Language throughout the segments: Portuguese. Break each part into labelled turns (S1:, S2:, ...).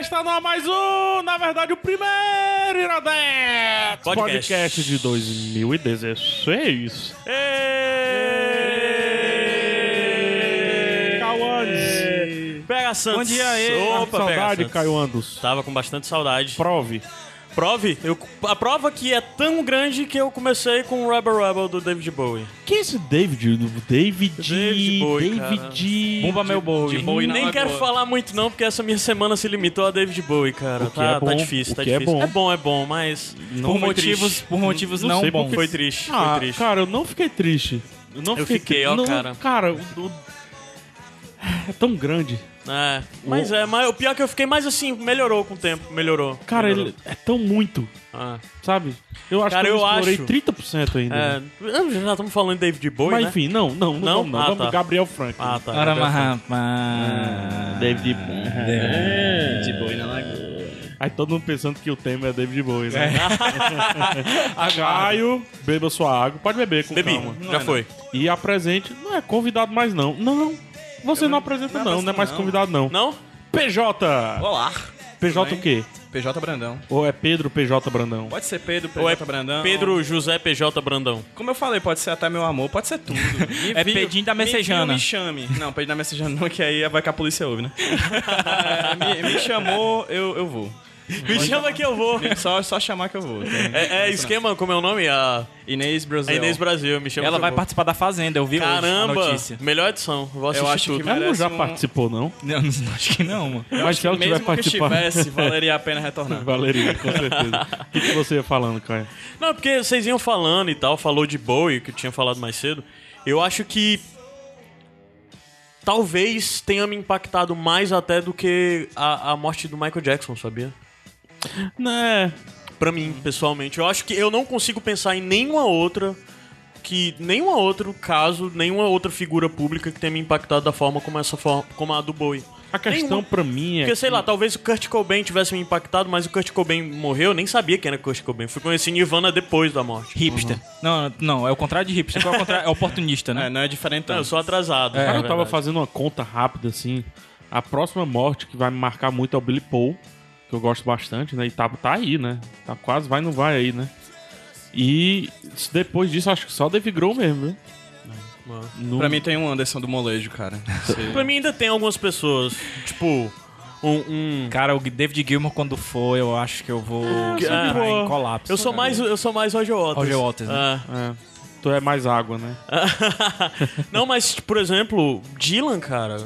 S1: Está no ar mais um, na verdade, o primeiro Iradex
S2: Podcast.
S1: de 2016. Cauanes.
S2: Pega Santos.
S3: Bom dia aí.
S2: Opa,
S1: Saudade,
S2: pega Santos.
S1: Caio Andos.
S2: Tava com bastante saudade.
S1: Prove.
S2: Prove? Eu, a prova que é tão grande que eu comecei com o Rebel Rebel do David Bowie.
S1: Quem é esse David? David.
S2: David Bowie,
S1: David.
S3: Bumba meu boi.
S2: De Bowie
S1: é
S2: Nem quero falar muito não, porque essa minha semana se limitou a David Bowie, cara.
S1: O que
S2: tá,
S1: é bom,
S2: tá difícil,
S1: o
S2: tá
S1: que é
S2: difícil.
S1: bom.
S2: É bom, é bom, mas
S3: Por motivos, por motivos não,
S1: sei
S3: bons.
S1: porque-
S2: foi triste,
S1: Ah,
S2: foi triste.
S1: cara, eu não fiquei triste. Eu não
S2: Eu
S1: fiquei,
S2: fiquei,
S1: tri-
S2: ó,
S1: não,
S2: cara.
S1: Cara, o- o- é tão grande.
S2: É, mas é, mas o pior é que eu fiquei mais assim, melhorou com o tempo, melhorou.
S1: Cara,
S2: melhorou.
S1: ele é tão muito,
S2: Ah,
S1: sabe? Eu acho
S2: Cara,
S1: que eu,
S2: eu
S1: explorei
S2: acho.
S1: 30% ainda. né?
S2: é, já estamos falando de David Bowie,
S1: Mas
S2: né?
S1: enfim, não, não, não,
S2: Não?
S1: vamos, não.
S2: Ah,
S1: vamos
S2: tá.
S1: Gabriel Frank.
S2: Ah, tá.
S3: Ora,
S2: Gabriel
S3: mas
S2: Frank.
S3: rapaz.
S1: David É. Bowie.
S3: David Bowie na lagoa.
S1: Aí todo mundo pensando que o tema é David Bowie, né? Agaio, beba sua água. Pode beber com
S2: Bebi,
S1: calma. é
S2: já foi.
S1: E apresente. Não é convidado mais, não. Não, não. Você não, apresenta, não. Não é mais convidado, não.
S2: Não?
S1: PJ!
S3: Olá.
S1: PJ o
S3: bem?
S1: quê?
S3: PJ Brandão.
S1: Ou é Pedro PJ Brandão?
S3: Pode ser Pedro, PJ
S2: Ou é
S3: Brandão.
S2: Pedro José PJ Brandão.
S3: Como eu falei, pode ser até meu amor, pode ser tudo. Me
S4: É
S3: viu-
S4: Pedinho da
S3: me viu,
S4: Messejana.
S3: Me chame. Não, Pedinho da Messejana não, que aí vai que a polícia ouve, né? É, me, me chamou, eu, eu vou.
S2: Me chama que eu vou.
S3: Só, só chamar que eu vou.
S2: É, é esquema, como é o nome? A
S3: Inês
S2: a
S3: Brasil.
S2: Inês Brasil, me chama
S4: Ela
S2: que
S4: vai
S2: eu vou.
S4: participar da Fazenda, eu vi hoje a
S2: Caramba,
S4: notícia.
S2: melhor edição. Vou assistir
S3: acho que
S2: tudo.
S3: vai-
S1: Ela não já
S3: merece um-
S1: participou, não.
S4: Não, não, acho que não, mano.
S1: Mas se ela
S3: Mesmo
S1: tiver participando.
S3: que estivesse, valeria a pena retornar.
S1: Valeria, com certeza. O que, que você ia falando, Caio?
S2: Não, porque vocês iam falando e tal, falou de Bowie, que eu tinha falado mais cedo. Eu acho que talvez tenha me impactado mais até do que a, a morte do Michael Jackson, sabia?
S1: Né?
S2: Pra mim, pessoalmente. Eu acho que eu não consigo pensar em nenhuma outra que nenhuma outro caso, nenhuma outra figura pública que tenha me impactado da forma como essa forma, como a do Bowie.
S1: A questão
S2: Nenhuma.
S1: pra mim é.
S2: Porque, assim, sei lá, talvez o Kurt Cobain tivesse me impactado, mas o Kurt Cobain morreu, eu nem sabia quem era Kurt Cobain. Fui conhecer Nirvana depois da morte.
S4: Hipster.
S3: Uhum.
S4: Não, não, é o contrário de hipster. Qual É, o contrário, é oportunista,
S3: É,
S4: né?
S3: não é diferente,
S2: Não,
S3: não.
S2: eu sou atrasado.
S1: É. Cara,
S2: na
S1: eu tava
S2: é verdade.
S1: fazendo uma conta rápida, assim. A próxima morte que vai me marcar muito é o Billy Paul, que eu gosto bastante, né? E tá, tá aí, né? Tá quase, vai, não vai aí, né? E s- depois disso, acho que só Dave Grohl mesmo, viu? Não-
S3: Pra mim tem um Anderson do molejo, cara. Você-
S2: Pra mim ainda tem algumas pessoas, tipo, um... um-
S4: Cara, o David Gilmour, quando for, eu acho que eu vou
S2: sou de
S4: entrar
S2: boa.
S4: em
S2: Ah,
S4: colapso.
S2: Eu sou mais eu sou mais Roger Waters.
S4: Roger Waters, né?
S2: Ah.
S1: É, tu é mais água, né?
S2: É. Não, mas, por exemplo, Dylan, cara.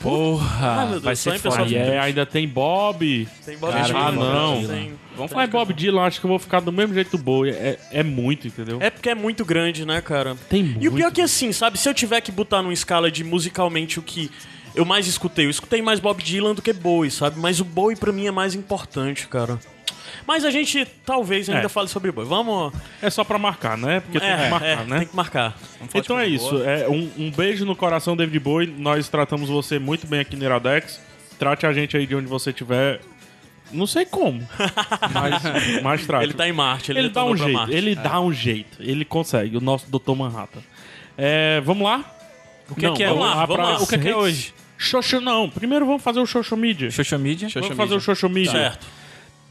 S4: Porra,
S2: Ah, meu Deus,
S4: vai
S2: só
S4: ser
S2: em pessoal
S4: foda.
S1: Aí é, ainda tem Bob.
S2: Tem Bob
S1: Cara,
S2: Dylan,
S1: ah, não.
S2: tem-
S3: Vamos falar
S1: Mas
S3: de
S1: Bob Dylan, acho que eu vou ficar do mesmo jeito boa. É, é muito, entendeu?
S2: É porque é muito grande, né, cara?
S1: Tem
S2: E o pior
S1: muito.
S2: é que assim, sabe? Se eu tiver que botar numa escala de musicalmente o que eu mais escutei, eu escutei mais Bob Dylan do que Bowie, sabe? Mas o Bowie pra mim é mais importante, cara. Mas a gente talvez ainda
S1: É.
S2: fale sobre Bowie. Vamos.
S1: É só pra marcar, né? Porque tem que
S2: é,
S1: marcar,
S2: é,
S1: né?
S2: Tem que marcar.
S3: falar de
S1: Então é
S3: coisa
S1: isso.
S3: boa.
S1: É, um, um beijo no coração, David Bowie. Nós tratamos você muito bem aqui no Iradex. Trate a gente aí de onde você estiver. Não sei como. Mas, mas trate.
S2: Ele tá em Marte, ele,
S1: Ele dá
S2: retornou
S1: um
S2: pra
S1: jeito.
S2: Marte.
S1: Ele dá um jeito. Ele consegue. O nosso Dr. Manhattan. É, vamos lá? O
S4: que que é
S2: hoje? Vamos lá,
S4: o que que é hoje?
S1: Xoxo não. Primeiro vamos fazer o Xoxo Media.
S4: É. Social media.
S3: Xoxo-
S1: Vamos fazer o Xoxo Media.
S2: Tá Certo.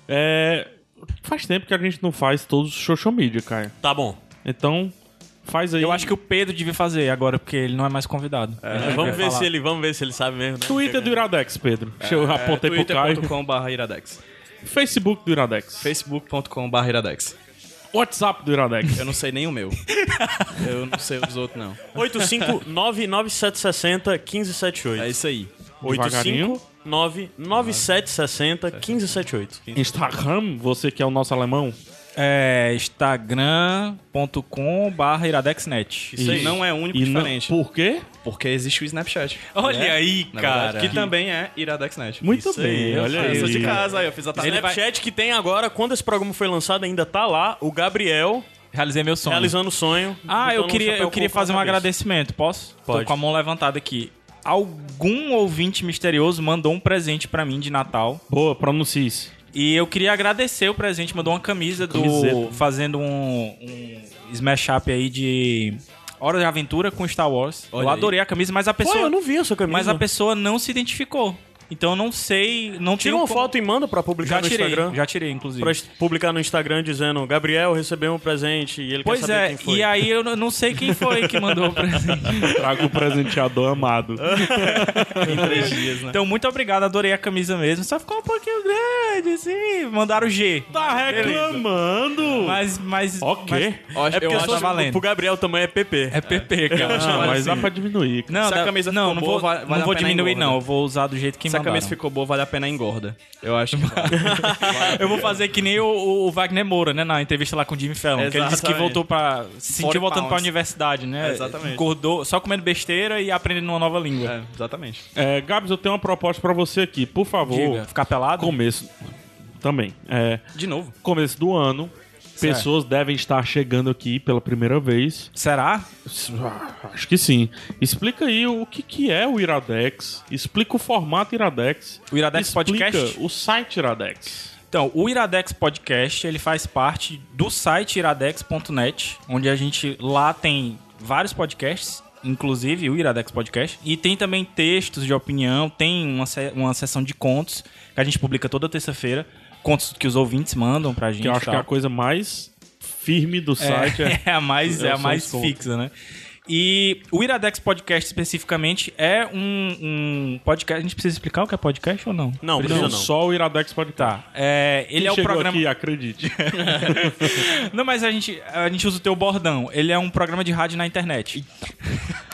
S1: É, faz tempo que a gente não faz todos os Xoxo Media, cara.
S2: Tá bom.
S1: Então, faz aí.
S4: Eu acho que o Pedro devia fazer agora, porque ele não é mais convidado.
S2: É, vamos ver se ele, vamos ver se ele sabe mesmo. Né?
S1: Twitter do Iradex, Pedro. Deixa eu
S3: É,
S1: apontei pro Caio.
S3: twitter.com.br iradex.
S1: Facebook do Iradex.
S3: facebook.com.br iradex.
S1: WhatsApp do Iradex.
S3: Eu não sei nem o meu. Eu não sei os outros, não.
S2: 85997601578.
S3: É isso aí.
S1: Devagarinho.
S2: 85997601578.
S1: Instagram, você que é o nosso alemão.
S4: É instagram.com barra iradexnet.
S3: Isso aí
S1: Isso.
S3: não é único e
S1: E não,
S3: diferente.
S1: por quê?
S3: Porque existe o Snapchat. né?
S4: Olha aí,
S3: Na verdade,
S4: cara.
S3: que também é Iradexnet.
S1: Muito
S2: Isso
S1: bem,
S2: aí,
S1: olha
S3: Ah, eu sou de
S1: aí.
S3: casa, aí eu
S4: Tá,
S3: fiz a tabela.
S2: Snapchat que tem agora, quando esse programa foi lançado, ainda tá lá. O Gabriel
S4: Realizei meu sonho.
S2: realizando o sonho.
S4: Ah, eu
S2: botando um
S4: queria,
S2: chapéu
S4: eu queria
S2: com a
S4: fazer um
S2: cabeça.
S4: agradecimento, posso?
S2: Pode.
S4: Tô com a mão levantada aqui. Algum ouvinte misterioso mandou um presente pra mim de Natal.
S1: Boa, pronuncie isso.
S4: E eu queria agradecer o presente, mandou uma camisa do.
S1: Camiseta.
S4: Fazendo um, um smash up aí de Hora de Aventura com Star Wars. eu
S3: Olha aí.
S4: adorei a camisa, mas a
S2: Pô, eu
S4: pessoa.
S2: não vi a sua camisa.
S4: mas a pessoa não se identificou. Então eu não sei. Não
S2: Tira
S4: tenho
S2: uma
S4: como-
S2: foto e manda pra publicar
S4: Já
S2: no
S4: tirei,
S2: Instagram.
S4: já tirei, inclusive.
S2: Pra publicar no Instagram dizendo Gabriel recebeu um presente e ele quer
S4: Pois
S2: saber
S4: é,
S2: quem foi.
S4: e aí eu n- não sei quem foi que mandou o presente.
S1: Traga o presenteador amado.
S4: Então, muito obrigado, adorei a camisa mesmo. Só ficou um pouquinho grande, assim. Mandaram o G.
S1: Tá reclamando!
S4: Mas, mas.
S1: Ok.
S4: mas-
S3: Ó,
S4: é porque
S3: eu
S4: eu
S3: acho
S4: sou
S3: que
S2: Pro-
S4: valendo.
S2: Pro Gabriel também é PP.
S4: É PP, cara.
S1: Ah,
S3: Mas
S1: mas dá
S3: assim,
S1: pra diminuir. cara.
S4: Não,
S3: Se a
S4: dá-
S3: camisa
S4: não,
S3: ficou
S4: não
S3: boa,
S4: vou,
S3: vale- vale
S4: não
S3: a
S4: vou
S3: pena
S4: diminuir,
S3: engorda.
S4: não. Eu vou usar do jeito que
S3: Se a
S4: mandaram.
S3: camisa ficou boa, vale a pena engorda. Eu acho que vale.
S4: Eu vou fazer que nem o, o- o Wagner Moura, né? Na entrevista lá com o Jimmy Fallon. Que ele disse que
S3: Exatamente.
S4: voltou pra. Se sentiu
S3: 40
S4: voltando pra
S3: pounds.
S4: universidade, né?
S3: Exatamente.
S4: Engordou só comendo besteira e aprendendo uma nova língua.
S3: É, exatamente.
S1: É, Gabs, eu tenho uma proposta pra você aqui. Por favor,
S4: Diga, ficar pelado?
S1: começo. Também. É,
S3: De novo.
S1: começo do ano. Pessoas devem estar chegando aqui pela primeira vez.
S4: Será?
S1: Ah, Acho que sim. Explica aí o que, que é o Iradex. Explica o formato Iradex.
S4: O Iradex
S1: Explica
S4: Podcast?
S1: O site Iradex.
S4: Então, o Iradex Podcast, ele faz parte do site iradex.net, onde a gente lá tem vários podcasts, inclusive o Iradex Podcast, e tem também textos de opinião, tem uma, se- uma sessão de contos que a gente publica toda terça-feira, contos que os ouvintes mandam pra gente.
S1: Que eu
S4: e
S1: acho que é
S4: tal.
S1: a coisa mais firme do site. É.
S4: Então. É, a mais, é a
S1: sou
S4: mais
S1: solto.
S4: fixa, né? E o Iradex Podcast especificamente é um, um podcast. A gente precisa explicar o que é podcast ou não?
S1: Não,
S2: Não, precisa não.
S1: só o Iradex Podcast. Tá.
S4: É, ele é o
S1: chegou
S4: programa.
S1: aqui, acredite.
S4: Não, mas a gente, a gente usa o teu bordão. Ele é um programa de rádio na internet.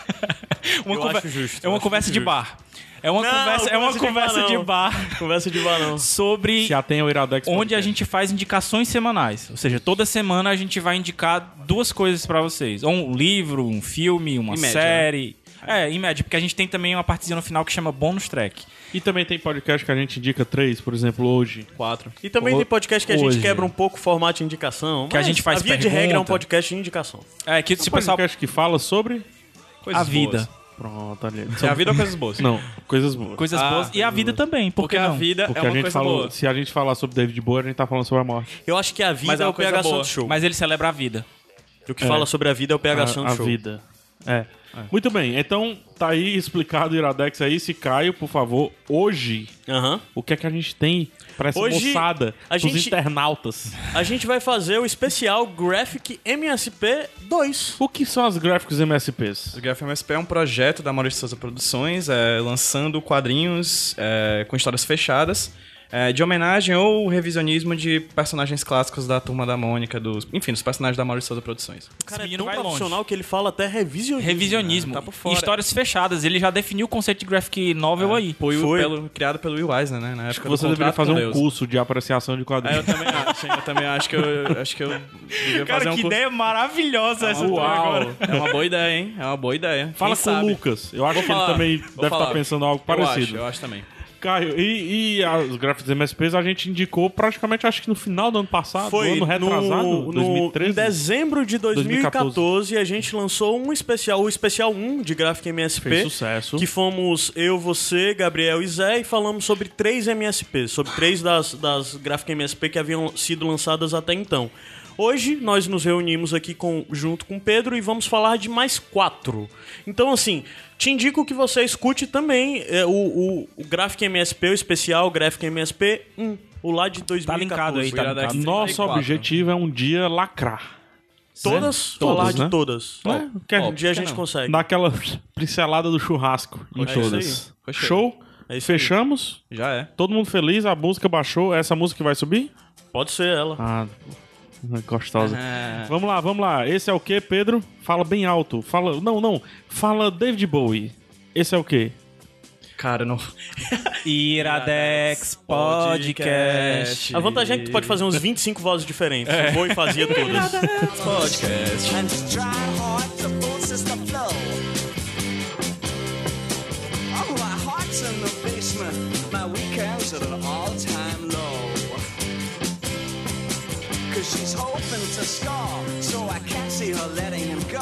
S4: uma
S2: Eu
S4: conver-
S2: acho justo,
S4: É uma
S2: eu acho
S4: conversa de
S2: justo.
S4: bar. É uma
S2: Não,
S4: conversa, é uma conversa de bar,
S2: Conversa de balão.
S4: sobre
S1: Se atém ao Iradex
S4: onde
S1: Podcast.
S4: a gente faz indicações semanais. Ou seja, toda semana a gente vai indicar duas coisas pra vocês. Ou um livro, um filme, uma
S3: Em média,
S4: série. É, em média, porque a gente tem também uma partezinha no final que chama bônus track.
S1: E também tem podcast que a gente indica três, por exemplo, hoje.
S3: Quatro.
S2: E também
S1: Ho-
S2: tem podcast que a gente
S1: hoje.
S2: quebra um pouco o formato de indicação.
S4: Que a
S2: mas
S4: gente faz
S2: A via de
S4: pergunta.
S2: regra é um podcast de indicação.
S4: É, que se
S1: Esse
S4: o pessoal.
S1: podcast que fala sobre.
S4: A vida.
S1: Pronto, ali.
S3: É a vida ou coisas boas?
S1: Não, coisas boas.
S4: Coisas
S3: Ah,
S4: boas. E a vida também, por
S3: Porque
S4: que
S3: a
S4: não?
S3: vida
S1: Porque
S3: é
S1: a
S3: uma
S1: gente
S3: coisa
S1: falou,
S3: boa.
S1: se a gente falar sobre David Bowie, a gente tá falando sobre a morte.
S2: Eu acho que a vida
S3: Mas é
S2: é, o
S3: uma coisa
S2: PH
S3: boa.
S2: Santos Show.
S4: Mas ele celebra a vida.
S2: O que fala sobre a vida é o PH
S1: a,
S2: Santos
S1: a
S2: Show.
S1: vida. É. Muito bem, então tá aí explicado o Iradex aí. Se Caio, por favor, hoje,
S2: Aham.
S1: o que é que a gente tem pra essa
S2: Hoje,
S1: moçada,
S2: a
S1: pros
S2: gente-
S1: internautas?
S2: A gente vai fazer o especial Graphic MSP 2.
S1: O que são as gráficos MSPs?
S3: O Graph MSP é um projeto da Maurício de Souza Produções, é, lançando quadrinhos é, com histórias fechadas, é, de homenagem ou revisionismo de personagens clássicos da Turma da Mônica, dos, enfim, dos personagens da Maurício de Souza Produções.
S2: O cara
S4: Esse
S2: é
S4: menino
S2: tão
S4: vai longe.
S2: profissional que ele fala até revisionismo.
S4: Revisionismo.
S3: Tá por fora.
S4: Histórias fechadas. Ele já definiu o conceito de graphic novel aí.
S3: Foi, o-
S2: Foi.
S3: Pelo, criado pelo Will Eisner, né? Na
S1: Acho que
S3: época do
S1: você deveria
S3: contrato
S1: fazer
S3: com
S1: um
S3: Deus.
S1: curso de apreciação de
S3: Ah, eu
S1: quadrinhos.
S3: também acho, hein? eu também acho que eu acho que eu devia fazer um curso.
S4: maravilhosa essa
S1: Uau!
S3: É uma boa ideia, hein? É uma boa ideia.
S1: Fala
S3: Quem
S1: com
S3: sabe?
S1: o Lucas. Eu acho
S3: Vou
S1: que
S3: falar,
S1: ele também
S3: vou
S1: deve estar
S3: falar.
S1: pensando algo
S3: Eu
S1: parecido.
S3: acho, eu acho também.
S1: Caio, e, e as gráficas MSPs a gente indicou praticamente, acho que no final do ano passado,
S2: Foi
S1: no ano retrasado,
S2: no, no-
S1: 2013.
S2: em dezembro de 2014, a gente lançou um especial, o especial 1 de Graphic MSP.
S1: Fez sucesso.
S2: Que fomos eu, você, Gabriel e Zé e falamos sobre três MSP, sobre três das, das Graphic MSP que haviam sido lançadas até então. Hoje nós nos reunimos aqui com, junto com o Pedro e vamos falar de mais quatro. Então, assim, te indico que você escute também é, o, o, o Graphic MSP, o especial Graphic MSP 1, o lá de 2014.
S4: linkado aí, tá
S3: né,
S4: linkado.
S1: Nosso
S3: 34.
S1: objetivo é um dia lacrar. Todas,
S2: Todas? falar
S1: né?
S2: de todas.
S1: É, que
S2: Um dia a
S3: por que
S2: gente
S3: não?
S2: consegue.
S1: dá aquela pincelada do churrasco em
S2: isso
S1: todas.
S3: aí.
S1: Show?
S2: É isso aí.
S1: Fechamos?
S3: Já é.
S1: Todo mundo feliz? A música baixou? Essa música que vai subir?
S2: Pode ser ela.
S1: Ah, gostosa.
S3: É.
S1: Vamos lá, vamos lá. Esse é o que, Pedro? Fala bem alto. Fala. Não, não. Fala David Bowie. Esse é o quê?
S3: Cara, não.
S4: Iradex Podcast.
S2: A vantagem é que tu pode fazer uns 25 vozes diferentes. O Boi fazia todas. Tá
S3: Podcast.
S5: and to try hard to forces to flow. Oh, my heart's in the basement, my weekends at an all-time low. Cause she's hoping to score, so I can't see her letting him go.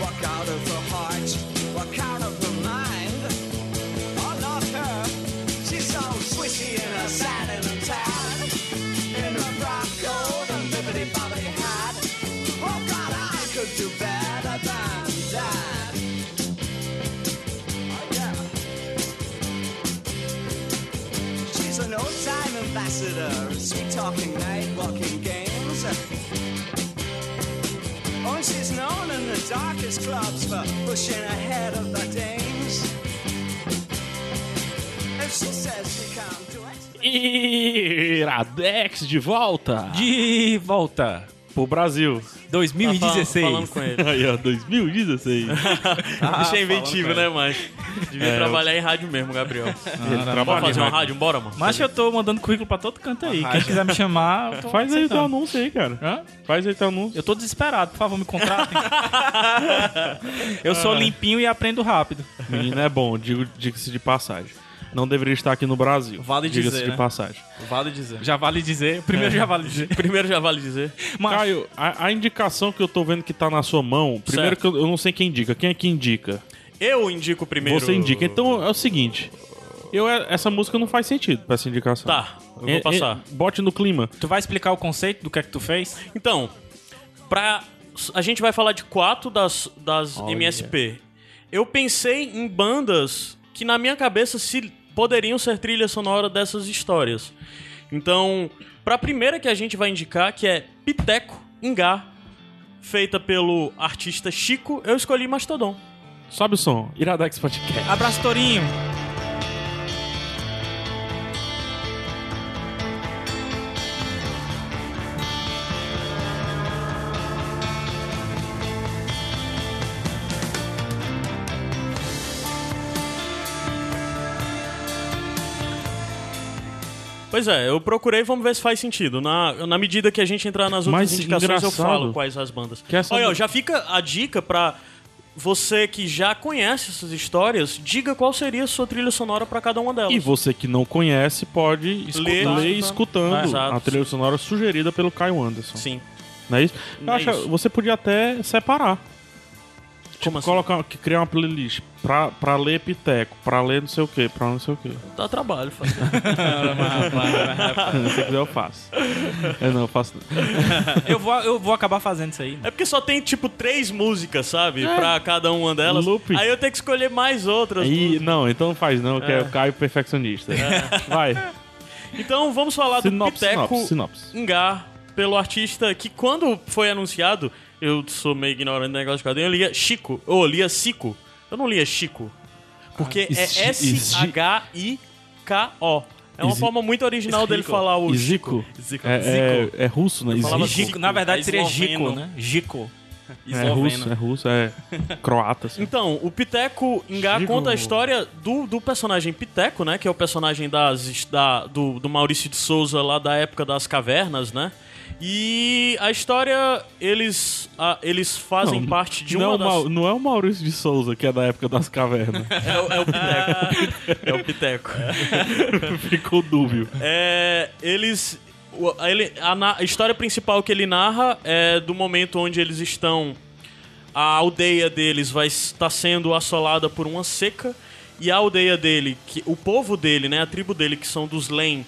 S5: Walk out of her heart, walk out of her mind. Oh, not her, she's so swishy and her sad and her tired. In her frock coat and bibbidi-bobbidi hat. Oh God, I could do better than that. Oh, yeah. She's an old-time ambassador, sweet-talking, night-walking games. Oh, and she's known in the darkest clubs for pushing ahead of the dames. If she says she can't do it.
S1: Iradex de volta
S4: De volta.
S1: pro Brasil.
S4: 2016.
S2: Falando com ele.
S1: Aí, ó, 2016.
S2: Isso é inventivo, né, mas Devia trabalhar em rádio mesmo, Gabriel.
S1: Ele
S2: Bora
S1: trabalha
S2: fazer
S1: em
S2: uma
S1: rádio.
S2: rádio, bora, mano.
S4: Mas eu tô mandando currículo pra todo canto aí. Quem quiser me chamar, eu tô
S1: Faz aí o teu
S4: aceitando.
S1: anúncio aí, cara.
S4: Hã?
S1: Faz aí o teu anúncio.
S4: Eu tô desesperado, por favor, me contratem. eu
S3: Ah,
S4: sou limpinho e aprendo rápido.
S1: Menino é bom, digo- diga-se de passagem. Não deveria estar aqui no Brasil.
S3: Vale
S1: diga-se
S3: dizer,
S1: de
S3: né?
S1: passagem.
S3: Vale dizer.
S4: Já vale dizer. Primeiro já vale dizer.
S2: Primeiro já vale dizer.
S4: Mas,
S1: Caio, a, a indicação que eu tô vendo que tá na sua mão, primeiro
S2: Certo.
S1: que eu, eu não sei quem indica. Quem é que indica?
S2: Eu indico primeiro.
S1: Você indica. Então é o seguinte. Eu, é, essa música não faz sentido pra essa indicação.
S2: Tá, eu
S1: É-
S2: vou
S1: é-
S2: passar.
S1: bote no clima.
S4: tu vai explicar o conceito do que é que tu fez?
S2: Então, pra. A gente vai falar de quatro das, das MSP. Eu pensei em bandas que na minha cabeça se poderiam ser trilha sonora dessas histórias. Então, pra primeira que a gente vai indicar, que é Piteco Ingá, feita pelo artista Chico, eu escolhi Mastodon.
S1: Sobe o som. Iradex Podcast.
S4: Abraço, Torinho.
S2: Pois é, eu procurei, vamos ver se faz sentido. Na, na medida que a gente entrar nas outras
S1: Mas
S2: indicações, eu
S1: engraçado
S2: falo quais as bandas.
S1: que essa
S2: Olha,
S1: ba-
S2: ó, já fica a dica pra você que já conhece essas histórias, diga qual seria a sua trilha sonora pra cada uma delas.
S1: E você que não conhece pode escu-
S2: Ler,
S1: ler,
S2: escutando.
S1: escutando
S2: Exato.
S1: a trilha sonora sugerida pelo Caio Anderson.
S2: Sim.
S1: Não é isso?
S2: Não
S1: Eu
S2: é
S1: acho,
S2: isso.
S1: Você podia até separar. Tipo,
S2: Como assim?
S1: Colocar, que- criar uma playlist pra, pra ler Piteco, pra ler não sei o que, pra não sei o que.
S2: Dá trabalho. faz.
S1: Se quiser eu faço. Eu não, eu faço. não.
S4: Eu vou, eu vou acabar fazendo isso aí.
S2: é porque só tem, tipo, três músicas, sabe? Pra cada uma delas.
S1: É. Loop.
S2: Aí eu tenho que escolher mais outras.
S1: E, não, então não faz não, que é o Caio perfeccionista. Vai,
S2: Então vamos falar É. do
S1: sinopse,
S2: Piteco
S1: sinopse, sinopse.
S2: Engar pelo artista que quando foi anunciado, eu sou meio ignorante do negócio de quadrinho, eu lia Chico, ou eu lia Sico. Eu não lia Chico. Porque
S1: Ah, exi-
S2: é S-H-I-K-O. É uma
S1: Exi-
S2: forma muito original dele falar o
S1: E Zico?
S3: Zico.
S1: É, é, é russo, né?
S2: falava
S1: Zico.
S4: Gico, na verdade,
S3: é
S4: seria
S3: esloveno.
S4: Gico, né? Gico.
S1: É russo, é russo, é croata. Assim.
S2: Então, o Piteco Ingá
S1: Digo-
S2: conta a história do, do personagem Piteco, né? Que é o personagem das, da, do, do Maurício de Souza lá da época das cavernas, né? E a história, eles, a- eles fazem
S1: Não,
S2: parte Então, de
S1: não,
S2: uma
S1: é o Mau-
S2: das...
S1: não é o Maurício de Souza, que é da época das cavernas.
S2: É, o- é o Piteco. é o Piteco.
S1: Ficou dúbio.
S2: É, eles. o- ele- a, na- a história principal que ele narra é do momento onde eles estão. A aldeia deles vai estar sendo assolada por uma seca. E a aldeia dele, que, o povo dele, né, a tribo dele, que são dos Len,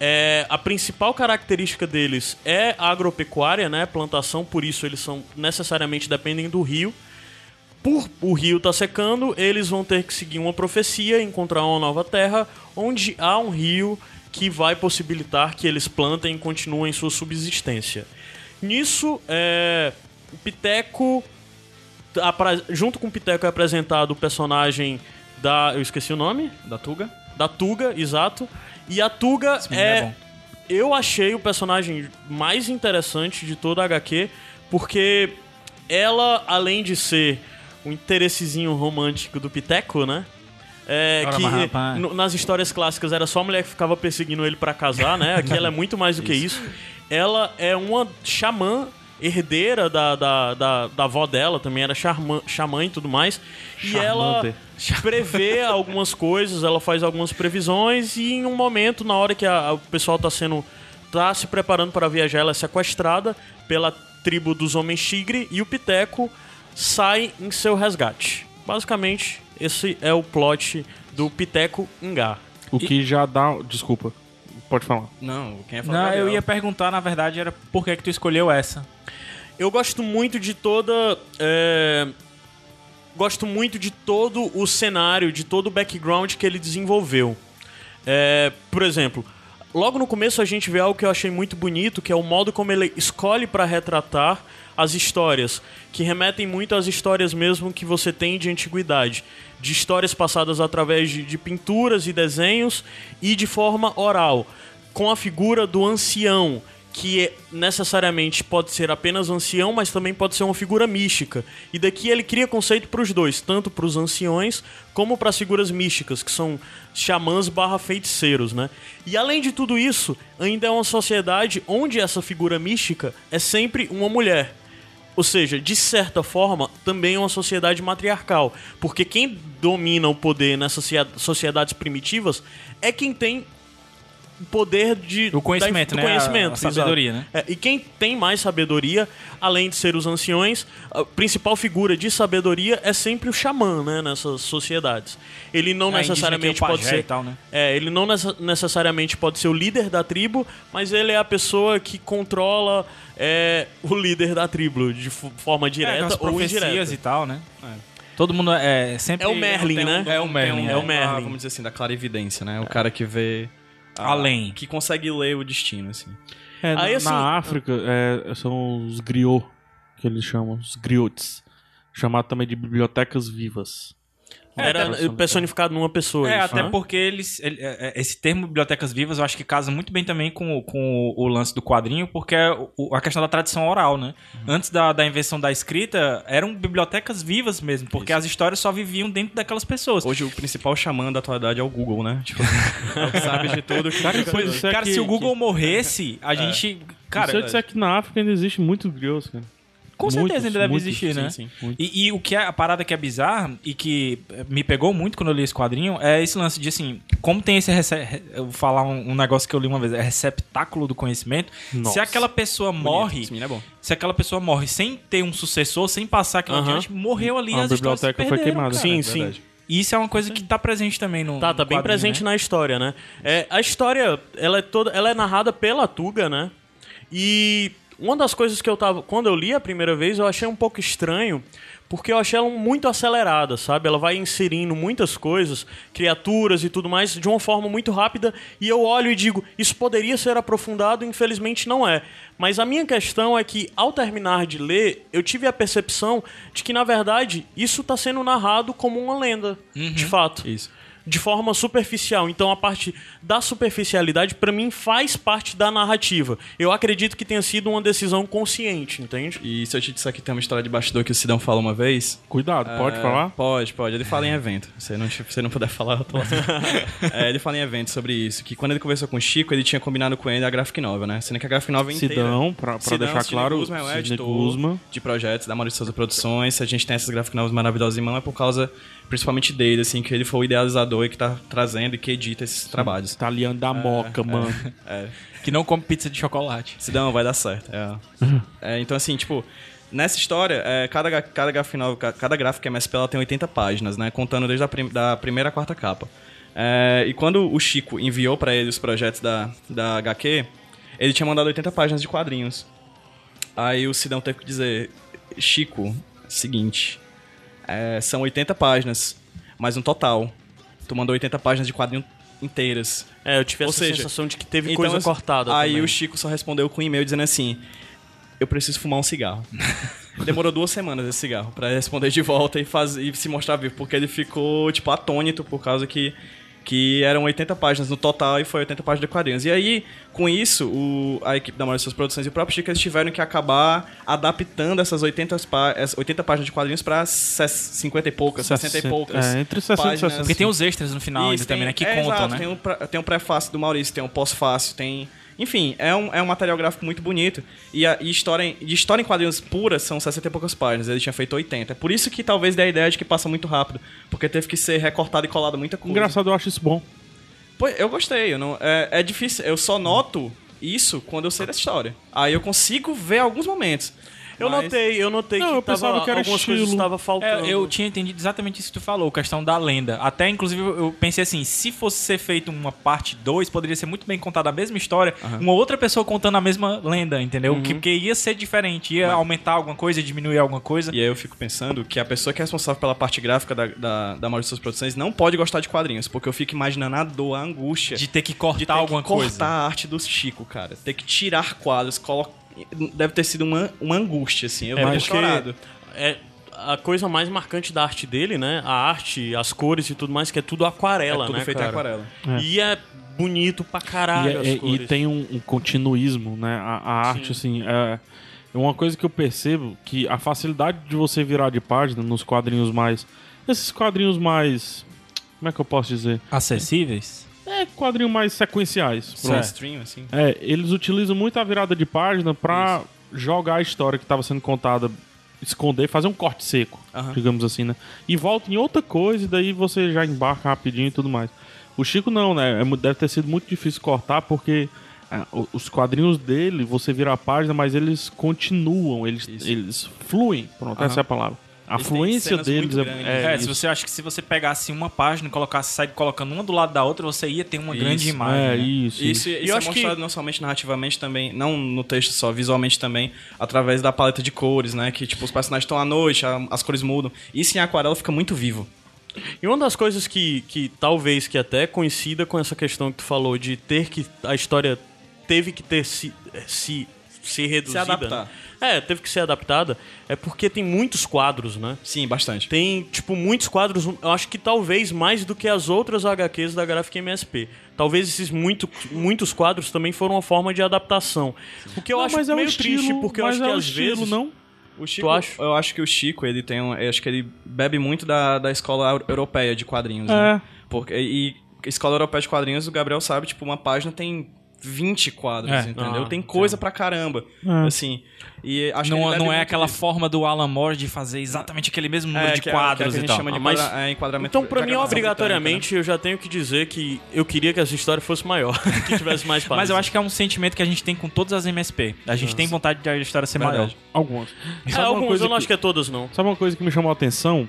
S2: é, a principal característica deles é a agropecuária, né, plantação, por isso eles são necessariamente dependem do rio por o rio tá secando, eles vão ter que seguir uma profecia, encontrar uma nova terra, onde há um rio que vai possibilitar que eles plantem e continuem sua subsistência. Nisso, é, o Piteco, apra- junto com o Piteco é apresentado o personagem da... eu esqueci o nome?
S3: Da Tuga?
S2: Da Tuga, exato. E a Tuga
S4: menino
S2: é.
S4: é bom.
S2: eu achei o personagem mais interessante de toda a HQ, porque um ela, além de ser o interessezinho romântico do Piteco, né? É,
S4: Ora,
S2: que
S4: mas, rapaz.
S2: no- nas histórias clássicas era só a mulher que ficava perseguindo ele pra casar, né? Aqui ela é muito mais do que isso. Ela é uma xamã herdeira da, da, da, da avó dela, também era xamã, xamã e tudo mais. E ela
S1: Charmander.
S2: prevê algumas coisas, ela faz algumas previsões e em um momento, na hora que a- a- o pessoal tá sendo tá se preparando para viajar, ela é sequestrada pela tribo dos homens tigre e o Piteco sai em seu resgate. Basicamente, esse é o plot do Piteco Ingá.
S1: O que já dá. Desculpa. Pode falar.
S3: Não, quem ia falar
S4: Não,
S3: Gabriel.
S4: eu ia perguntar, na verdade, era por que, que tu escolheu essa?
S2: Eu gosto muito de toda. é, Gosto muito de todo o cenário, de todo o background que ele desenvolveu. É, por exemplo, logo no começo a gente vê algo que eu achei muito bonito, que é o modo como ele escolhe para retratar as histórias, que remetem muito às histórias mesmo que você tem de antiguidade, de histórias passadas através de, de pinturas e desenhos e de forma oral, com a figura do ancião, que é- necessariamente pode ser apenas um ancião, mas também pode ser uma figura mística. E daqui ele cria conceito para os dois, tanto para os anciões como para as figuras místicas, que são xamãs barra feiticeiros, né? E além de tudo isso, ainda é uma sociedade onde essa figura mística é sempre uma mulher. Ou seja, de certa forma, também é uma sociedade matriarcal. Porque quem domina o poder nessas socie- sociedades primitivas é quem tem o poder de
S4: O conhecimento,
S2: da- do
S4: né? A-
S2: conhecimento,
S4: a sabedoria,
S2: exato.
S4: né?
S2: É, e quem tem mais sabedoria, além de ser os anciões, a principal figura de sabedoria é sempre o xamã, né? Nessas sociedades. Ele não
S4: É, indígena
S2: necessariamente
S4: que é o
S2: pode
S4: pajé
S2: ser.
S4: e tal, né?
S2: É, ele não nessa- necessariamente pode ser o líder da tribo, mas ele é a pessoa que controla é, o líder da tribo de fo- forma
S4: é,
S2: direta
S4: aquelas
S2: ou
S4: profecias
S2: indireta.
S4: e tal, né? Todo mundo é é sempre...
S2: É o Merlin,
S3: Tem um-
S2: né?
S3: É o Merlin.
S2: É o Merlin. É.
S3: Ah, vamos dizer assim, da clarividência, né? O cara que vê... a-
S4: Além.
S3: Que consegue ler o destino, assim.
S1: É,
S2: Aí,
S1: na,
S2: assim-
S1: na África, é, são os griot, que eles chamam, os griotes. Chamado também de bibliotecas vivas.
S2: Era
S1: até-
S2: personificado numa pessoa.
S4: É,
S2: isso,
S4: até
S2: né?
S4: porque eles. ele- é, é, esse termo bibliotecas vivas eu acho que casa muito bem também com, o- com o, o lance do quadrinho, porque é o- o- a questão da tradição oral, né? Antes da, da invenção da escrita, eram bibliotecas vivas mesmo, porque as histórias só viviam dentro daquelas pessoas.
S3: Hoje o principal xamã da atualidade é o Google, né? Tipo, é o que sabe de tudo. Que tá
S1: Cara, isso-
S2: né?
S1: isso é
S4: cara,
S1: que-
S4: se o Google
S1: que- é
S4: morresse, a gente. Cara,
S1: se eu disser que na África ainda existe muito griot, cara.
S4: Com certeza
S1: Muitos,
S4: ainda deve
S1: muitos,
S4: existir,
S1: sim,
S4: né?
S1: sim, muitos.
S4: E, e o que é a parada que é bizarra e que eh, me pegou muito quando eu li esse quadrinho é esse lance de assim, como tem esse rece- re- eu vou falar um, um negócio que eu li uma vez, é receptáculo do conhecimento. Se
S1: Nossa.
S4: aquela pessoa morre,
S3: Esse menino é bom.
S4: se aquela pessoa morre sem ter um sucessor, sem passar aquela
S2: Aham.
S4: gente, morreu ali
S1: A
S4: as histórias se
S1: biblioteca foi
S4: perderam,
S1: queimada.
S4: cara.
S2: Sim,
S1: É
S2: sim.
S1: verdade.
S4: E isso é uma coisa que tá presente também no
S2: Tá,
S4: no
S2: tá bem
S4: quadrinho,
S2: presente
S4: né?
S2: na história, né? É, a história, ela é toda, ela é narrada pela Tuga, né? E uma das coisas que eu tava, quando eu li a primeira vez, eu achei um pouco estranho, porque eu achei ela muito acelerada, sabe? Ela vai inserindo muitas coisas, criaturas e tudo mais, de uma forma muito rápida, e eu olho e digo, isso poderia ser aprofundado, infelizmente não é. Mas a minha questão é que, ao terminar de ler, eu tive a percepção de que, na verdade, isso tá sendo narrado como uma lenda, de
S4: Uhum.
S2: fato
S3: Isso.
S2: de forma superficial. Então a parte da superficialidade pra mim faz parte da narrativa. Eu acredito que tenha sido uma decisão consciente, entende?
S3: E se eu te disser que tem uma história de bastidor que o Sidão fala uma vez,
S1: Cuidado, pode
S3: É,
S1: falar?
S3: Pode, pode. Ele fala em evento. Se não, se você não puder falar, eu tô lá. É, ele fala em evento sobre isso. Que quando ele conversou com o Chico, ele tinha combinado com ele a Graphic Nova, né? Sendo que a Graphic Nova inteira...
S1: Sidão, pra, pra
S3: Sidão,
S1: deixar
S3: Sidney
S1: claro,
S3: Guzman é o
S1: Sidney
S3: editor
S1: Guzman.
S3: de projetos da Maurício Souza Produções. Se a gente tem essas Graphic Novas maravilhosas em mão, é por causa, principalmente dele, assim, que ele foi o idealizador e que tá trazendo e que edita esses trabalhos. É,
S1: Italiano
S4: É,
S1: da moca, mano.
S4: Que não come pizza de chocolate.
S3: Sidão, vai dar certo. É. É, então, assim, tipo, nessa história, é, cada, gra- cada, graphic novel- ca- cada gráfica MSP ela tem 80 páginas, né? Contando desde a prim- da primeira à quarta capa. É, e quando o Chico enviou pra ele os projetos da, da HQ, ele tinha mandado 80 páginas de quadrinhos. Aí o Sidão teve que dizer: Chico, seguinte, é, são 80 páginas, mas um total. Tu mandou 80 páginas de quadrinho inteiras.
S2: É, eu tive
S3: Ou
S2: essa
S3: seja,
S2: sensação de que teve
S3: Então,
S2: coisa
S3: assim,
S2: cortada.
S3: Aí
S2: também.
S3: o Chico só respondeu com um e-mail dizendo assim: Eu preciso fumar um cigarro. Demorou duas semanas esse cigarro pra responder de volta e, faz, e se mostrar vivo, porque ele ficou, tipo, atônito por causa que. que eram 80 páginas no total e foi 80 páginas de quadrinhos. E aí, com isso, o- a equipe da Maria Suas Produções e o próprio Chico, eles tiveram que acabar adaptando essas 80, pá- essas 80 páginas de quadrinhos para 50 e poucas, 60 e
S1: Sessenta-
S3: poucas.
S1: é, entre 60 e
S3: páginas.
S1: 60.
S4: Porque tem os extras no final ainda
S3: Isso,
S4: também, né? Que
S3: é,
S4: contam,
S3: exato,
S4: né?
S3: Tem um, pra- tem um prefácio do Maurício, tem um pós-fácio, tem. Enfim, é um, é um material gráfico muito bonito. E, a, e história, em, de história em quadrinhos pura são 60 e poucas páginas. Ele tinha feito 80. É por isso que talvez dê a ideia de que passa muito rápido. Porque teve que ser recortado e colado muita coisa.
S1: Engraçado, eu acho isso bom.
S3: Pô, eu gostei. Eu não, é, é difícil. Eu só noto isso quando eu sei dessa história. Aí eu consigo ver alguns momentos.
S2: Eu
S3: Mas-
S2: notei, eu notei
S1: Não,
S2: que,
S1: eu pensava
S2: tava,
S1: que era
S2: algumas
S1: estilo.
S2: coisas estavam
S4: É,
S2: faltando.
S4: eu tinha entendido exatamente isso que tu falou, questão da lenda. Até, inclusive, eu pensei assim, se fosse ser feito uma parte 2, poderia ser muito bem contada a mesma história, uma outra pessoa contando a mesma lenda, entendeu?
S3: Uhum.
S4: Que, porque ia ser diferente, ia aumentar alguma coisa, diminuir alguma coisa.
S3: E aí eu fico pensando que a pessoa que é responsável pela parte gráfica da, da, da maioria de suas produções não pode gostar de quadrinhos, porque eu fico imaginando a dor, a angústia
S4: De ter que cortar
S3: de ter
S4: alguma
S3: que
S4: coisa.
S3: cortar a arte do Chico, cara. Ter que tirar quadros, colo... deve ter sido uma, uma angústia, assim. Eu
S2: É
S3: fico
S2: porque
S3: chorado.
S2: é a coisa mais marcante da arte dele, né? A arte, as cores e tudo mais, que é tudo aquarela,
S3: É tudo
S2: né,
S3: feito em
S2: cara?
S3: aquarela.
S1: É.
S2: E é bonito pra
S1: E,
S2: caralho
S1: é-
S2: as
S1: e
S2: cores.
S1: tem um, um continuismo, né? A, a arte, assim, é é uma coisa que eu percebo que a facilidade de você virar de página nos quadrinhos mais. Esses quadrinhos mais. Como é que eu posso dizer?
S4: Acessíveis?
S1: É quadrinhos mais sequenciais. pronto.
S3: Mainstream, assim.
S1: É, eles utilizam muito a virada de página pra jogar a história que tava sendo contada, esconder, fazer um corte seco,
S3: Aham.
S1: digamos assim, né? E volta em outra coisa e daí você já embarca rapidinho e tudo mais. O Chico não, né? É mu- Deve ter sido muito difícil cortar porque ah, o- os quadrinhos dele, você vira a página, mas eles continuam, eles, eles fluem. Pronto, essa é a palavra. A
S3: Eles têm
S1: fluência
S3: cenas
S1: deles
S3: muito
S1: é,
S3: grandes,
S4: É,
S1: é,
S4: se
S1: isso.
S4: você acha que se você pegasse uma página e colocasse, sair colocando uma do lado da outra, você ia ter uma grande
S3: Isso,
S4: imagem.
S1: é,
S4: né?
S1: isso.
S3: Isso, isso
S2: eu
S3: é
S2: acho que-
S3: mostrado não somente narrativamente também, não no texto só, visualmente também, através da paleta de cores, né? Que, tipo, os personagens estão à noite, a- as cores mudam. Isso em aquarela fica muito vivo.
S2: E uma das coisas que, que talvez que é até coincida com essa questão que tu falou de ter que. A história teve que ter se. eh, se se reduzida.
S3: adaptar.
S2: né? É, teve que ser adaptada. É porque tem muitos quadros, né?
S3: Sim, bastante.
S2: Tem, tipo, muitos quadros, eu acho que talvez mais do que as outras HQs da Gráfica MSP. Talvez esses muito, muitos quadros também foram uma forma de adaptação. O que eu
S1: Não,
S2: acho
S1: mas é um
S2: meio
S1: estilo,
S2: triste, porque eu
S1: mas
S2: acho
S1: é
S2: que
S1: um
S2: às
S1: estilo,
S2: vezes...
S1: não?
S3: O Chico,
S2: Tu acha?
S3: Eu acho que o Chico, ele tem um. Eu acho que ele bebe muito da, da escola eu- europeia de
S1: É,
S3: quadrinhos, né? Porque, e e escola europeia de quadrinhos, o Gabriel sabe, tipo, uma página tem 20 quadros,
S4: É.
S3: entendeu?
S2: Ah,
S3: tem coisa pra caramba. Assim. E acho que
S4: Não,
S3: ele bebe
S4: não é
S3: muito
S4: aquela
S3: disso.
S4: forma do Alan Moore de fazer exatamente aquele mesmo número
S3: É,
S4: de
S3: que é-
S4: quadros então.
S3: que a
S4: e
S3: gente
S4: tal.
S3: chama de
S2: Ah, mas-
S3: quadra- é, enquadramento.
S2: Então, pra mim,
S3: diagramação
S2: obrigatoriamente, eu já tenho que dizer que eu queria que essa história fosse maior, que tivesse mais páginas.
S4: Mas eu acho que é um sentimento que a gente tem com todas as MSP. A gente tem vontade de a história ser maior.
S3: Verdade.
S1: Algumas.
S2: que...
S1: Sabe
S2: É,
S1: uma
S2: algumas,
S1: coisa
S2: eu não acho que é Hum. todas, não.
S1: Sabe uma coisa que me chamou a atenção?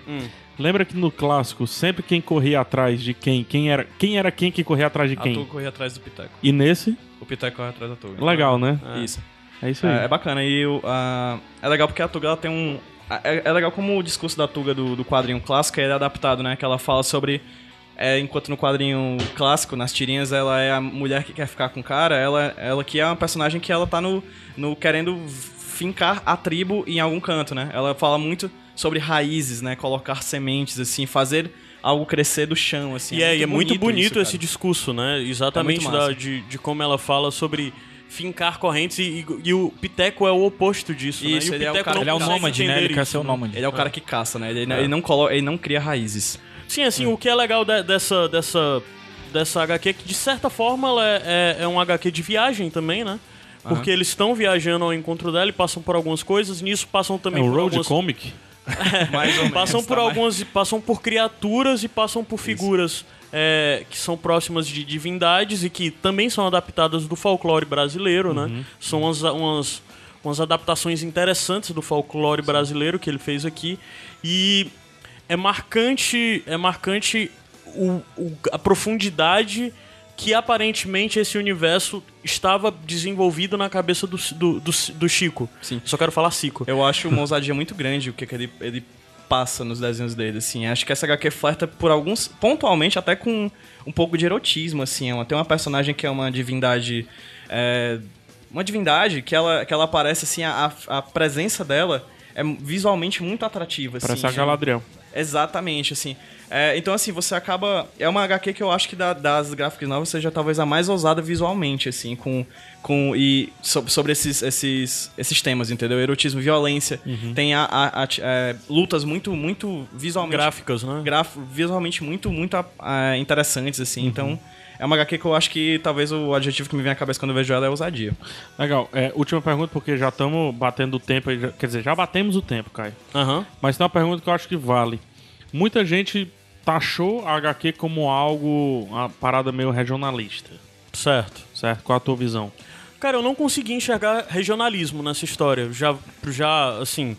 S1: Lembra que no clássico, sempre quem corria atrás de quem, quem era quem era quem que corria atrás de
S3: A
S1: quem?
S3: Togo né? corre atrás do Piteco.
S1: E nesse,
S3: O Piteco corre atrás da Togo.
S1: legal, né?
S3: Isso.
S1: É isso
S3: É,
S1: aí.
S3: é bacana. E o- a- é legal porque a Tuga ela tem um. a- É, é legal como o discurso da Tuga do, do quadrinho clássico ele é adaptado, né? Que ela fala sobre. é, enquanto no quadrinho clássico, nas tirinhas, ela é a mulher que quer ficar com o cara, ela, ela que é uma personagem que ela tá no, no querendo fincar a tribo em algum canto, né? Ela fala muito sobre raízes, né? Colocar sementes, assim, fazer algo crescer do chão, assim.
S2: E é, e é muito bonito
S3: isso,
S2: esse
S3: cara.
S2: discurso, né? Exatamente
S3: muito
S2: da-
S3: massa.
S2: de, de como ela fala sobre fincar correntes e, e- e o Piteco é o oposto disso, né?
S3: Isso,
S2: E
S3: ele é o
S2: Piteco
S3: cara-
S2: não
S4: Ele é um
S2: consegue
S4: nômade, né?
S2: entender
S4: Ele quer
S2: isso,
S4: ser um nômade.
S3: Ele é o cara que caça, né? Ele,
S2: É.
S3: ele não colo, ele não cria raízes.
S2: Sim, assim, o que é legal de- dessa, dessa, dessa HQ é que, de certa forma, ela é, é, é um HQ de viagem também, né? Porque eles estão viajando ao encontro dela e passam por algumas coisas, nisso passam
S1: É
S2: também
S1: um
S2: por
S1: road
S2: algumas...
S1: comic?
S3: Mais ou menos,
S2: Passam por
S3: tá? Mas-
S2: algumas... Passam por criaturas e passam por figuras é, que são próximas de divindades e que também são adaptadas do folclore brasileiro,
S3: Uhum.
S2: né? São umas... umas umas adaptações interessantes do folclore brasileiro que ele fez aqui e é marcante é marcante o- o- a profundidade que aparentemente esse universo estava desenvolvido na cabeça do, do, do- do Chico.
S3: Sim.
S2: Só quero falar Cico.
S3: Eu acho uma ousadia muito grande o que, que ele, ele passa nos desenhos dele, assim. Acho que essa HQ flerta por alguns. pontualmente até com um pouco de erotismo, assim. É uma- Tem uma personagem que é uma divindade. é, uma divindade que ela, que ela aparece, assim, a, a presença dela. É visualmente muito atrativa, assim.
S1: Parece a
S3: É-
S1: Galadriel.
S3: Exatamente, assim. É, então, assim, você acaba. É uma HQ que eu acho que da- das gráficas novas seja talvez a mais ousada visualmente, assim, com. com e so- sobre esses, esses, esses temas, entendeu? Erotismo, violência. Tem a, a- a- é, lutas muito, muito visualmente.
S2: Gráficas, né?
S3: graf- visualmente muito, muito ah, interessantes, assim. Então, é uma HQ que eu acho que talvez o adjetivo que me vem à cabeça quando eu vejo ela é ousadia.
S1: Legal. É, última pergunta, porque já estamos batendo o tempo. aí, já- Quer dizer, já batemos o tempo, Caio.
S2: Aham.
S1: Mas tem uma pergunta que eu acho que vale. Muita gente taxou a HQ como algo, uma parada meio regionalista,
S2: Certo.
S1: certo? Qual a tua visão?
S2: Cara, eu não consegui enxergar regionalismo nessa história. Já, já assim.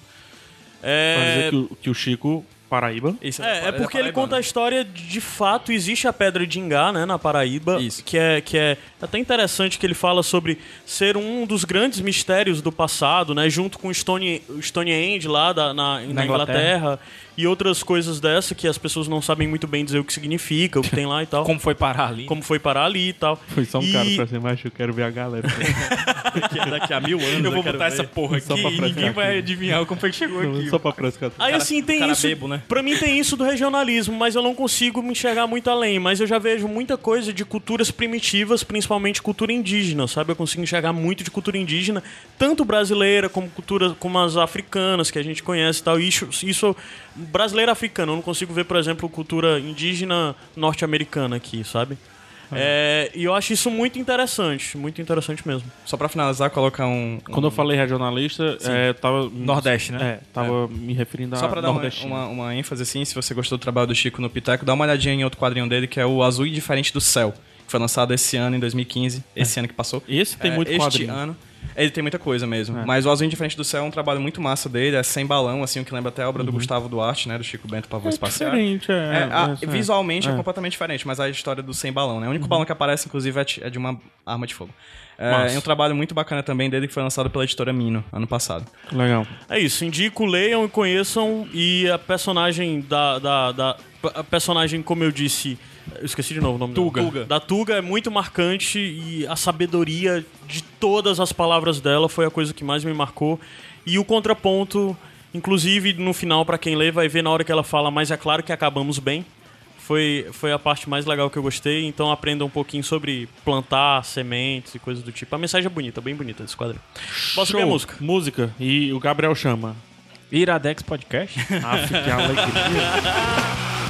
S1: Pra
S2: É...
S1: dizer que, o- que o Chico Paraíba.
S3: Isso,
S2: É, é porque ele conta a
S3: paraibano.
S2: história de, de fato, existe a Pedra de Ingá, né, na Paraíba,
S3: Isso.
S2: que é que é até interessante que ele fala sobre ser um dos grandes mistérios do passado, né, junto com Stone Stonehenge lá da- na, na Inglaterra. e outras coisas dessa que as pessoas não sabem muito bem dizer o que significa, o que tem lá e tal.
S4: Como foi parar ali? né?
S2: Como foi parar ali e tal.
S1: Foi só um
S2: E-
S1: cara pra ser mais, eu quero ver a galera.
S3: Daqui a mil anos.
S4: Eu vou
S3: quero
S4: botar
S3: ver.
S4: essa porra aqui
S1: Só pra
S4: e ninguém
S1: frescar
S4: vai adivinhar como foi que chegou aqui.
S1: Só pra frescar.
S2: Aí assim tem
S3: cara
S2: isso.
S3: bebo, né?
S2: Pra mim tem isso do regionalismo, mas eu não consigo me enxergar muito além. Mas eu já vejo muita coisa de culturas primitivas, principalmente cultura indígena, sabe? Eu consigo enxergar muito de cultura indígena, tanto brasileira como cultura como as africanas que a gente conhece e tal. Isso, isso brasileira africana. Eu não consigo ver, por exemplo, cultura indígena norte-americana aqui, sabe? É, e eu acho isso muito interessante, muito interessante mesmo.
S3: Só pra finalizar, colocar um.
S1: Quando eu falei regionalista, é, eu tava.
S4: Nordeste, né?
S1: É, tava me referindo a
S3: Só pra dar
S1: Ah,
S3: uma,
S1: nordestino.
S3: uma- uma ênfase assim, se você gostou do trabalho do Chico no Pitaco, dá uma olhadinha em outro quadrinho dele, que é o Azul e Diferente do Céu, que foi lançado esse ano, em 2015, esse ano que passou.
S1: Esse É. tem
S3: É,
S1: muito
S3: este
S1: quadrinho.
S3: ano. Ele tem muita coisa mesmo. Mas o Azul Indiferente do Céu é um trabalho muito massa dele, é sem balão, assim, o que lembra até a obra do Gustavo Duarte, né? Do Chico Bento Pavão
S1: Uhum. É
S3: Espacial.
S1: diferente, é,
S3: É, a-
S1: é, é.
S3: visualmente é.
S1: É. Uhum.
S3: completamente diferente, mas a história do sem balão, né? O único balão que aparece, inclusive, é ti- é de uma arma de fogo. É,
S1: Massa.
S3: é um trabalho muito bacana também dele que foi lançado pela editora Mino ano passado.
S1: Legal.
S2: É isso, indico, leiam e conheçam. E a personagem da. da, da- a personagem, como eu disse. Eu esqueci de novo o nome
S4: Tuga.
S2: dela. Da Tuga é muito marcante e a sabedoria de todas as palavras dela foi a coisa que mais me marcou. E o contraponto, inclusive no final, pra quem lê, vai ver na hora que ela fala, mas é claro que acabamos bem. Foi, foi a parte mais legal que eu gostei. Então aprenda um pouquinho sobre plantar sementes e coisas do tipo. A mensagem é bonita, bem bonita desse quadrinho. Posso ver a música?
S1: Música. E o Gabriel chama.
S4: Iradex Podcast?
S1: Aff, que alegria.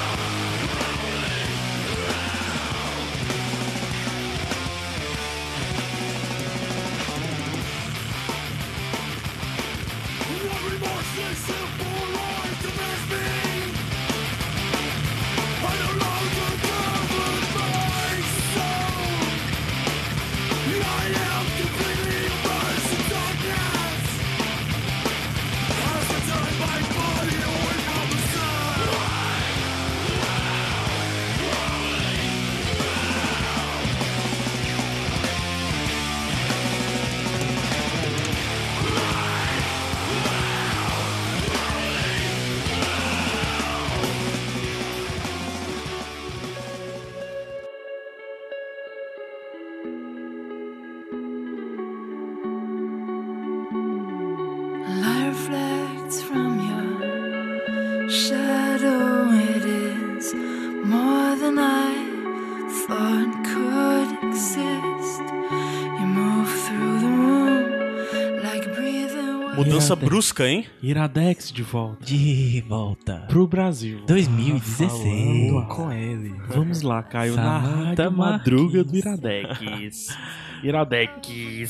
S6: Light reflects from your shadow. It is more than I thought could exist. You move through the room like breathing. wa-
S2: Mudança brusca, hein?
S1: Iradex de volta.
S7: De volta.
S1: Pro Brasil.
S7: 2016.
S1: Falando com ele. Vamos lá, Caio. na
S7: Samantha
S1: rádio madruga do Iradex. Iradex.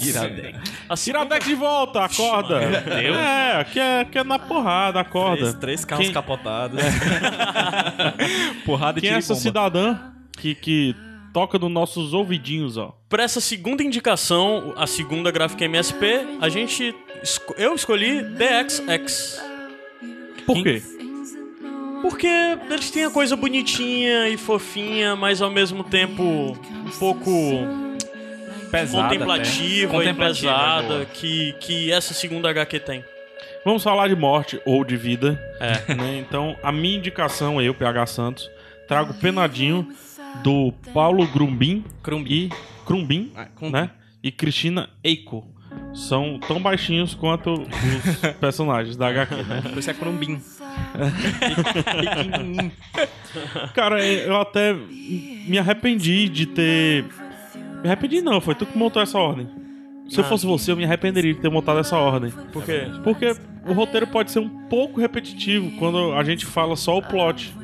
S1: Iradex. A
S2: Assim,
S1: Iradex de volta, acorda. É, aqui é, aqui é na porrada, acorda.
S3: Três, três carros
S1: Quem-
S3: capotados.
S1: É,
S4: Porrada
S1: Quem é
S4: tiro e
S1: essa
S4: bomba.
S1: cidadã que, que toca nos nossos ouvidinhos, ó?
S2: Para essa segunda indicação, a segunda gráfica MSP, a gente esco- eu escolhi DXX.
S1: Por quê?
S6: Things that no one
S2: Porque eles têm a coisa bonitinha e fofinha, mas ao mesmo tempo um pouco
S4: Pesada,
S2: contemplativa,
S4: até.
S2: e
S4: Contemplativa,
S2: pesada
S4: boa.
S2: que, que essa segunda HQ tem.
S1: Vamos falar de morte ou de vida. né? Então, a minha indicação, eu, PH Santos, trago Penadinho do Paulo Grumbim e Crumbim,
S4: Né?
S3: Ah, com-
S1: né? E Cristina Eiko. são tão baixinhos quanto os personagens da HQ, né?
S3: Por isso é Crumbim.
S1: Cara, eu até me arrependi de ter. Me arrependi não, foi tu que montou essa ordem.
S2: Ah,
S1: Se eu fosse você, eu me arrependeria de ter montado essa ordem.
S2: Por quê?
S1: Porque o roteiro pode ser um pouco repetitivo quando a gente fala só o plot.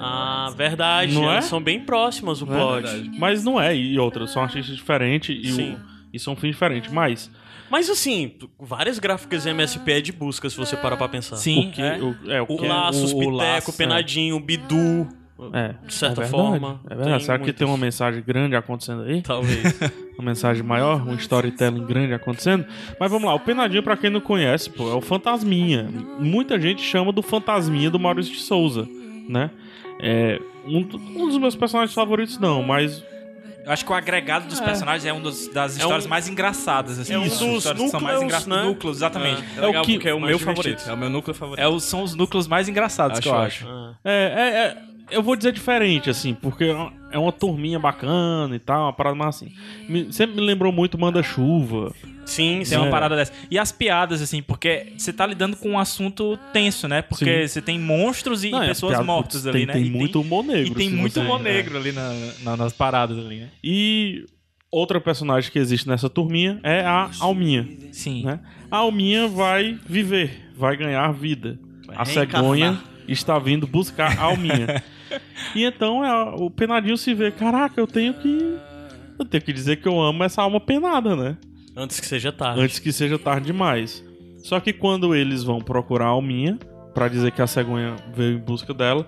S2: Ah, verdade.
S1: Não é?
S2: Elas são bem próximas o plot.
S1: Mas não é, e outra, são artistas diferentes e,
S2: Sim.
S1: o, e são fins diferentes. Mas
S2: Mas assim, tu- várias gráficas MSP é de busca, se você parar pra pensar.
S4: Sim,
S1: o que.
S4: é.
S1: O, é, o
S2: O
S1: que é-
S2: Laços,
S4: o- o
S2: Piteco,
S4: Laço, é.
S2: Penadinho, Bidu,
S1: é,
S2: de certa
S1: é verdade,
S2: forma.
S1: É verdade. Será que
S2: muitas-
S1: tem uma mensagem grande acontecendo aí?
S2: Talvez.
S1: uma mensagem maior, um storytelling grande acontecendo. Mas vamos lá, o Penadinho, pra quem não conhece, pô, é o Fantasminha. Muita gente chama do Fantasminha do Maurício de Souza, né? É um, do- um dos meus personagens favoritos, não, mas
S4: Eu acho que o agregado dos personagens é uma das, das histórias
S2: um-
S4: mais engraçadas. Assim,
S2: é um dos
S4: das histórias que são mais
S2: núcleos,
S4: engraçadas.
S2: né?
S4: Núcleos, exatamente.
S3: É,
S1: o
S3: legal
S1: que-
S3: porque é o
S1: mais
S3: meu
S1: divertido.
S3: favorito. É o meu núcleo favorito. É
S4: É os- são os núcleos mais engraçados que eu acho.
S1: é, é- é- eu vou dizer diferente, assim, porque é uma- é uma turminha bacana e tal, uma parada mais assim. Me- sempre me lembrou muito Manda Chuva.
S2: Sim, sim.
S4: Tem uma
S1: É.
S4: parada dessa. E as piadas, assim, porque você tá lidando com um assunto tenso, né? Porque você tem monstros e
S1: Não, é,
S4: pessoas
S1: piada-
S4: mortas
S1: tem-
S4: ali, né?
S1: Tem
S4: E
S1: muito humor negro.
S4: E tem
S1: se
S4: muito
S1: você-
S4: humor
S1: é.
S4: negro ali na- na- nas paradas ali, né?
S1: E outra personagem que existe nessa turminha é a Alminha.
S4: Sim.
S1: né? A alminha vai viver, vai ganhar vida. a
S2: reencarnar.
S1: cegonha está vindo buscar a alminha. e então é, o penadinho se vê, caraca, eu tenho que eu tenho que dizer que eu amo essa alma penada, né?
S2: É. Antes que seja tarde.
S1: Antes que seja tarde demais. Só que quando eles vão procurar a alminha pra dizer que a cegonha veio em busca dela,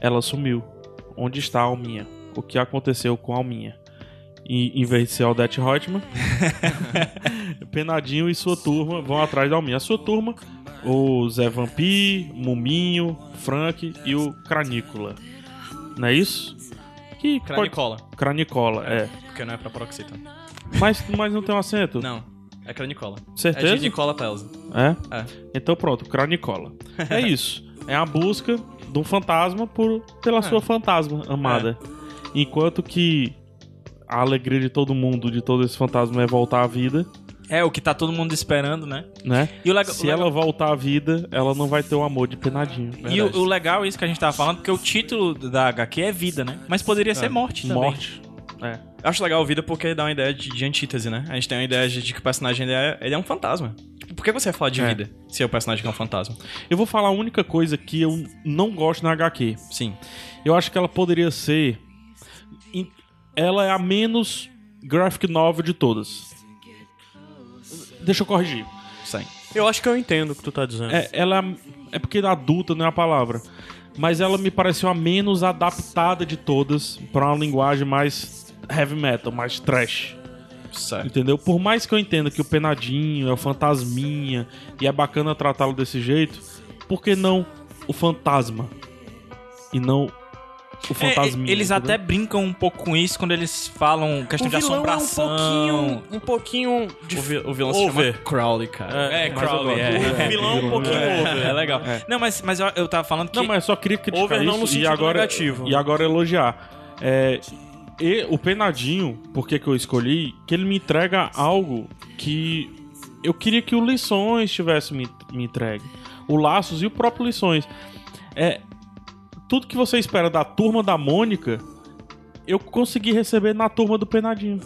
S1: ela sumiu. Onde está a alminha? O que aconteceu com a alminha? E em vez de ser Odette Reutemann, Penadinho e sua turma vão atrás da Alminha. A sua turma, o Zé Vampi, Muminho, Frank e o Cranícola. Não é isso? Que pode-
S3: Cranicola.
S1: Cranicola, é.
S3: Porque não é pra paroxítona.
S1: Mas, mas não tem um acento?
S3: Não. É cranicola.
S1: Certeza?
S3: É de Nicola Pelza.
S1: É?
S3: É.
S1: Então pronto, Cranicola. É isso. É a busca de um fantasma por,
S4: É.
S1: pela sua fantasma amada. Enquanto que a alegria de todo mundo, de todo esse fantasma, é voltar à vida,
S4: É, o que tá todo mundo esperando, né?
S1: né?
S4: E o legal,
S1: Se ela voltar à vida, ela não vai ter o amor de penadinho.
S4: E o, o legal é isso que a gente tava falando, porque o título da HQ é vida, né? Mas poderia ser morte também.
S1: Morte. É.
S3: Eu acho legal o vida porque dá uma ideia de, de antítese, né? A gente tem uma ideia de, de que o personagem ele é, ele é um fantasma. Tipo, por que você vai falar de
S1: É.
S3: vida se é o personagem que é um fantasma?
S1: Eu vou falar a única coisa que eu não gosto na HQ.
S3: Sim.
S1: Eu acho que ela poderia ser. em- Ela é a menos graphic novel de todas. Deixa eu corrigir.
S3: Sim.
S2: Eu acho que eu entendo o que tu tá dizendo.
S1: É, ela é porque adulta não é a palavra. Mas ela me pareceu a menos adaptada de todas pra uma linguagem mais heavy metal, mais trash.
S3: Certo.
S1: Entendeu? Por mais que eu entenda que o Penadinho é o fantasminha e é bacana tratá-lo desse jeito, por que não o fantasma? E não o
S4: É,
S1: fantasminha.
S4: eles
S1: entendeu?
S4: até brincam um pouco com isso quando eles falam questão
S2: o
S4: de
S2: vilão é um
S4: assombração.
S2: pouquinho. Um pouquinho. De...
S3: O, vi- o vilão se
S2: Over.
S3: chama Crowley, cara.
S4: É,
S2: mas eu
S4: Crowley,
S2: gosto.
S4: é.
S2: O vilão é um pouquinho over.
S4: É legal. Não, mas, mas eu, eu tava falando que.
S1: Não, mas eu só queria criticar
S2: Over não
S1: isso
S2: no
S1: e
S2: sentido
S1: agora
S2: negativo. né?
S1: e agora elogiar. É, e o Penadinho, por que que eu escolhi? Que ele me entrega algo que eu queria que o Lições tivesse me, me entregue. O Laços e o próprio Lições. É tudo que você espera da turma da Mônica, eu consegui receber na turma do Penadinho.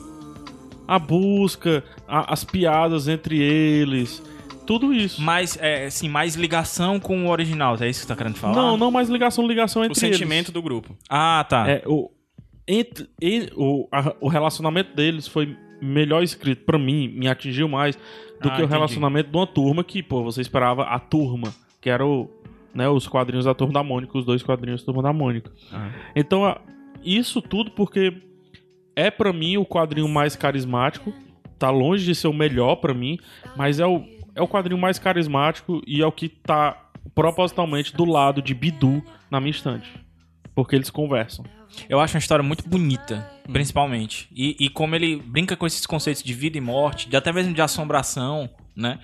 S1: A busca, a- as piadas entre eles, tudo isso.
S4: Mais, é, assim, mais ligação com o original, é isso que você tá querendo falar?
S1: Não, não mais ligação, ligação entre
S3: O
S1: eles.
S3: sentimento do grupo.
S4: Ah, tá.
S1: É, o, entre, e- o, a- o relacionamento deles foi melhor escrito pra mim, me atingiu mais do
S4: Ah,
S1: que o
S4: entendi.
S1: relacionamento de uma turma que, pô, você esperava a turma, que era o, né, os quadrinhos da Turma da Mônica, os dois quadrinhos da Turma da Mônica.
S3: Ah.
S1: Então, a- isso tudo porque é pra mim o quadrinho mais carismático, tá longe de ser o melhor pra mim, mas é o, é o quadrinho mais carismático e é o que tá propositalmente do lado de Bidu na minha estante. Porque eles conversam.
S4: Eu acho uma história muito bonita, principalmente. E, e como ele brinca com esses conceitos de vida e morte, de até mesmo de assombração, né?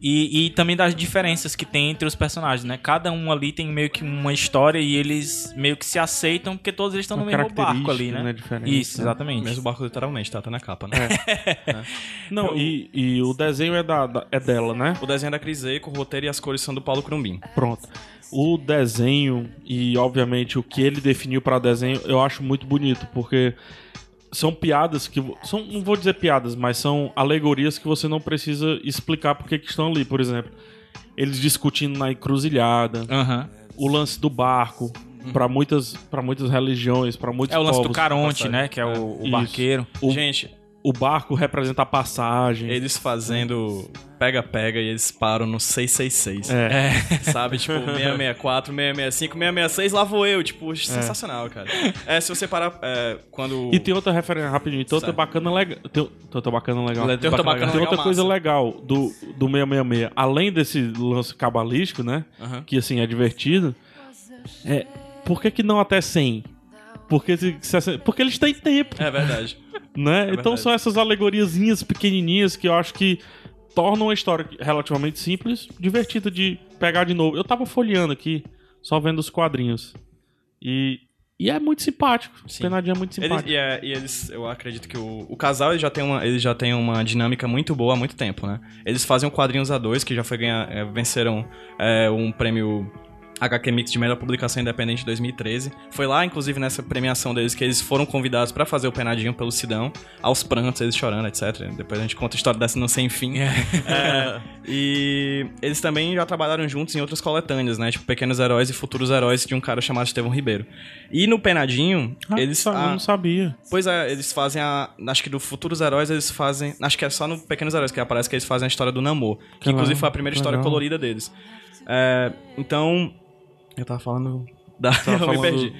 S4: E, e também das diferenças que tem entre os personagens, né? Cada um ali tem meio que uma história e eles meio que se aceitam porque todos eles estão no
S1: Uma
S4: mesmo barco ali,
S1: característica,
S4: né?
S1: né, diferente,
S4: Isso,
S1: né?
S4: exatamente.
S3: Mesmo barco literalmente, tá? Tá na capa, né?
S4: É. Então,
S1: Não, e, e o desenho é, da, da- é dela, né?
S3: O desenho é da Cris Eico, o roteiro e as cores são do Paulo Crumbin.
S1: Pronto. O desenho e, obviamente, o que ele definiu pra desenho, eu acho muito bonito, porque são piadas que. vo- São, não vou dizer piadas, mas são alegorias que você não precisa explicar porque que estão ali. Por exemplo, eles discutindo na encruzilhada,
S4: Aham.
S1: o lance do barco, pra muitas, pra muitas religiões, pra muitos
S4: Uhum. É o lance do
S1: povos.
S4: Caronte,
S3: passagem.
S4: né? Que é o, o
S1: Isso.
S4: barqueiro.
S1: O,
S3: Gente,
S1: o barco representa a passagem.
S3: eles fazendo pega-pega e eles param no 666.
S1: É.
S3: Sabe? Tipo, 664, 665, 666, lá vou eu. Tipo, sensacional, cara. É, se você parar é, quando...
S1: E tem outra referência rapidinho, tem outra
S3: Certo.
S1: bacana legal. Tem, tem outra bacana legal.
S3: Le- tem outra bacana
S1: Tem
S3: legal
S1: outra coisa
S3: massa.
S1: legal do, do 666. Além desse lance cabalístico, né?
S3: Aham.
S1: Que assim é divertido. É, por que, que não até 100? Porque, se- se- se- porque eles têm tempo,
S3: É verdade.
S1: né? então
S3: verdade.
S1: são essas alegoriazinhas pequenininhas que eu acho que tornam a história relativamente simples, divertida de pegar de novo. Eu tava folheando aqui, só vendo os quadrinhos. E, e é muito simpático.
S3: Sim.
S1: O Penadinho é muito
S3: Eles,
S1: simpático.
S3: e, é- e eles, eu acredito que o, o casal ele já, tem uma, ele já tem uma dinâmica muito boa há muito tempo, né? Eles fazem o quadrinhos a dois, que já foi ganhar, é, venceram é, um prêmio HQ Mix de melhor publicação independente de 2013. Foi lá, inclusive, nessa premiação deles que eles foram convidados pra fazer o penadinho pelo Sidão, aos prantos, eles chorando, etc. Depois a gente conta a história dessa no sem fim. É, e eles também já trabalharam juntos em outras coletâneas, né? Tipo, Pequenos Heróis e Futuros Heróis de um cara chamado Estevão Ribeiro. E no Penadinho,
S1: Ah,
S3: eles.
S1: sa- eu
S3: a-
S1: não sabia.
S3: Pois é, eles fazem a. Acho que do Futuros Heróis eles fazem. Acho que é só no Pequenos Heróis que aparece que eles fazem a história do Namor. Que
S1: Caramba,
S3: inclusive foi a primeira história
S1: legal.
S3: colorida deles. É, então. Eu tava falando. Da,
S1: Tava
S3: eu me
S1: falando
S3: perdi.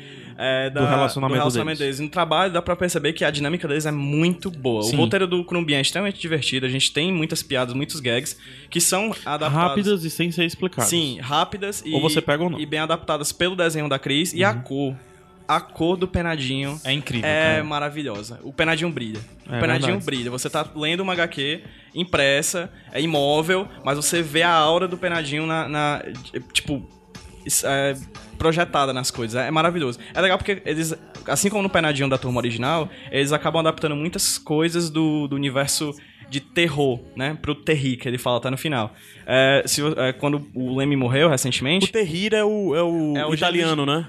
S3: É, da-
S1: relacionamento deles.
S3: No trabalho dá pra perceber que a dinâmica deles é muito boa.
S4: Sim.
S3: O roteiro do Crumbin é extremamente divertido. A gente tem muitas piadas, muitos gags que são adaptados.
S1: Rápidas e sem ser explicadas.
S3: Sim, rápidas e,
S1: Ou você pega ou não. Uhum.
S3: e bem adaptadas pelo desenho da Cris e a cor. A cor do penadinho
S4: É incrível.
S3: é
S4: cara.
S3: maravilhosa. O penadinho brilha.
S1: É
S3: o penadinho
S1: verdade.
S3: brilha. Você tá lendo uma HQ impressa, é imóvel, mas você vê a aura do penadinho na. na- tipo. is- é, projetada nas coisas. É maravilhoso. É legal porque eles. Assim como no penadinho da turma original, eles acabam adaptando muitas coisas do, do universo de terror, né? Pro terri, que ele fala até no final. É, se vo- é, quando o Leme morreu
S2: O
S3: recentemente,
S2: Terrir é o, é o,
S3: É o
S2: italiano, né?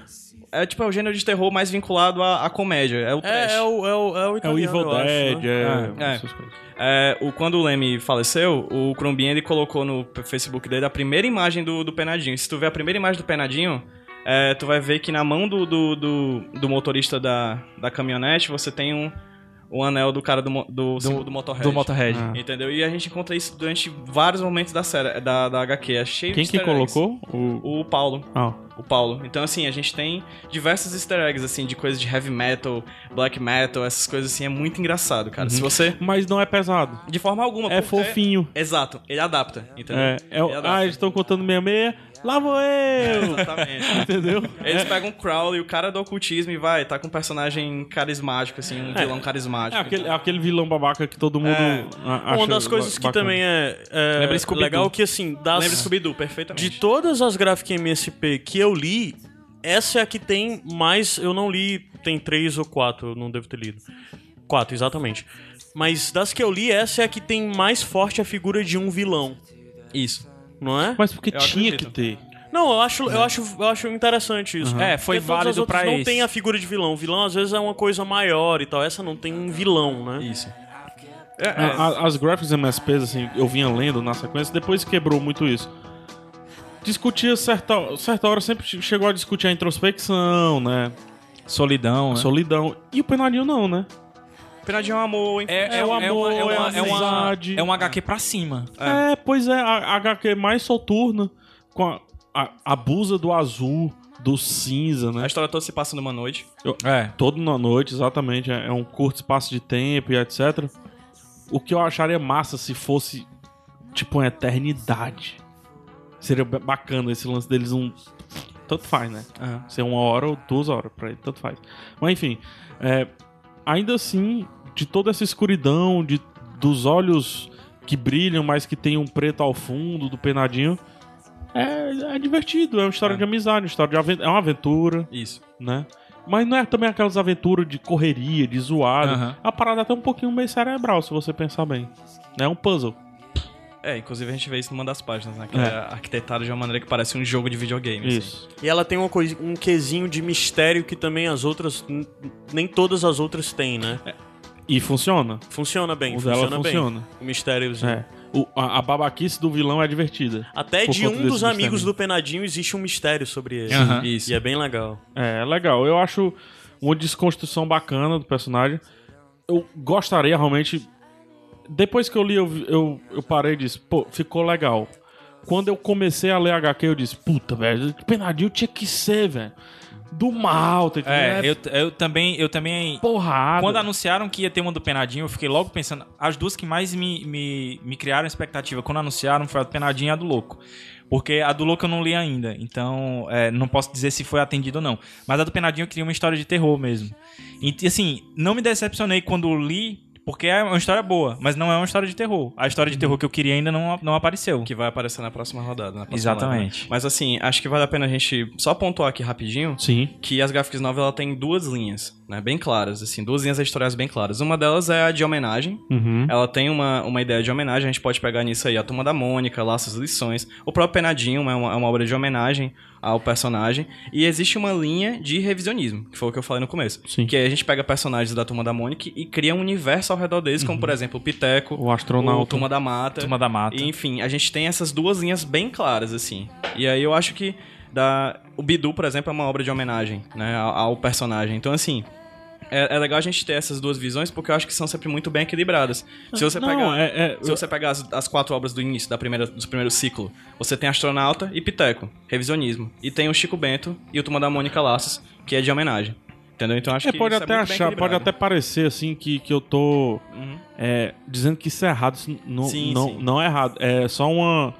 S3: é tipo é o gênero de terror mais vinculado à, à comédia. É o trash.
S2: É, é o, é o, é o
S1: É o
S2: italiano.
S1: Evil
S2: eu acho,
S1: Dead,
S2: né?
S1: é,
S3: É.
S1: essas coisas.
S3: É, o, quando o Leme faleceu, o Crumbin ele colocou no p- Facebook dele a primeira imagem do, do Penadinho. Se tu ver a primeira imagem do Penadinho, é, tu vai ver que na mão do, do, do, do motorista da, da caminhonete você tem um, um anel do cara do, mo- do, símbolo do É. Motorhead.
S4: Do Motorhead.
S1: Ah.
S3: Entendeu? E a gente encontra isso durante vários momentos da série, da, da HQ. É cheio
S1: Quem
S3: de
S1: que
S3: easter eggs.
S1: colocou? O...
S3: O Paulo.
S1: Ah,
S3: O Paulo. Então, assim, a gente tem diversos easter eggs, assim, de coisas de heavy metal, black metal, essas coisas assim. É muito engraçado, cara. Se você.
S1: mas não é pesado.
S3: De forma alguma,
S1: É
S3: porque-
S1: fofinho.
S3: Exato, ele adapta, entendeu?
S1: É, é o-
S3: Ele adapta.
S1: ah, eles estão contando meia meia. Lá vou eu!
S3: Exatamente.
S1: Entendeu?
S3: Eles pegam o Crowley, o cara do ocultismo e vai, tá com um personagem carismático, assim, um vilão
S1: É
S3: carismático.
S1: aquele, é aquele vilão babaca que todo mundo.
S3: É.
S1: a- acha
S2: Uma das coisas que
S1: bacana.
S2: também é, é
S3: Lembra Scooby-Doo.
S2: legal que, assim, das,
S3: Lembra Scooby-Doo, perfeitamente.
S2: de todas as gráficas MSP que eu li, essa é a que tem mais. Eu não li, tem três ou quatro, eu não devo ter lido. Quatro, exatamente. Mas das que eu li, essa é a que tem mais forte a figura de um vilão,
S3: Isso.
S2: não é?
S1: Mas porque
S3: Eu
S1: tinha
S3: acredito.
S1: que ter.
S2: Não, eu acho, eu acho, eu acho interessante isso.
S4: É, foi
S2: Porque todas as
S4: válido
S2: outras
S4: pra
S2: não
S4: esse.
S2: tem a figura de vilão. O vilão às vezes é uma coisa maior e tal. Essa não tem um vilão, né?
S3: Isso. É, é.
S1: A- a- as gráficas MSPs, assim, eu vinha lendo na sequência, depois quebrou muito isso. Discutia certa, certa hora, sempre che- chegou a discutir a introspecção, né?
S4: Solidão,
S1: A
S4: né?
S1: solidão. E o penadinho não, né?
S3: Penadinho é um amor, hein?
S4: É,
S1: É
S4: é,
S1: o
S4: uma- é uma, é, uma,
S1: amor, é
S4: é, uma,
S1: amizade.
S4: é um HQ pra cima.
S1: É, pois é, a a HQ mais soturna, com a, a, a blusa do azul, do cinza,
S3: A
S1: né?
S3: história toda se passa numa noite.
S4: É.
S1: Todo na noite, exatamente, é, é um curto espaço de tempo e etc. O que eu acharia massa se fosse, tipo, uma eternidade. Seria ba- bacana esse lance deles um... Tanto faz, né? Ser uma hora ou duas horas pra ele, tanto faz. Mas enfim, é, ainda assim, de toda essa escuridão, de, dos olhos que brilham, mas que tem um preto ao fundo do penadinho. É, é divertido, é uma história de amizade, uma história de aven- é uma aventura,
S3: Isso.
S1: né? Mas não é também aquelas aventuras de correria, de zoada.
S4: Aham.
S1: A parada é até um pouquinho meio cerebral, se você pensar bem. É um puzzle.
S3: É, inclusive a gente vê isso numa das páginas, né? Que é, arquitetado de uma maneira que parece um jogo de videogame. assim.
S1: Isso.
S2: E ela tem uma coisa, um quesinho de mistério que também as outras. n- Nem todas as outras têm, né?
S4: É.
S1: E funciona.
S2: Funciona bem,
S1: O dela
S2: funciona bem.
S1: funciona.
S2: O mistériozinho.
S1: É. O- a, a babaquice do vilão é divertida.
S2: Até
S1: Por
S2: de
S1: conta
S2: um
S1: desse
S2: dos amigos
S1: mistério.
S2: do Penadinho existe um mistério sobre ele.
S4: Aham.
S3: Isso.
S2: E é bem legal.
S1: É, é legal. Eu acho uma desconstrução bacana do personagem. Eu gostaria realmente. Depois que eu li, eu, vi- eu, eu parei e disse, pô, ficou legal. Quando eu comecei a ler HQ, eu disse, puta, velho, penadinho tinha que ser, velho. Do mal, tá entendendo?
S4: É, eu, eu também, eu também
S1: porrada.
S4: Quando anunciaram que ia ter uma do Penadinho, eu fiquei logo pensando. As duas que mais me, me, me criaram expectativa quando anunciaram foi a do Penadinho e a do Louco. Porque a do Louco eu não li ainda, então é, não posso dizer se foi atendida ou não. Mas a do Penadinho eu queria uma história de terror mesmo. E assim, não me decepcionei quando li, porque é uma história boa, mas não é uma história de terror. A história de terror que eu queria ainda não, não apareceu.
S3: Que vai aparecer na próxima rodada. na próxima
S4: Exatamente.
S3: rodada. Mas assim, acho que vale a pena a gente só pontuar aqui rapidinho
S1: Sim.
S3: que as graphics novel ela tem duas linhas, né? Bem claras, assim, duas linhas editoriais bem claras. Uma delas é a de homenagem.
S1: Uhum.
S3: Ela tem uma, uma ideia de homenagem, a gente pode pegar nisso aí a Turma da Mônica, Laços e Lições. O próprio Penadinho é uma, é uma obra de homenagem ao personagem. E existe uma linha de revisionismo, que foi o que eu falei no começo.
S1: Sim.
S3: Que aí a gente pega personagens da Turma da Mônica e cria um universo ao redor deles, como por exemplo o Piteco,
S1: Uhum. O astronauta.
S3: o Turma da Mata.
S4: Turma da Mata.
S3: E, enfim, a gente tem essas duas linhas bem claras, assim. E aí eu acho que da... o Bidu, por exemplo, é uma obra de homenagem né, ao, ao personagem. Então, assim, é, é legal a gente ter essas duas visões porque eu acho que são sempre muito bem equilibradas. Se você
S1: Não,
S3: pegar,
S1: é- é-
S3: se você pegar as, as quatro obras do início, da primeira, do primeiro ciclo, você tem Astronauta e Piteco, revisionismo. E tem o Chico Bento e o Turma da Mônica Laços, que é de homenagem. Entendeu? Então acho
S1: É,
S3: que
S1: pode
S3: isso
S1: até
S3: é muito bem
S1: achar, pode
S3: equilibrado. Uhum.
S1: até parecer assim que, que eu tô é, dizendo que isso é errado. Isso não,
S3: Sim,
S1: não,
S3: sim.
S1: não é errado. É só uma.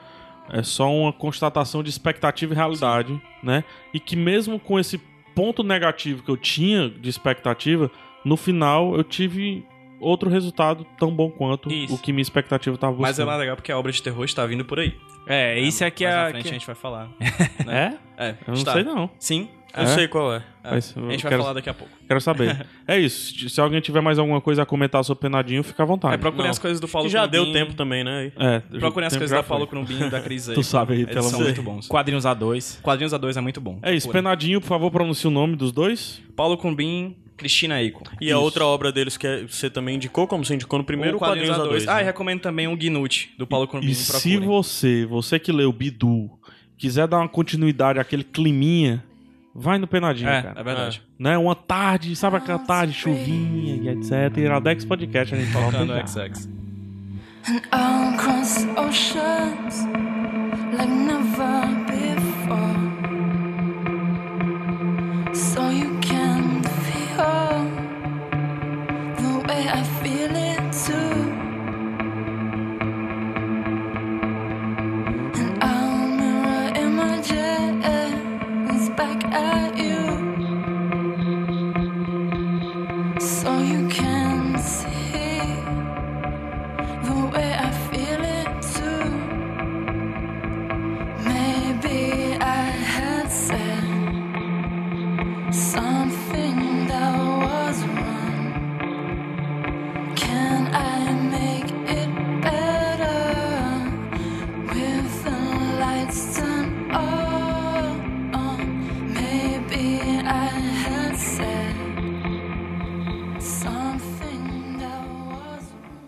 S1: É só uma constatação de expectativa e realidade, né? E que mesmo com esse ponto negativo que eu tinha de expectativa, no final eu tive outro resultado tão bom quanto
S4: Isso.
S1: o que minha expectativa tava
S3: Mas
S1: buscando.
S3: é legal porque a obra de terror está vindo por aí.
S4: É, isso é que
S3: Mais
S4: é.
S3: na frente
S4: que-
S3: a gente vai falar.
S1: É?
S3: É,
S1: Eu não
S3: está.
S1: sei não.
S3: Sim,
S2: Eu sei qual é.
S3: É,
S1: Mas
S3: a
S1: eu
S3: gente vai
S1: quero-
S3: falar daqui a pouco.
S1: Quero saber. é isso. Se alguém tiver mais alguma coisa a comentar sobre Penadinho, fica à vontade.
S3: É, procurem
S2: Não.
S3: as coisas do
S2: Que
S3: Paulo
S2: já
S3: Crumbin.
S2: deu tempo também, né?
S1: É,
S3: Procurem as
S1: tempo
S3: coisas
S1: já
S3: da Paulo
S1: foi.
S3: Crumbin e da Cris aí.
S1: Tu sabe aí, pelo
S3: Eles são
S1: amor de
S3: muito bons.
S4: Quadrinhos A2.
S3: Quadrinhos A2 é muito bom.
S1: É isso,
S3: Procurem.
S1: Penadinho, por favor, pronuncie o nome dos dois.
S3: Paulo Crumbin, Cristina Eiko.
S2: E a outra obra deles que é- você também indicou, como você indicou no primeiro,
S3: O Quadrinhos A2. Ah,
S2: né?
S3: e recomendo também o Gnut, do Paulo Crumbin.
S1: E se
S3: procurem.
S1: você, você que leu Bidu, quiser dar uma continuidade àquele climinha, vai no Penadinho,
S3: É,
S1: cara.
S3: é verdade.
S1: Né? Uma tarde, sabe aquela tarde, chuvinha e etc. Iradex Podcast, a gente volta
S3: Tocando
S1: já.
S3: XX.
S6: I'll cross oceans like never before. So you can feel the way I feel it too. And I'll mirror images back at you. So you can see the way I feel it too. Maybe I had said something that was wrong. Can I make it better with the lights turned on? Maybe I had said something that was wrong.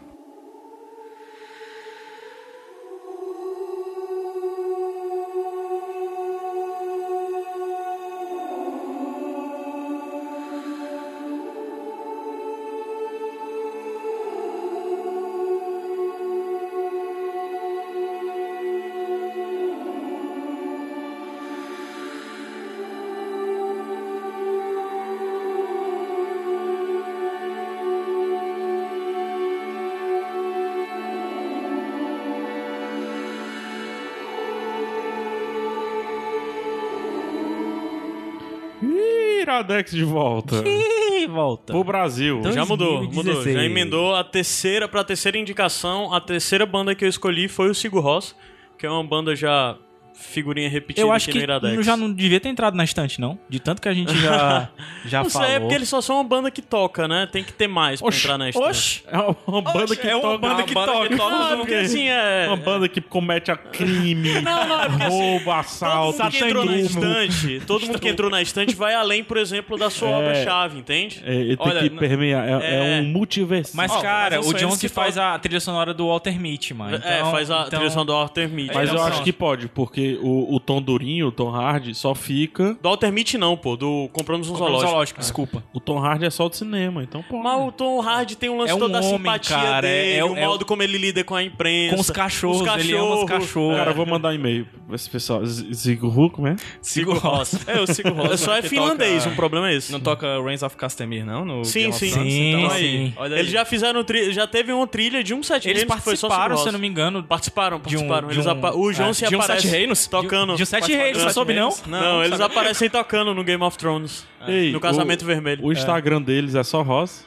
S1: Iradex de volta.
S4: e volta.
S1: Pro Brasil.
S4: Então-
S2: Já mudou,
S4: 2016.
S2: mudou. Já emendou a terceira pra terceira indicação. A terceira banda que eu escolhi foi o Sigur Rós, que é uma banda já figurinha repetida
S4: Eu acho
S2: aqui
S4: que
S2: no Iradex.
S4: já não devia ter entrado na estante, não. De tanto que a gente já, já
S2: Não
S4: falou.
S2: sei, é porque eles só são uma banda que toca, né? Tem que ter mais pra entrar na história.
S1: É uma banda que
S3: é uma
S1: toca.
S3: banda que toca.
S2: Não, porque assim é.
S1: Uma banda que comete a crime,
S2: Não, não, é porque assim.
S1: roubo,
S2: Todo
S1: assalto,
S2: mundo que entrou na
S1: satanismo.
S2: estante, todo mundo que entrou na estante vai além, por exemplo, da sua
S1: É.
S2: obra-chave, entende?
S1: É, ele tem
S3: Olha,
S1: que
S3: não-
S1: permear. É, é
S2: É.
S1: um multiverso.
S4: Mas,
S3: Ó,
S4: cara,
S3: mas
S4: o
S3: são eles
S4: Jones que
S3: que
S4: faz a trilha sonora do Walter Mitty, Então,
S2: é, faz a direção do Walter Mitty.
S1: Mas
S4: Ele
S1: eu
S4: é um
S1: acho
S4: só.
S1: que pode, porque o, o tom durinho, o tom hard, só fica.
S2: Do Walter Mitty não, pô, do Compramos um Zoológico.
S4: Zoológico, desculpa.
S1: O tom hard é só do cinema, então pode.
S2: Mas o Tom Hardy tem um lance
S4: É um
S2: toda da
S4: homem,
S2: simpatia
S4: cara, é-
S2: dele,
S4: é-
S2: o
S4: é-
S2: modo como ele lida com a imprensa.
S4: Com os cachorros,
S2: os
S4: ele ama os cachorros.
S1: Cara, eu vou mandar um e-mail pra esse pessoal. Z- Zico Hulk, né?
S4: Sigur Rós.
S3: É, o Sigur Rós.
S2: Só é
S3: que
S2: finlandês,
S3: toca-
S2: um problema é esse.
S3: Não toca Reigns of Castamir, não? No
S2: Sim,
S3: Game of
S2: sim.
S3: Thrones?
S4: Sim,
S3: então, aí,
S4: sim.
S3: Olha aí.
S2: Eles já fizeram trilha, já teve uma trilha de um set
S4: Eles
S2: Reinos que foi só
S4: participaram,
S2: Sigur
S4: se eu
S2: Rós.
S4: não me engano.
S2: Participaram,
S4: de um-
S2: participaram. eles
S4: de um-
S2: apa- O João
S4: é,
S2: se
S3: de um
S2: aparece
S3: Sete Reinos?
S2: tocando.
S4: De um Sete
S2: Participa-
S4: Reinos,
S2: Não,
S4: você soube, não?
S2: Não, eles aparecem tocando no Game of Thrones.
S1: Ei,
S2: no Casamento
S1: o,
S2: Vermelho. É.
S1: O Instagram deles é só Ross.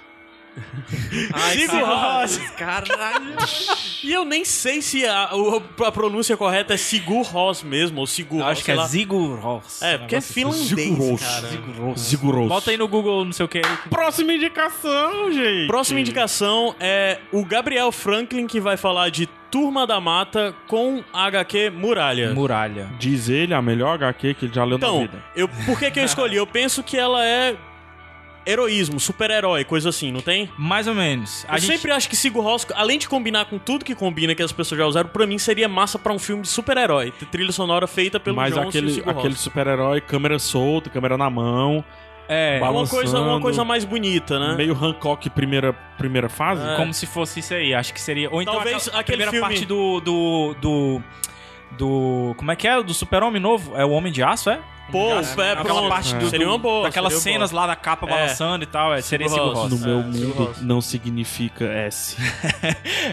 S2: Sigur Rós! E eu nem sei se a, o- a pronúncia correta é Sigur Rós mesmo, ou Sigur Rós,
S4: Acho que
S2: sei
S4: é um
S2: lá.
S4: Sigur Rós.
S2: É, porque é finlandês, cara.
S1: Zico Ross.
S4: Bota aí no Google, não sei o que.
S1: Próxima indicação, gente.
S2: Próxima indicação é o Gabriel Franklin, que vai falar de Turma da Mata com HQ Muralha.
S4: Muralha.
S1: Diz ele, a melhor HQ que ele já leu na
S2: Então,
S1: vida.
S2: eu, por que, que eu escolhi? Eu penso que ela é heroísmo, super-herói, coisa assim, não tem?
S4: Mais ou menos. A
S2: eu
S4: gente
S2: sempre acho que Sigur Rós, além de combinar com tudo que combina que as pessoas já usaram, pra mim seria massa pra um filme de super-herói. ter Trilha sonora feita pelo
S1: Mas
S2: Jones e o
S1: aquele,
S2: Sigur Rós.
S1: aquele super-herói, câmera solta, câmera na mão,
S4: é
S2: Uma coisa, uma
S1: balançando,
S2: coisa mais bonita, né?
S1: meio Hancock primeira, primeira fase.
S4: como se fosse isso aí. Acho que seria ou então
S2: Talvez
S4: aquela- a
S2: aquele
S4: primeira
S2: filme-
S4: parte do do do do como é que é? Do Super-Homem novo? É o Homem de Aço, é?
S2: Pô, é,
S4: Aquela
S2: pronto.
S4: parte do-
S2: seria
S4: do-
S2: uma boa.
S4: Daquelas
S2: seria boa.
S4: cenas lá da capa
S2: É.
S4: balançando e tal, é, seria
S2: Sigur
S4: Sigur
S2: Rós.
S4: Rós.
S1: No meu
S2: É, Sigur
S1: mundo
S2: Rós.
S1: não significa S.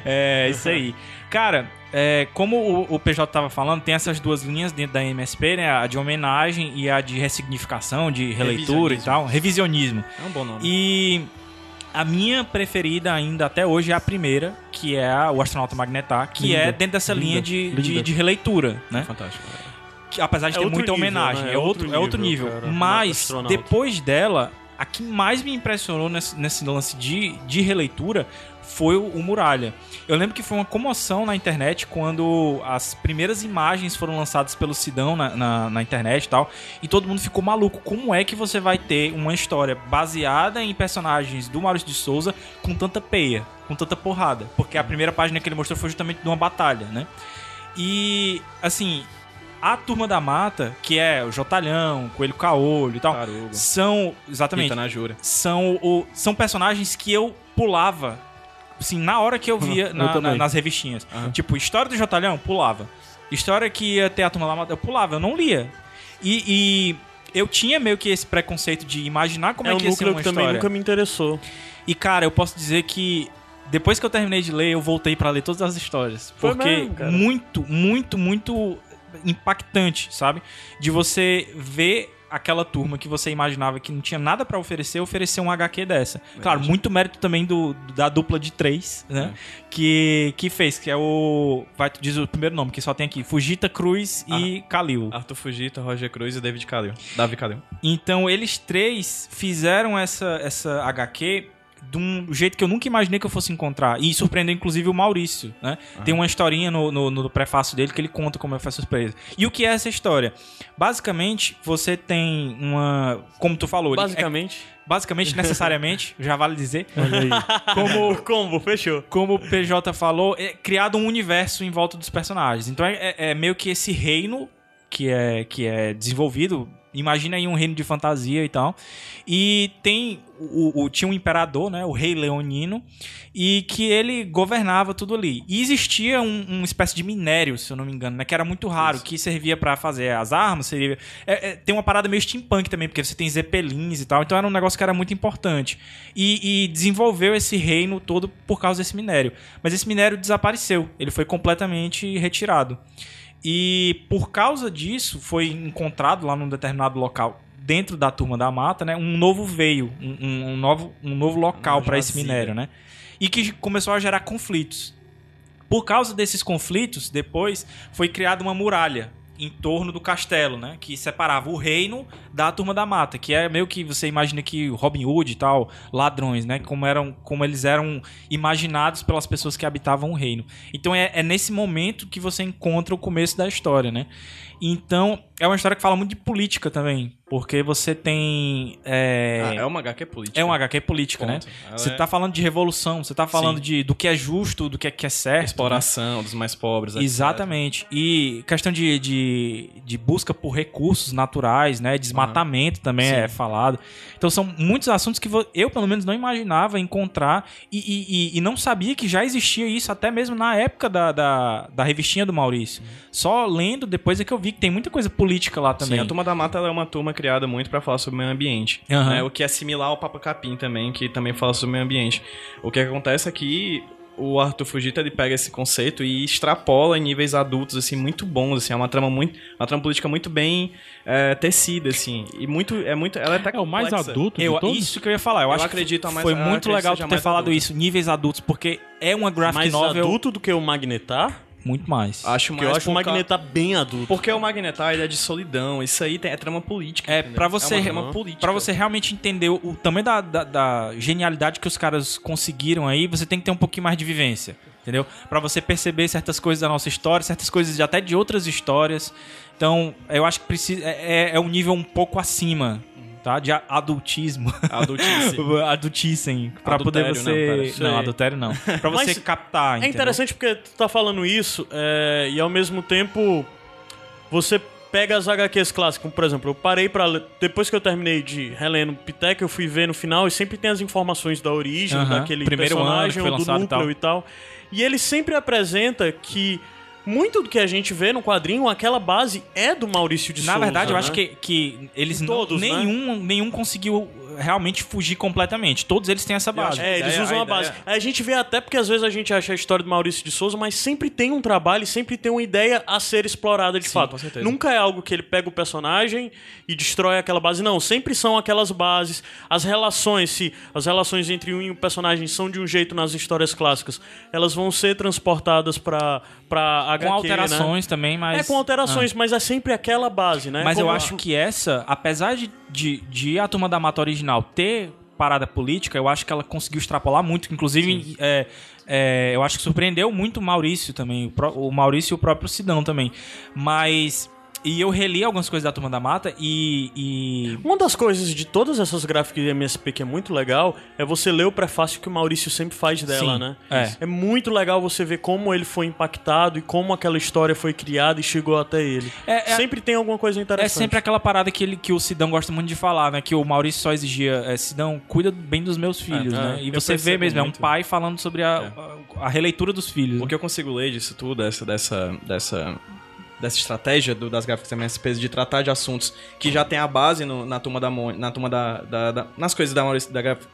S4: É, isso aí. Cara, é, como o, o PJ tava falando, tem essas duas linhas dentro da MSP, né? A de homenagem e a de ressignificação, de releitura e tal. Revisionismo.
S3: É um bom nome.
S4: E a minha preferida ainda até hoje é a primeira, que é a- o Astronauta Magnetar, que
S1: Linda,
S4: é dentro dessa
S1: linda,
S4: linha de,
S1: linda.
S4: de, de releitura, né?
S3: Fantástico.
S4: Que, apesar de
S2: É
S4: ter
S2: outro
S4: muita
S2: nível,
S4: homenagem,
S2: né?
S4: é, outro, é outro nível.
S2: cara.
S4: Mas
S2: Astronauta.
S4: depois dela, a que mais me impressionou nesse, nesse lance de, de releitura foi o, o Muralha. Eu lembro que foi uma comoção na internet quando as primeiras imagens foram lançadas pelo Sidão na, na, na internet e tal. E todo mundo ficou maluco. Como é que você vai ter uma história baseada em personagens do Maurício de Souza com tanta peia, com tanta porrada? Porque a primeira página que ele mostrou foi justamente de uma batalha, né? E, assim, a Turma da Mata, que é o Jotalhão, Coelho Caolho e tal,
S3: Tarugo.
S4: são. Exatamente
S3: Rita na Jura.
S4: são, o, são personagens que eu pulava. Assim, na hora que eu via na-
S1: também.
S4: na- nas revistinhas. Tipo, história do Jotalhão, pulava. História que ia ter a turma da Mata, eu pulava, eu não lia. E, e eu tinha meio que esse preconceito de imaginar como é,
S2: é um
S4: que ia ser
S2: núcleo
S4: uma
S2: que
S4: história.
S2: também nunca me interessou.
S4: E cara, eu posso dizer que depois que eu terminei de ler, eu voltei pra ler todas as histórias,
S2: Foi
S4: porque
S2: mesmo, cara?
S4: muito, muito, muito impactante, sabe? De você ver aquela turma que você imaginava que não tinha nada pra oferecer, oferecer um HQ dessa. Claro, muito mérito também do da dupla de três, né?
S3: É.
S4: Que que fez, que é o vai tu diz o primeiro nome que só tem aqui, Fujita Cruz e Kalil.
S3: Arthur Fujita, Roger Cruz e David Calil. Davi Calil.
S4: Então eles três fizeram essa, essa HQ de um jeito que eu nunca imaginei que eu fosse encontrar. E surpreendeu, inclusive, o Maurício, né? Tem uma historinha no, no, no prefácio dele que ele conta como é que foi a surpresa. E o que é essa história? Basicamente, você tem uma... Como tu falou, ele-
S2: Basicamente.
S4: é- basicamente, necessariamente, já vale dizer,
S1: Olha aí.
S2: Como combo, fechou.
S4: como o PJ falou, é criado um universo em volta dos personagens. Então é, é- é meio que esse reino que é, que é desenvolvido. Imagina aí um reino de fantasia e tal. E tem. O, o- tinha um imperador, né? O rei leonino. E que ele governava tudo ali. E existia um- uma espécie de minério, se eu não me engano, né? Que era muito raro, que servia pra fazer as armas, servia. é- é, tem uma parada meio steampunk também, porque você tem zeppelins e tal. Então era um negócio que era muito importante. E, e desenvolveu esse reino todo por causa desse minério. Mas esse minério desapareceu. Ele foi completamente retirado. E por causa disso, foi encontrado lá num determinado local dentro da turma da mata, né, um novo veio, um, um- um novo, um novo local para esse minério, né? E que começou a gerar conflitos. Por causa desses conflitos, depois foi criada uma muralha em torno do castelo, né, que separava o reino da turma da mata, que é meio que você imagina que o Robin Hood e tal, ladrões, né, como eram, como eles eram imaginados pelas pessoas que habitavam o reino. Então é, é nesse momento que você encontra o começo da história, né? Então é uma história que fala muito de política também, porque você tem é,
S3: Ah, é uma HQ política.
S4: é um HQ política, né?
S3: Ponto. Ela
S4: Você
S3: é
S4: tá falando de revolução, você tá falando de do que é justo, do que é, que é certo.
S3: exploração é, dos mais pobres. etc.
S4: Exatamente. E questão de, de, de busca por recursos naturais, né? Desmatamento também é falado. Então são muitos assuntos que vo- eu, pelo menos, não imaginava encontrar e, e, e- e não sabia que já existia isso, até mesmo na época da, da, da revistinha do Maurício.
S3: Uhum.
S4: Só lendo depois é que eu vi que tem muita coisa política lá também.
S3: Sim, a Turma da Mata ela é uma turma criada muito pra falar sobre o meio ambiente.
S4: Aham.
S3: né? O que é similar ao Papa Capim também, que também fala sobre o meio ambiente. O que acontece é que o Arthur Fujita ele pega esse conceito e extrapola em níveis adultos, assim, muito bons, assim, é uma trama muito, uma trama política muito bem eh, tecida, assim, e muito, é muito, ela é até
S1: É o mais
S3: complexa.
S1: adulto de
S4: Eu-
S1: todos?
S4: isso que eu ia falar. Eu,
S3: Eu
S4: acho
S3: acredito a
S4: que
S3: mais-
S4: foi
S3: eu
S4: muito
S3: acredito que
S4: legal tu
S3: seja
S4: ter
S3: mais
S4: falado
S3: adulta.
S4: isso, níveis adultos, porque é uma graphic
S2: Mais
S4: novel
S2: adulto do que o Magnetar?
S4: muito mais.
S3: Acho
S2: Porque
S3: mais
S2: eu acho o
S3: por ca-
S2: Magnetar bem adulto.
S3: Porque o Magnetar ele é de solidão, isso aí tem- é trama política.
S4: É,
S3: entendeu?
S4: pra você,
S3: é uma
S4: para
S3: trama política.
S4: você realmente entender o o tamanho da, da- da genialidade que os caras conseguiram aí, você tem que ter um pouquinho mais de vivência, entendeu? Pra você perceber certas coisas da nossa história, certas coisas de, até de outras histórias. Então, eu acho que precisa é, é- é um nível um pouco acima, tá? De a- adultismo.
S3: Adultice.
S4: Adultissem, pra poder
S3: Adultério, não, pera,
S4: você...
S3: isso
S4: Não,
S3: aí.
S4: adultério não. Pra você
S2: Mas
S4: captar,
S2: É
S4: entendeu?
S2: interessante porque tu tá falando isso é, e ao mesmo tempo você pega as HQs clássicas, por exemplo, eu parei para depois que eu terminei de Heleno Pitec, eu fui ver no final e sempre tem as informações da origem
S4: Aham.
S2: daquele
S4: Primeiro ano que
S2: personagem
S4: foi
S2: ou do
S4: lançado e
S2: núcleo e tal. E ele sempre apresenta que muito do que a gente vê no quadrinho, aquela base é do Maurício de
S4: Na
S2: Souza.
S4: verdade, eu
S2: né?
S4: acho que, que eles não-
S2: Todos, né?
S4: nenhum, nenhum conseguiu eh, realmente fugir completamente. Todos eles têm essa base.
S2: É, eles
S3: ideia-
S2: usam
S3: a
S2: a, base.
S3: ideia-
S2: A gente vê até porque às vezes a gente acha a história do Maurício de Souza, mas sempre tem um trabalho, e sempre tem uma ideia a ser explorada de fato.
S3: com certeza.
S2: Nunca é algo que ele pega o personagem e destrói aquela base. Não, sempre são aquelas bases. As relações, se as relações entre um e o personagem são de um jeito nas histórias clássicas, elas vão ser transportadas pra, pra HQ,
S4: Com alterações também,
S2: é Né?
S4: mas. Ah.
S2: É com alterações, mas é sempre aquela base, né?
S4: Mas eu
S2: Como-
S4: acho que essa, apesar de, de, de a turma da mata original ter parada política, eu acho que ela conseguiu extrapolar muito. Inclusive, é, é, eu acho que surpreendeu muito o Maurício também. O, pró- o Maurício e o próprio Sidão também. Mas. E eu reli algumas coisas da turma da mata e- e
S2: Uma das coisas de todas essas gráficas de MSP que é muito legal é você ler o prefácio que o Maurício sempre faz dela,
S4: Sim,
S2: né?
S4: é.
S2: muito legal você ver como ele foi impactado e como aquela história foi criada e chegou até ele.
S4: É, é-
S2: sempre tem alguma coisa
S4: É
S2: interessante.
S4: sempre aquela parada que, ele, que o Sidão gosta muito de falar, né? Que o Maurício só exigia, é, Sidão, cuida bem dos meus filhos,
S3: É,
S4: né?
S3: é,
S4: E
S3: eu
S4: você vê
S3: percebo
S4: mesmo, é um
S3: muito. É.
S4: pai falando sobre a, a, a releitura dos filhos.
S3: O que eu consigo ler disso tudo, dessa, dessa, dessa, dessa estratégia do- das gráficas MSPs de tratar de assuntos que já tem a base no- na turma da Mon- na turma da, da- da- nas coisas da Maurício, da graf-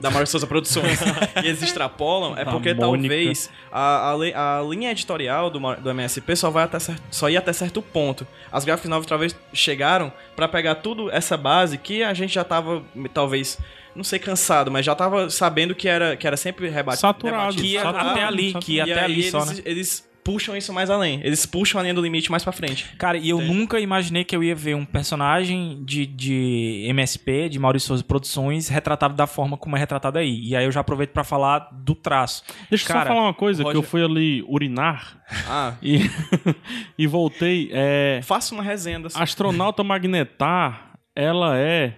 S3: da Maurício Souza Produções e eles extrapolam, é
S4: Da
S3: porque
S4: Mônica.
S3: talvez a, a, lei- a linha editorial do, Mau- do MSP só, vai até certo, só ia até certo ponto. As gráficas novas talvez chegaram pra pegar tudo essa base que a gente já tava, talvez, não sei, cansado, mas já tava sabendo que era, que era sempre rebatido.
S1: Saturado.
S4: Que
S1: Só
S4: até
S1: tá-
S4: ali,
S1: só
S4: que
S3: E
S4: até
S3: aí
S4: ali
S3: eles,
S4: só, né?
S3: eles puxam isso mais além. Eles puxam a linha do limite mais pra frente.
S4: Cara, e eu nunca imaginei que eu ia ver um personagem de, de MSP, de Maurício Souza Produções, retratado da forma como é retratado aí. E aí eu já aproveito pra falar do traço.
S1: Deixa eu
S4: Cara,
S1: só falar uma coisa,
S3: Roger-
S1: que eu fui ali urinar
S3: Ah,
S1: e, e voltei. É,
S3: faça uma resenha. assim.
S1: astronauta magnetar, ela é,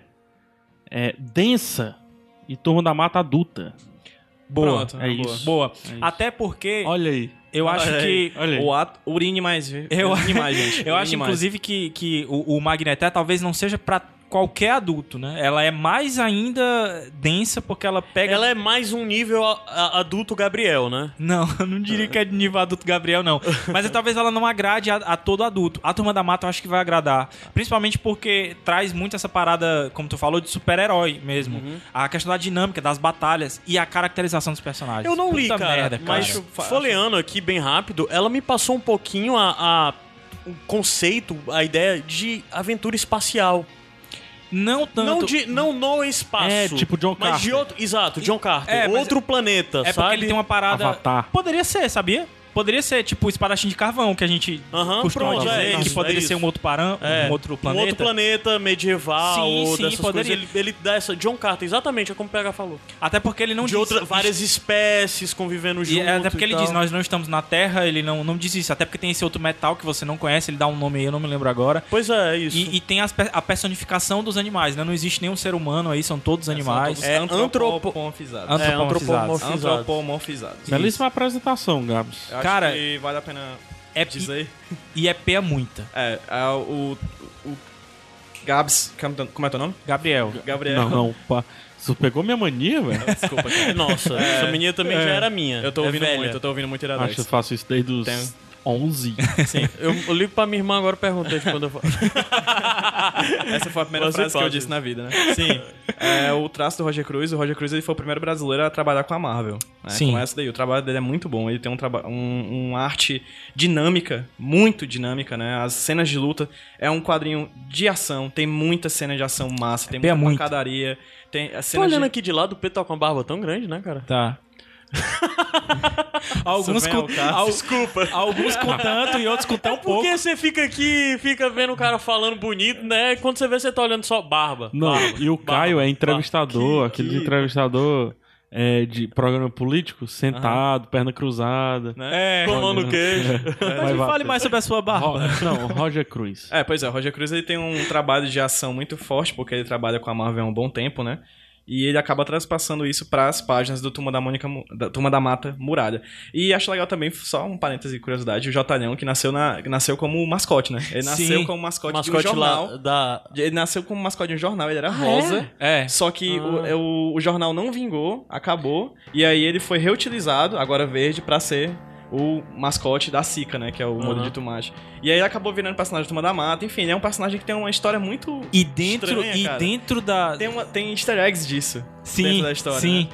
S1: é densa e turma da mata adulta.
S4: Boa,
S3: Pronto,
S1: é
S3: boa.
S1: isso.
S4: boa.
S1: isso.
S4: Até porque
S1: Olha aí.
S4: eu acho
S1: Olha aí,
S4: que
S1: olha aí.
S3: O ato, urine mais, viu?
S4: Eu,
S3: urine mais, gente.
S4: eu acho,
S3: Urine mais.
S4: inclusive, que, que o, o Magnetar talvez não seja pra qualquer adulto, né? Ela é mais ainda densa porque ela pega.
S2: Ela é mais um nível a- a- adulto Gabriel, né?
S4: Não, eu não diria que é de nível adulto Gabriel, não. Mas é, talvez ela não agrade a, a todo adulto. A Turma da Mata eu acho que vai agradar. Principalmente porque traz muito essa parada, como tu falou, de super-herói mesmo.
S2: Uhum.
S4: A questão da dinâmica, das batalhas e a caracterização dos personagens.
S2: Eu não li,
S4: Puta
S2: cara,
S4: merda, cara.
S2: mas folheando aqui bem rápido, ela me passou um pouquinho a, a- o conceito, a ideia de aventura espacial.
S4: Não tanto.
S2: Não, de, não no espaço.
S1: É, tipo John
S2: Mas de
S1: Carter.
S2: outro. Exato, John Carter.
S4: É, mas
S2: outro planeta,
S4: É porque
S2: sabe?
S4: ele tem uma parada.
S1: Avatar.
S4: Poderia ser, sabia? Poderia ser tipo o espadachim de carvão que a gente
S2: Aham,
S4: costuma
S2: pronto,
S4: dizer,
S2: é
S4: que
S2: isso,
S4: poderia
S2: é
S4: ser um
S2: isso.
S4: outro parã,
S2: É,
S4: um outro planeta.
S2: Um outro planeta medieval
S4: Sim,
S2: ou
S4: sim,
S2: dessas
S4: poderia.
S2: coisas. Ele, ele dá essa. John Carter, exatamente, é como o PH falou.
S4: Até porque ele não
S2: de
S4: diz
S2: outras várias espécies convivendo
S4: E
S2: junto.
S4: é até porque
S2: e
S4: ele
S2: tal.
S4: diz, nós não estamos na Terra, ele não, não diz isso. Até porque tem esse outro metal que você não conhece, ele dá um nome aí, eu não me lembro agora.
S2: Pois é, é isso.
S4: E, e tem as pe- a personificação dos animais, né? Não existe nenhum ser humano aí, são todos animais.
S3: É
S2: antropo-
S3: antropomorfizados.
S2: É,
S4: antropomorfizados.
S2: antropomorfizados.
S3: Antropomorfizados.
S1: Belíssima apresentação, Gabs.
S3: Eu acho
S4: Cara-
S3: que vale a pena
S4: É, e,
S3: dizer.
S4: e é pé muita.
S3: É, é o, o, o Gabs, como é teu nome?
S4: Gabriel.
S3: Gabriel.
S1: Não, não. Pá. Isso pegou minha mania, velho.
S3: Desculpa, cara.
S2: Nossa,
S4: É.
S2: essa menina também já era minha.
S3: Eu tô
S2: É
S3: ouvindo
S2: velha.
S3: muito, eu tô ouvindo muito
S1: Acho que eu
S3: Iradex.
S1: faço isso desde os
S3: Tem-
S1: 11.
S4: assim.
S3: Sim.
S2: Eu, eu ligo pra minha irmã agora e perguntei de quando eu falo.
S3: Essa foi a primeira
S2: Você
S3: frase que eu
S2: pode.
S3: disse na vida, né? Sim. É o traço do Roger Cruz. O Roger Cruz ele foi o primeiro brasileiro a trabalhar com a Marvel. né?
S4: Sim.
S3: Com essa daí. O trabalho dele é muito bom. Ele tem um traba- um, uma arte dinâmica, muito dinâmica, né? As cenas de luta. É um quadrinho de ação. Tem muita cena de ação massa. Tem
S4: Pé
S3: muita
S4: muito.
S3: pancadaria. Tem a
S2: Tô
S3: cena
S2: olhando
S3: de...
S2: aqui de lado, o Pedro tá com uma barba tão grande, né, cara?
S4: Tá. alguns,
S3: Isso vem
S4: com,
S3: ao caso.
S4: al-
S2: Desculpa.
S4: alguns com tanto e outros com tão pouco.
S2: É Porque você fica aqui, fica vendo o cara falando bonito, né? E quando você vê, você tá olhando só barba.
S1: Não,
S2: barba,
S1: e o
S2: barba,
S1: Caio é
S2: barba.
S1: entrevistador, aquele
S3: que-
S1: entrevistador é, de programa político, sentado, perna cruzada.
S4: É.
S3: Né?
S2: Com a mão no queijo.
S1: Vai, vai.
S4: sobre a sua
S1: Ro- Não, Roger Cruz.
S3: É, pois é, o Roger Cruz ele tem um trabalho de ação muito forte, porque ele trabalha com a Marvel há um bom tempo, né? E ele acaba transpassando isso para as páginas do Turma da Mônica, Mu- da Turma da Mata Muralha. E acho legal também, só um parêntese de curiosidade, o Jotalhão que nasceu na que nasceu como mascote, né? Ele nasceu
S4: Sim.
S3: como mascote, de um
S2: Mascote
S3: jornal.
S2: lá da.
S3: Ele nasceu como mascote de um jornal, ele era rosa.
S4: É.
S3: Só que o, o- o jornal não vingou, acabou, e aí ele foi reutilizado, agora verde, pra ser o mascote da Sica, né? Que é o molho
S2: Aham.
S3: de tomate. E aí ele acabou virando personagem do Turma da Mata, enfim, ele é um personagem que tem uma história muito.
S4: E dentro,
S3: Estranha,
S4: e
S3: cara.
S4: dentro da,
S3: Tem, uma, tem easter eggs disso.
S4: sim,
S3: dentro da história, né?
S4: Sim.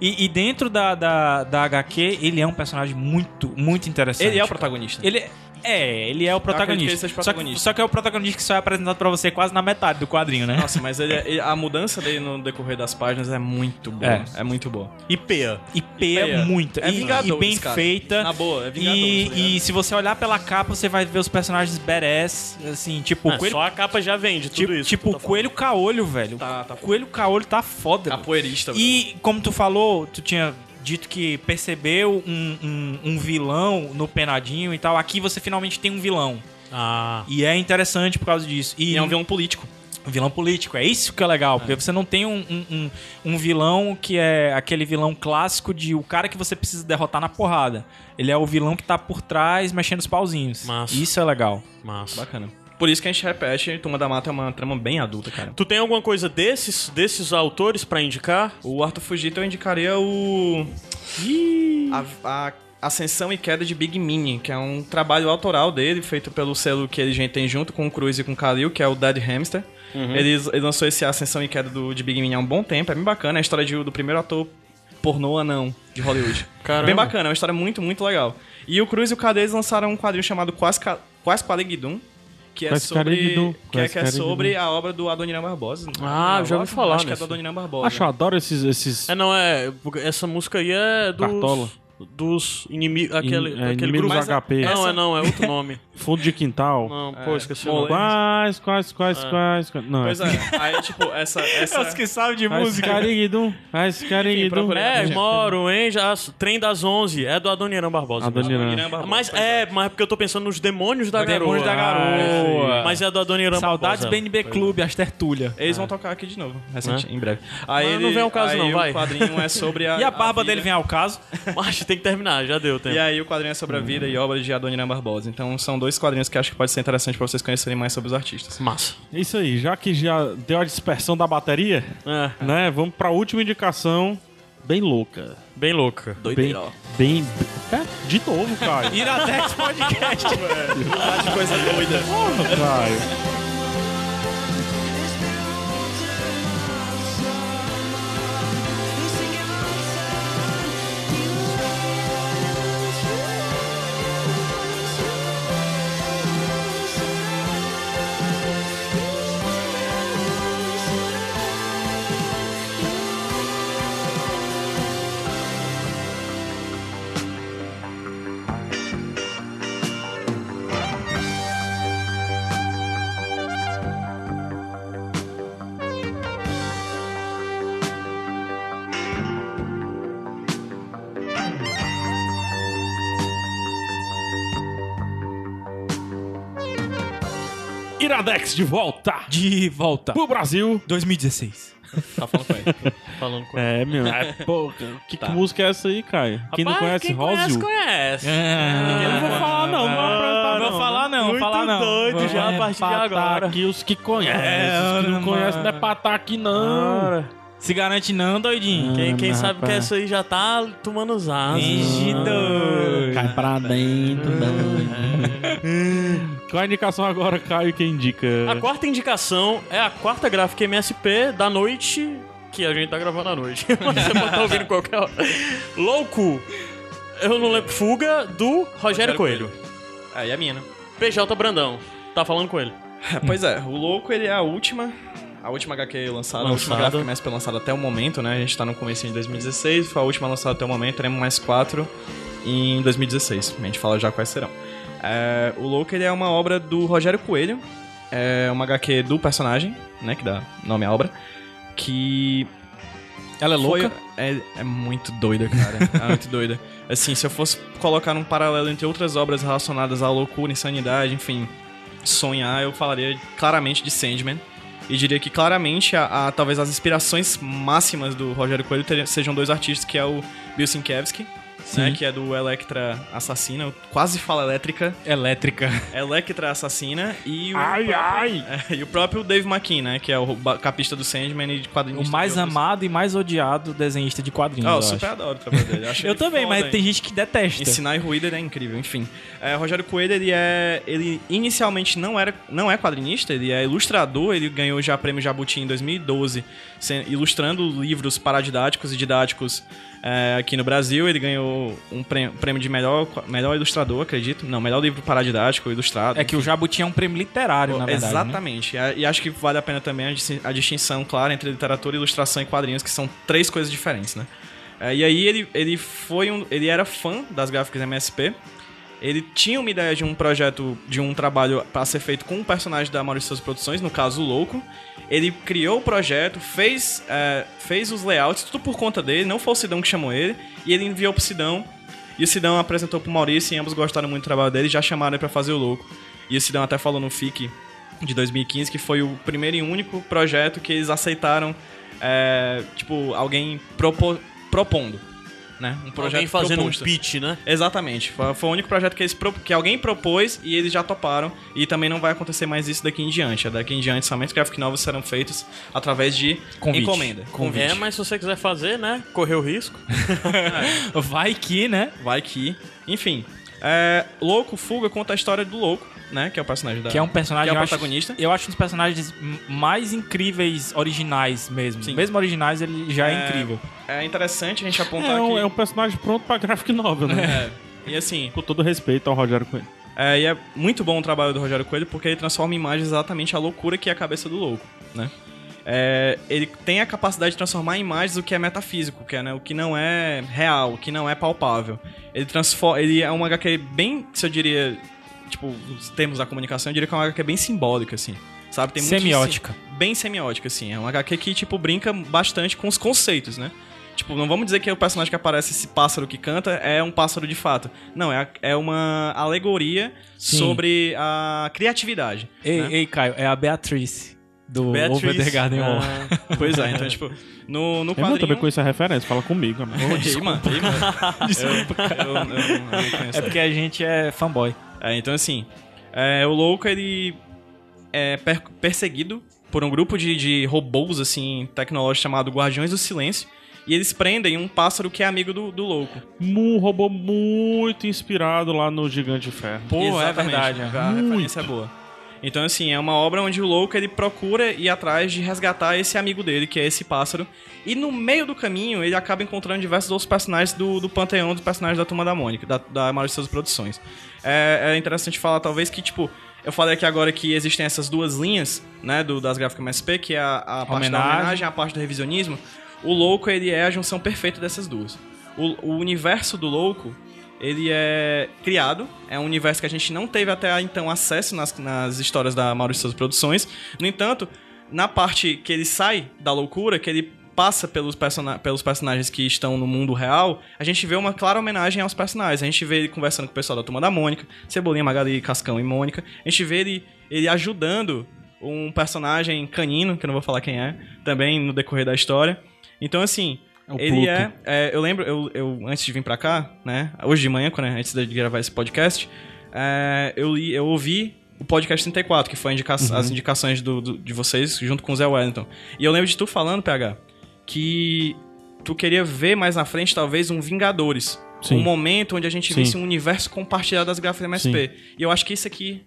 S4: E, e dentro da, da, da HQ, ele é um personagem muito, muito interessante.
S3: Ele é o protagonista.
S4: Ele é- é, ele é o
S3: acredito que ele
S4: protagonista.
S3: seja
S4: Só, que,
S3: protagonista.
S4: só que é o protagonista que só é apresentado pra você quase na metade do quadrinho, né?
S3: Nossa, mas ele, é- ele- a mudança dele no decorrer das páginas é muito boa.
S4: É.
S3: É, muito boa.
S2: E Pea.
S4: E peia
S3: Peia.
S4: muito.
S3: É
S4: e,
S3: Vingadores,
S4: e bem
S3: cara.
S4: feita.
S3: Na boa, é Vingadores, tá ligado?
S4: E, e se você olhar pela capa, você vai ver os personagens badass, assim, tipo, o
S2: É,
S4: coelho,
S2: Só a capa já vende tudo
S4: tipo,
S2: isso.
S4: tipo,
S2: que tu tá
S4: coelho caolho, velho.
S3: Tá, tá.
S4: Coelho caolho tá
S3: né?
S4: foda. velho.
S3: Capoeirista, velho.
S4: E como tu falou, tu tinha dito que percebeu um, um- um vilão no penadinho e tal. Aqui você finalmente tem um vilão.
S2: falando. Ah.
S4: E é interessante por causa disso. E,
S3: E é um vilão político.
S4: um vilão político. É isso que é legal, porque você não tem um, um, um- um vilão que é aquele vilão clássico de o cara que você precisa derrotar na porrada. Ele é o vilão que tá por trás mexendo os pauzinhos.
S2: Massa.
S4: Isso é legal.
S2: Massa.
S3: Bacana. Por isso que a gente repete, Turma da Mata é uma trama bem adulta, cara.
S2: Tu tem alguma coisa desses, desses autores pra indicar?
S3: O Arthur Fujita eu indicaria o. A, a Ascensão e Queda de Big Mini, que é um trabalho autoral dele, feito pelo selo que ele já tem junto com o Cruz e com o Kalil, que é o Dead Hamster. Ele, ele lançou esse Ascensão e Queda do, de Big Mini há um bom tempo, é bem bacana, é a história de- do primeiro ator pornô anão de Hollywood.
S2: Caramba.
S3: Bem bacana, é uma história muito, muito legal. E o Cruz e o Kalil eles lançaram um quadrinho chamado Quase, Ca- Quase Qualegidum, que é
S1: Quase
S3: sobre,
S1: Calegidum,
S3: que é,
S1: Quase
S3: que é
S1: Calegidum.
S3: sobre a obra do Adoniran Barbosa. né?
S2: Ah, eu já ouvi
S3: Barbosa?
S2: falar
S3: Acho que é
S2: nesse.
S3: do Adoniran Barbosa.
S1: Acho, eu adoro esses. esses...
S2: É, não, é. Essa música aí é dos.
S1: Cartola.
S2: Dos inimigos. Aquele,
S1: In- é,
S2: aquele
S1: inimigos
S2: grupo.
S3: Mas a-
S1: HP.
S2: Não, é não, é outro nome.
S1: Fundo de quintal.
S2: Não,
S3: É.
S2: pô, esqueci o nome.
S3: Mole-
S1: Quais, quais, quais, quais, quais. Não,
S3: Pois é. Aí, tipo, essa. essa...
S4: sabe de
S1: As cariguidum, as cariguidum.
S3: procura-
S2: É,
S3: Gente.
S2: moro, hein? Já, trem das 11. É do Adoniran Barbosa.
S1: Adoniran.
S3: Irã Barbosa,
S2: Mas
S3: pois
S2: é, mas é porque eu tô pensando nos demônios da garoa. Ah,
S4: Demônios da Garoa.
S2: Mas é do Adoniran
S4: Saudades
S2: Barbosa.
S4: BNB Clube, É. as tertulha.
S3: Eles vão tocar aqui de novo, recente, em breve. Aí
S2: Mas não
S3: ele-
S2: vem ao caso
S3: aí
S2: não,
S3: o
S2: vai.
S3: quadrinho é sobre a
S4: É. E a barba
S3: vida-
S4: dele vem ao caso.
S2: Mas tem que terminar, já deu tempo.
S3: E aí o quadrinho é sobre a vida e obra de Adoniran Barbosa. Então são dois quadrinhos que acho que pode ser interessante pra vocês conhecerem mais sobre os artistas.
S2: Massa.
S1: Isso aí, já que já deu a dispersão da bateria,
S2: É,
S1: né? Vamos pra última indicação, bem louca.
S2: bem louca.
S1: Bem, bem, é, de novo, Caio.
S4: Iradex Podcast.
S3: Que coisa doida.
S1: Porra, Caio.
S6: Thank you
S1: Iradex de volta
S4: De volta.
S1: pro Brasil.
S4: 2016.
S2: Tá falando com ele. Falando com ele.
S1: É, meu. É, pô, que, que música é essa aí, Caio? Quem não
S2: Rapaz,
S1: conhece,
S2: quem conhece,
S1: Rósio?
S2: conhece.
S4: É. Eu
S2: não vou falar não, não vou apresentar
S4: Vou
S2: não,
S4: falar
S2: né?
S4: não,
S2: Muito
S4: falar não.
S2: doido
S4: Vou
S2: já a partir de
S4: empatar
S2: agora.
S1: É tá Aqui os que conhecem,
S4: É,
S1: os que não
S4: mano.
S1: conhecem não é pra tá aqui, não.
S4: Ora. Se garante Ah, não, doidinho.
S2: Quem, quem sabe que
S1: Ah, rapaz.
S2: essa aí já tá tomando os asas.
S4: Ixi, doido.
S1: Cai pra dentro, Qual é a indicação agora, Caio, que indica?
S3: É.
S2: A quarta indicação é a quarta gráfica MSP da noite, que a gente tá gravando à noite. Mas você pode estar ouvindo qualquer hora. Louco! Eu não lembro. Fuga do Rogério, Coelho.
S3: Aí é a minha, né?
S2: PJ Brandão. Tá falando com ele.
S3: Pois é, o Louco ele é a última. A última HQ lançada, a última
S2: Lançada.
S3: gráfica mais foi lançada até o momento, né? A gente tá no começo de 2016, foi a última lançada até o momento, teremos mais quatro em 2016. A gente fala já quais serão. É, o Louco ele é uma obra do Rogério Coelho, é uma HQ do personagem, né? Que dá nome à obra. Que
S4: Ela é
S3: foi-
S4: louca?
S3: é, é muito doida, cara. É muito doida. Assim, se eu fosse colocar um paralelo entre outras obras relacionadas à loucura, insanidade, enfim, sonhar, eu falaria claramente de Sandman. E diria que claramente, a, a- talvez as inspirações máximas do Rogério Coelho teriam- sejam dois artistas, que é o Bill Sienkiewicz, né, que é do Electra Assassina, eu quase fala elétrica,
S4: Elétrica.
S3: Electra Assassina, e o, é,
S1: Ai, ai!
S3: e o próprio Dave McKean, né, que é o ba- capista do Sandman e de
S4: O
S3: quadrinhos.
S4: mais amado e mais odiado desenhista de quadrinhos.
S3: Ah, eu
S4: eu
S3: super
S4: acho.
S3: adoro o trabalho dele. acho
S4: Eu
S3: ele
S4: também,
S3: foda,
S4: mas
S3: hein?
S4: tem gente que detesta.
S3: Ensinar e ruído ele é incrível, enfim. É, Rogério Coelho, ele é. Ele inicialmente não, era, não é quadrinista, ele é ilustrador, ele ganhou já prêmio Jabuti em 2012, se- ilustrando livros paradidáticos e didáticos é, aqui no Brasil. Ele ganhou um prêmio, prêmio de melhor, melhor ilustrador, acredito. Não, melhor livro paradidático, ilustrado.
S4: É que o Jabuti é um prêmio literário, na verdade. né?
S3: Exatamente. É, E a- E acho que vale a pena também a dis- a distinção clara entre literatura, ilustração e quadrinhos, que são três coisas diferentes, né? É, E aí ele, ele foi um. Ele era fã das gráficas MSP. Ele tinha uma ideia de um projeto, de um trabalho para ser feito com um personagem da Maurício Souza Produções, no caso o Louco. Ele criou o projeto, fez, é, fez os layouts, tudo por conta dele, não foi o Sidão que chamou ele, e ele enviou pro Sidão. E o Sidão apresentou pro Maurício e ambos gostaram muito do trabalho dele e já chamaram ele pra fazer o Louco. E o Sidão até falou no FIC de 2015 que foi o primeiro e único projeto que eles aceitaram, é, tipo, alguém propo- propondo, né? Um projeto
S2: Alguém fazendo
S3: proposto.
S2: um pitch, né?
S3: Exatamente. Foi, foi o único projeto que, eles pro- que alguém propôs e eles já toparam. E também não vai acontecer mais isso daqui em diante. É, Daqui em diante, somente gráficos novos serão feitos através de
S4: Convite.
S3: encomenda.
S4: Convite.
S2: É, mas se você quiser fazer, né? Correr o risco.
S4: Vai que, né?
S3: Vai que. Enfim. é, Louco Fuga conta a história do Louco, né? Que é o personagem da.
S4: Que é um personagem.
S3: Que é o
S4: eu acho-
S3: protagonista.
S4: eu acho um dos personagens m- mais incríveis, originais mesmo.
S3: Sim.
S4: Mesmo originais, ele já é,
S3: É,
S4: incrível.
S3: É interessante a gente apontar
S1: É um,
S3: que.
S1: é um personagem pronto pra graphic novel, né?
S3: Tá É, E assim,
S1: Com todo respeito ao Rogério Coelho.
S3: é, e é muito bom o trabalho do Rogério Coelho porque ele transforma em imagem exatamente a loucura que é a cabeça do louco, né? É, ele tem a capacidade de transformar em imagens o que é metafísico, que é, né, o que não é real, o que não é palpável. Ele transforma, ele é uma HQ bem, se eu diria, tipo, os termos da comunicação, eu diria que é uma HQ bem simbólica assim. Sabe, tem muito
S4: Semiótica.
S3: bem semiótica, assim. É uma HQ que, tipo, brinca bastante com os conceitos, né? Tipo, não vamos dizer que o personagem que aparece, esse pássaro que canta, é um pássaro de fato. Não, é, a- é uma alegoria
S4: Sim.
S3: sobre a criatividade.
S4: Ei,
S3: né?
S4: ei, Caio, é a Beatrice do
S2: Beatriz,
S4: Over the Garden Wall.
S2: ah,
S3: Pois é, então, tipo,
S4: É
S3: no, no
S1: Eu não,
S3: quadrinho...
S1: É também conheço a referência, fala comigo, amigo.
S3: Ei, mano, ei, mano. Eu- eu- eu não- eu não conheço.
S4: É porque a gente é fanboy.
S3: É, então assim, é, o louco ele é per- perseguido por um grupo de, de robôs, assim, tecnológicos chamado Guardiões do Silêncio. E eles prendem um pássaro que é amigo do, do louco.
S1: Um robô muito inspirado lá no Gigante de Ferro.
S4: Pô,
S3: Exatamente.
S4: é verdade.
S3: A referência é boa. Então, assim, é uma obra onde o louco ele procura ir atrás de resgatar esse amigo dele, que é esse pássaro. E no meio do caminho, ele acaba encontrando diversos outros personagens do, do panteão dos personagens da Turma da Mônica, da, da Maurício Souza Produções. É, é interessante falar, talvez, que, tipo, eu falei aqui agora que existem essas duas linhas, né, do, das gráficas MSP, que é a, a parte da
S4: Homenagem.
S3: homenagem e a parte do revisionismo. O louco, ele é a junção perfeita dessas duas. O, o universo do louco, ele é criado, é um universo que a gente não teve até então acesso nas, nas histórias da Maurício Souza Produções. No entanto, na parte que ele sai da loucura, que ele passa pelos, persona- pelos personagens que estão no mundo real, a gente vê uma clara homenagem aos personagens. A gente vê ele conversando com o pessoal da Turma da Mônica, Cebolinha, Magali, Cascão e Mônica. A gente vê ele ele ajudando um personagem canino, que eu não vou falar quem é, também no decorrer da história. Então, assim,
S1: É o
S3: ele
S1: Pluto.
S3: é, é, Eu lembro, eu, eu, antes de vir pra cá, né? Hoje de manhã, quando, antes de gravar esse podcast, é, eu, li, eu ouvi o podcast 34, que foi a indica-
S1: Uhum.
S3: as indicações do- do- de vocês junto com o Zé Wellington. E eu lembro de tu falando, PH, que tu queria ver mais na frente, talvez, um Vingadores.
S1: Sim.
S3: Um momento onde a gente
S1: Sim.
S3: visse um universo compartilhado das gráficas da MSP. E eu acho que isso aqui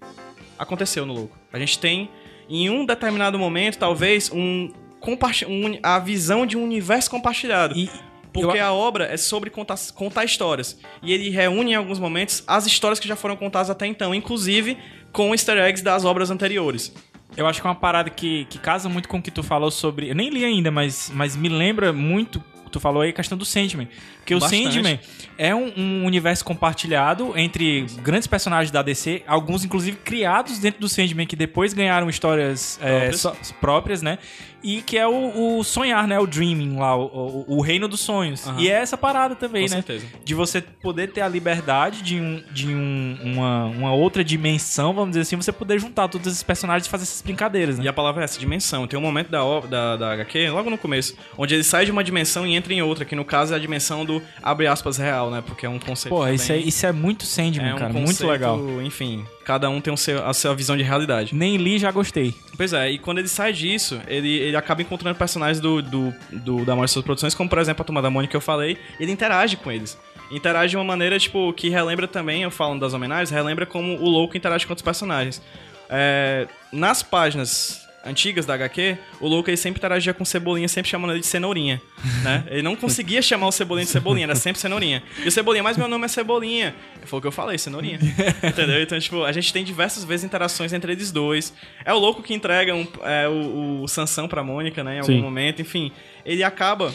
S3: aconteceu no Louco. A gente tem, em um determinado momento, talvez, um, comparti- um a visão de um universo compartilhado.
S4: E-
S3: porque a obra é sobre contar, contar histórias. E ele reúne em alguns momentos as histórias que já foram contadas até então, inclusive com easter eggs das obras anteriores.
S4: Eu acho que é uma parada que, que casa muito com o que tu falou sobre. Eu nem li ainda, mas, mas me lembra muito. Tu falou aí a questão do Sandman. Porque
S3: Bastante.
S4: o Sandman é um, um universo compartilhado entre grandes personagens da DC, alguns inclusive criados dentro do Sandman, que depois ganharam histórias é,
S3: Próprias.
S4: só- próprias, né? E que é o, o sonhar, né? O dreaming lá, o, o- o reino dos sonhos.
S3: Aham.
S4: E é essa parada também,
S3: com
S4: né?
S3: certeza.
S4: de você poder ter a liberdade de, um, de um- uma, uma outra dimensão, vamos dizer assim, você poder juntar todos esses personagens e fazer essas brincadeiras, né?
S3: E a palavra é essa, dimensão. Tem um momento da, obra- da, da HQ, logo no começo, onde ele sai de uma dimensão e entra em outra, que no caso é a dimensão do abre aspas real, né? Porque é um conceito.
S4: Pô, isso é,
S3: também-
S4: isso é muito Sandman,
S3: é um
S4: cara.
S3: conceito,
S4: Muito legal.
S3: Enfim, cada um tem o seu- a sua visão de realidade.
S4: Nem li, já gostei.
S3: Pois é, e quando ele sai disso, ele, ele acaba encontrando personagens do, do, do da maioria das suas produções, como por exemplo a turma da Mônica que eu falei, ele interage com eles. Interage de uma maneira, tipo, que relembra também, eu falando das homenagens, relembra como o louco interage com outros personagens. É, nas páginas antigas da HQ, o louco ele sempre interagia com o Cebolinha, sempre chamando ele de Cenourinha, né? Ele não conseguia chamar o Cebolinha de Cebolinha, era sempre Cenourinha. E o Cebolinha, mas meu nome é Cebolinha. Foi o que eu falei, Cenourinha. Entendeu? Então, tipo, a gente tem diversas vezes interações entre eles dois. É o louco que entrega um- é, o, o Sansão pra Mônica, né? Em algum
S1: Sim.
S3: momento, enfim. Ele acaba...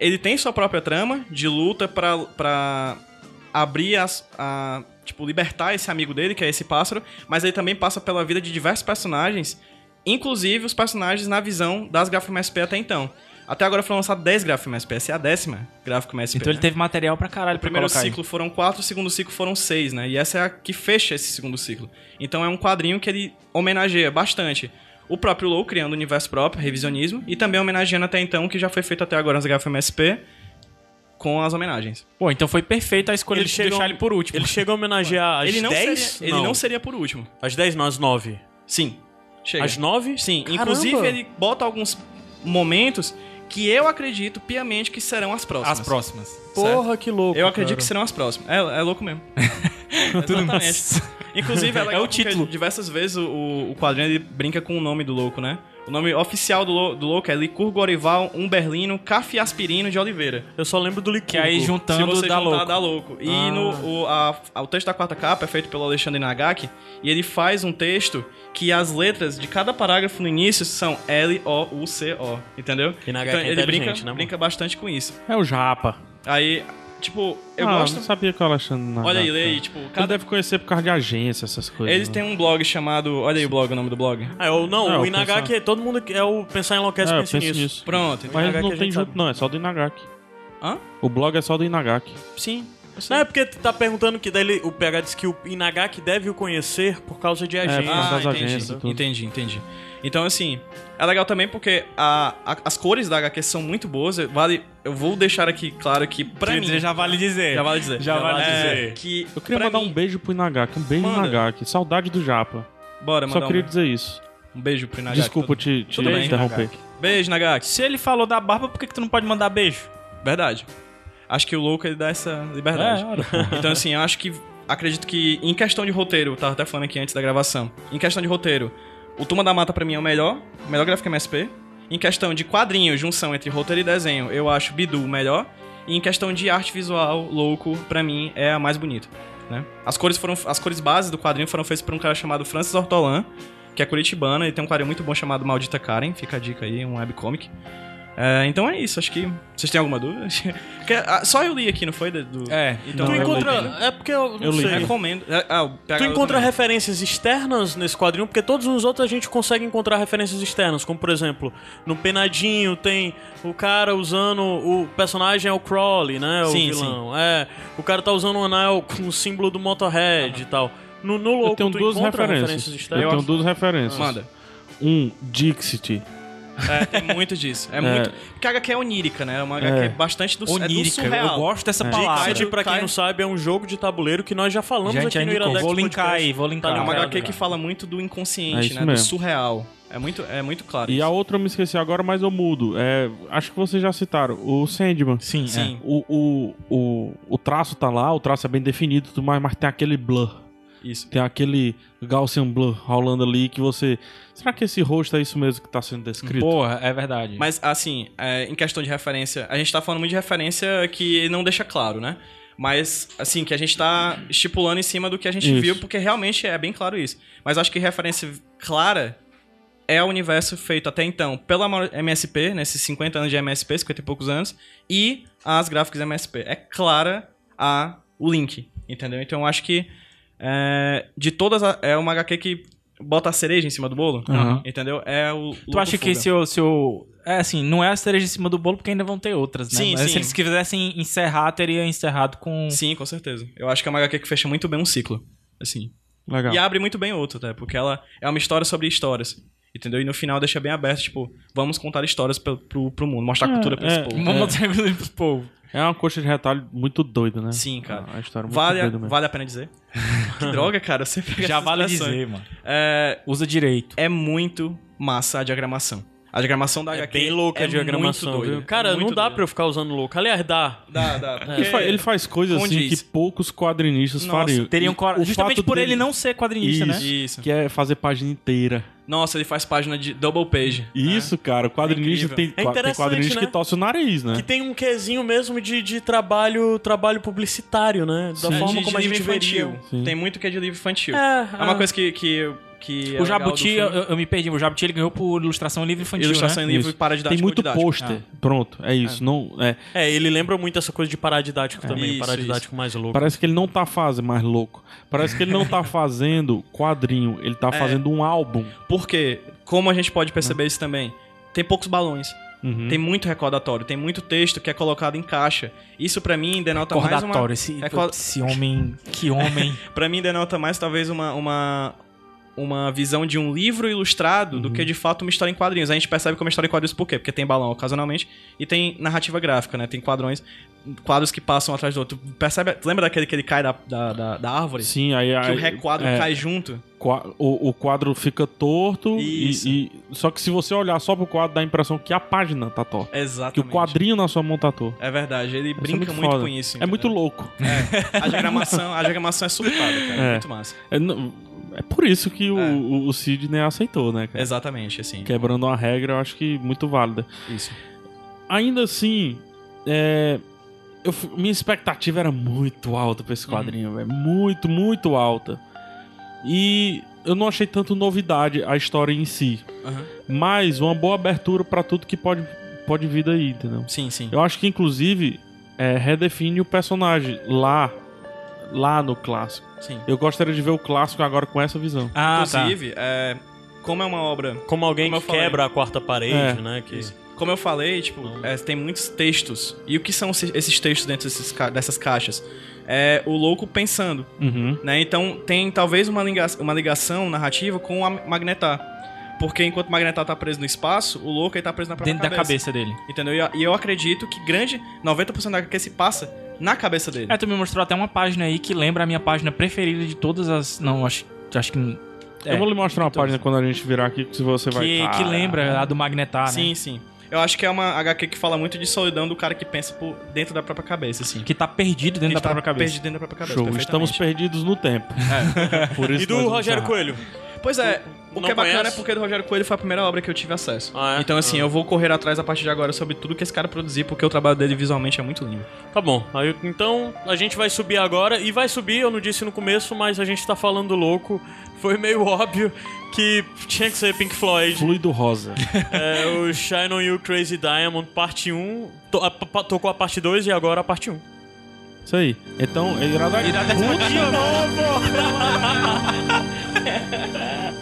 S3: Ele tem sua própria trama de luta pra, pra abrir as... A, tipo, libertar esse amigo dele, que é esse pássaro. Mas ele também passa pela vida de diversos personagens. Inclusive os personagens na visão das gráficas MSP até então. Até agora foram lançados 10 gráficas MSP. Essa é a décima gráfica MSP.
S4: Então
S3: né?
S4: ele teve material pra caralho
S3: O
S4: pra
S3: primeiro
S4: colocar aí.
S3: ciclo foram quatro, o segundo ciclo foram seis, né? E essa é a que fecha esse segundo ciclo. Então é um quadrinho que ele homenageia bastante o próprio Low, criando o universo próprio, revisionismo, e também homenageando até então, o que já foi feito até agora nas HFMSP, com as homenagens.
S4: Pô, então foi perfeita a escolha
S2: Ele
S4: de
S2: chega
S4: deixar
S2: um-
S4: ele por último.
S2: Ele chega a homenagear as
S3: ele, não
S2: 10?
S3: seria, ele não seria por último.
S2: As 10 não, as 9.
S3: Sim. Chega.
S2: As 9?
S3: Sim, inclusive ele bota alguns momentos que eu acredito piamente que serão as próximas.
S4: As próximas.
S2: Porra, que louco.
S3: Eu acredito que serão as próximas. É, é louco mesmo. Exatamente. Inclusive, é, legal
S4: o
S3: porque
S4: título.
S3: Diversas vezes o- o, o quadrinho ele brinca com o nome do louco, né? O nome oficial do, lou- do louco é Licur Gorival um Umberlino Cafiaspirino de Oliveira.
S2: Eu só lembro do Licurgo.
S4: Que aí
S3: Se
S4: juntando
S3: você
S4: dá
S3: juntar,
S4: louco.
S3: dá louco. E
S4: Ah.
S3: no, o, a- a- o texto da quarta capa é feito pelo Alexandre Nagaki. E ele faz um texto que as letras de cada parágrafo no início são L-O-U-C-O. Entendeu?
S2: E Nagaki
S3: então,
S2: é
S3: ele brinca,
S2: inteligente, né, mano?
S3: brinca bastante com isso.
S1: É o Japa.
S3: Aí, tipo, eu
S1: Ah,
S3: gosto.
S1: Não sabia que o Alexandre Nagata-
S3: Olha aí, lê aí, tipo,
S1: Ele
S4: é
S3: cada.
S1: deve conhecer por causa de agência, essas coisas.
S3: Eles
S1: né?
S3: têm um blog chamado. Olha aí o blog, o nome do blog.
S2: Ah, eu, não,
S1: Não,
S2: o
S1: eu
S2: Inagaki
S1: pensava.
S2: é todo mundo que é o Pensar Enlouquece,
S1: É, eu
S2: pensa
S1: penso
S2: nisso.
S1: nisso.
S3: Pronto.
S1: Mas
S2: Inagaki a
S1: não
S2: gente
S1: tem junto,
S2: sabe.
S1: não, é só do Inagaki.
S3: Hã?
S1: O blog é só do Inagaki.
S3: Sim. eu sei.
S2: Não é porque tu tá perguntando que daí ele- o PH disse que o Inagaki deve o conhecer por causa de
S1: É, por
S2: agência.
S1: causa
S3: Ah,
S1: das agências e
S3: entendi.
S1: tudo.
S3: Entendi, entendi. Então, assim, é legal também porque a- a- as cores da HQ são muito boas. Vale, eu vou deixar aqui claro que, pra
S4: Quer
S3: mim.
S4: dizer, já vale dizer.
S3: já vale dizer.
S4: Já vale
S3: é,
S4: dizer.
S3: Que
S1: Eu queria
S3: pra
S1: mandar
S3: mim-
S1: um beijo pro Inagaki. Um beijo
S3: Manda.
S1: pro Inagaki. Saudade do Japa.
S3: Bora,
S1: Só
S3: mandar
S1: queria
S3: um,
S1: dizer isso.
S3: um beijo pro Nagaki.
S1: Desculpa
S3: todo-
S1: te, te
S3: tudo bem,
S1: interromper.
S3: Beijo, Nagaki.
S4: Se ele falou da barba, por que, que tu não pode mandar beijo?
S3: Verdade. Acho que o louco ele dá essa liberdade.
S4: É, ora.
S3: então, assim, eu acho que. Acredito que, em questão de roteiro, eu tava até falando aqui antes da gravação. Em questão de roteiro, o Tuma da Mata pra mim é o melhor. o Melhor gráfico MSP. Em questão de quadrinho, junção entre roteiro e desenho, eu acho Bidu o melhor. E em questão de arte visual, louco, pra mim, é a mais bonita. Né? As cores foram. As cores bases do quadrinho foram feitas por um cara chamado Francis Ortolan, que é curitibano, e tem um quadrinho muito bom chamado Maldita Karen, fica a dica aí, um webcomic. É, então é isso, acho que. Vocês têm alguma dúvida? Porque, ah, só eu li aqui, não foi? Do- do-
S4: É,
S3: Então,
S2: tu
S3: eu
S2: encontra.
S3: li.
S2: É porque eu não
S1: Eu li.
S2: sei.
S3: Recomendo. É, ah, o PH
S2: Tu encontra
S3: também.
S2: referências externas nesse quadrinho, porque todos os outros a gente consegue encontrar referências externas, como por exemplo, no Penadinho tem o cara usando. O personagem é o Crowley, né? O
S3: Sim,
S2: vilão. É. O cara tá usando um anel com o símbolo do Motorhead e tal. No, no
S1: Eu
S2: Louco,
S1: tenho
S2: tu
S1: duas
S2: encontra
S1: referências.
S2: referências
S1: eu
S2: externas?
S1: tenho duas referências.
S3: Manda.
S1: Um, Dixit.
S3: É, tem muito disso. É, muito. Porque a HQ é onírica, né? É uma HQ bastante do, é do
S4: Onírica,
S3: surreal. É.
S4: eu gosto dessa palavra.
S2: Dixit, pra quem não sabe, é um jogo de tabuleiro que nós já falamos
S4: Gente,
S2: aqui no
S4: ainda
S2: Iradex
S4: vou linkar
S2: Podcast.
S4: aí, vou linkar.
S2: Tá
S3: É uma
S2: linkado,
S3: HQ que
S2: cara.
S3: fala muito do
S1: É
S3: inconsciente,
S1: isso
S3: né? Do
S1: mesmo.
S3: surreal. É muito, é muito claro.
S1: E
S3: isso.
S1: a outra eu me esqueci agora, mas eu mudo. É, acho que vocês já citaram. O Sandman.
S4: Sim,
S3: Sim.
S1: é. O, o, o, o traço tá lá, o traço é bem definido, e tudo mais, mas tem aquele blur.
S3: Isso.
S1: Tem aquele Gaussian blur rolando ali que você. Será que esse rosto é isso mesmo que tá sendo
S4: é.
S1: descrito?
S4: Porra, é verdade.
S3: Mas, assim, é, em questão de referência, a gente tá falando muito de referência que não deixa claro, né? Mas, assim, que a gente tá estipulando em cima do que a gente
S1: Isso.
S3: viu, porque realmente é bem claro isso. Mas acho que referência clara é o universo feito até então pela Amor- MSP, nesses 50 anos de MSP, 50 e poucos anos, e as gráficas MSP. É clara a, o link, entendeu? Então eu acho que é, de todas, a- é uma HQ que bota a cereja em cima do bolo,
S4: Aham.
S3: entendeu? É o
S4: Tu acha que se eu, se eu. É assim, não é a cereja em cima do bolo, porque ainda vão ter outras, né?
S3: Sim,
S4: Mas
S3: sim.
S4: se eles quisessem encerrar, teria encerrado com.
S2: Uhum.
S3: Sim, com certeza. Eu acho que é uma HQ que fecha muito bem um ciclo, assim.
S1: Legal.
S3: E abre muito bem outro, até, porque ela é uma história sobre histórias, entendeu? E no final deixa bem aberto, tipo, vamos contar histórias pro, pro, pro mundo, mostrar a cultura pra esse
S1: é.
S2: Uhum.
S3: povo.
S4: Vamos mostrar inclusive pros povo.
S1: É uma coxa de retalho muito doida, né?
S3: Sim, cara.
S1: Ah, A história é muito
S3: Vale, a-
S1: doida mesmo.
S3: vale a pena dizer? que droga, cara, você pega
S4: Já
S3: essas
S4: vale
S3: expressões.
S4: dizer, mano.
S3: É,
S4: Usa direito.
S3: é muito massa a diagramação. A diagramação da
S2: É
S3: HQ
S2: bem louca
S3: é
S2: a diagramação,
S3: muito doida.
S2: viu? Cara,
S3: É muito
S2: não dá É.
S3: doida.
S2: pra eu ficar usando louco. Aliás, dá.
S3: Dá, dá.
S1: Ele, fa- ele faz coisas assim
S3: Condiz.
S1: que poucos quadrinistas
S3: Nossa,
S1: fariam.
S4: Teriam
S1: E
S4: cora-
S1: o
S4: Justamente
S1: fato
S4: por
S1: dele-
S4: ele não ser
S1: Isso.
S4: quadrinista, né?
S3: Isso.
S1: Que é fazer página inteira.
S3: Nossa, ele faz página de double
S1: Né?
S3: page.
S1: Isso, cara. O quadrinista
S3: incrível.
S1: tem,
S2: É
S1: tem
S2: interessante,
S1: quadrinista
S2: né?
S1: que torce o nariz, né?
S2: Que tem um quezinho mesmo de, de trabalho, trabalho publicitário, né? Da
S3: É,
S2: forma
S3: de-
S2: como
S3: de
S2: a gente
S3: livro
S2: veria.
S3: infantil.
S1: Sim.
S3: Tem muito que é de livro infantil.
S2: É,
S3: É uma coisa que. que, que é
S4: o
S3: legal do
S4: Jabuti, eu,
S3: filme.
S4: eu me perdi, o Jabuti ele ganhou por ilustração livre infantil.
S3: Ilustração
S4: né?
S3: em livro
S1: Isso.
S3: e paradidático.
S1: Tem muito
S3: didático.
S1: pôster. Pronto, é isso. Não, é,
S2: É, ele lembra muito essa coisa de paradidático também.
S3: Isso,
S2: paradidático mais louco.
S1: parece que ele não tá fazendo mais louco. Parece que ele não tá fazendo quadrinho, ele
S3: É.
S1: tá fazendo um álbum.
S3: Ah. Porque, como a gente pode perceber isso também, tem poucos balões.
S4: Hum.
S1: Uhum.
S3: Tem muito recordatório, tem muito texto que é colocado em caixa. Isso pra mim denota então, mais uma.
S4: Recordatório, esse,
S3: Record-
S4: esse homem. Que homem.
S3: Pra mim denota mais talvez uma uma uma visão de um livro ilustrado
S4: Uhum.
S3: do que de fato uma história em quadrinhos. A gente percebe como é história em quadrinhos por quê? Porque tem balão ocasionalmente e tem narrativa gráfica, né? Tem quadrões, quadros que passam atrás do outro. Percebe? tu Lembra daquele que ele cai da, da, da, da árvore?
S1: Uhum. Sim, aí,
S3: Que
S1: aí
S3: o requadro
S1: é,
S3: cai junto?
S1: qua- o, o quadro fica torto e-
S3: Isso.
S1: e, só que se você olhar só pro quadro dá a impressão que a página tá torta,
S3: Exatamente.
S1: que o quadrinho na sua mão tá torto.
S3: É verdade, ele
S1: Isso é
S3: brinca muito,
S1: foda.
S3: com isso.
S1: É
S3: entendeu?
S1: muito louco.
S3: A diagramação, a diagramação é surtada, cara. É.
S1: É.
S3: Muito massa.
S1: É, não- é por isso que o,
S3: É.
S1: o, o Sidney aceitou, né, cara?
S3: Exatamente, assim.
S1: Quebrando uma regra, eu acho que muito válida.
S3: Isso.
S1: Ainda assim, é, eu fu- minha expectativa era muito alta pra esse
S4: Hum.
S1: quadrinho, velho. Muito, muito alta. E eu não achei tanto novidade a história em si.
S3: Aham.
S1: Mas uma boa abertura pra tudo que pode, pode vir daí, entendeu?
S3: Sim, sim.
S1: Eu acho que, inclusive, é, redefine o personagem lá, lá no clássico.
S3: Sim.
S1: Eu gostaria de ver o clássico agora com essa visão.
S4: Ah, tá.
S3: Inclusive, é, como é uma obra.
S2: Como alguém
S3: Como eu
S2: que
S3: falei.
S2: quebra a quarta parede,
S1: É.
S2: né? Que...
S3: Como eu falei, tipo, é, tem muitos textos. E o que são esses- esses textos dentro desses ca- dessas caixas? É o louco pensando.
S1: Uhum.
S3: né? Então tem talvez uma, liga- uma ligação narrativa com a Magnetar. Porque enquanto Magnetar tá preso no espaço, o louco ele tá preso na própria
S4: Dentro da cabeça dele.
S3: Entendeu? E eu- E eu acredito que grande 90% da HQ se passa na cabeça dele.
S4: É, tu me mostrou até uma página aí que lembra a minha página preferida de todas as. Não, acho, acho que. É,
S1: eu vou lhe mostrar uma
S4: então-
S1: página quando a gente virar aqui, que se você vai...
S4: Que, que
S1: Cara.
S4: lembra a do Magnetar,
S3: sim,
S4: né?
S3: sim. Eu acho que é uma HQ que fala muito de solidão do cara que pensa por dentro da própria cabeça, assim.
S4: Que tá perdido
S3: A
S4: dentro
S3: gente
S4: da
S3: tá
S4: própria cabeça.
S3: perdido dentro da própria cabeça.
S1: Show, estamos
S3: perfeitamente.
S1: perdidos no tempo. Por isso nós
S2: E do
S1: vamos
S2: Rogério
S1: encerrar.
S2: Coelho?
S3: Pois é, o
S2: Não
S3: que é bacana
S2: conhece?
S3: é porque do Rogério Coelho foi a primeira obra que eu tive acesso.
S2: Ah, é?
S3: Então, assim,
S2: Ah.
S3: eu vou correr atrás a partir de agora sobre tudo que esse cara produzir, porque o trabalho dele visualmente é muito lindo.
S2: Tá bom. Aí, então a gente vai subir agora. E vai subir, eu não disse no começo, mas a gente tá falando louco. Foi meio óbvio que tinha que ser Pink Floyd.
S1: Fluido rosa.
S2: É, o Shine On You Crazy Diamond, parte 1. To- a- pa- tocou a parte 2 e agora a parte 1.
S1: Isso aí. Então, é irado aqui.
S4: Uh,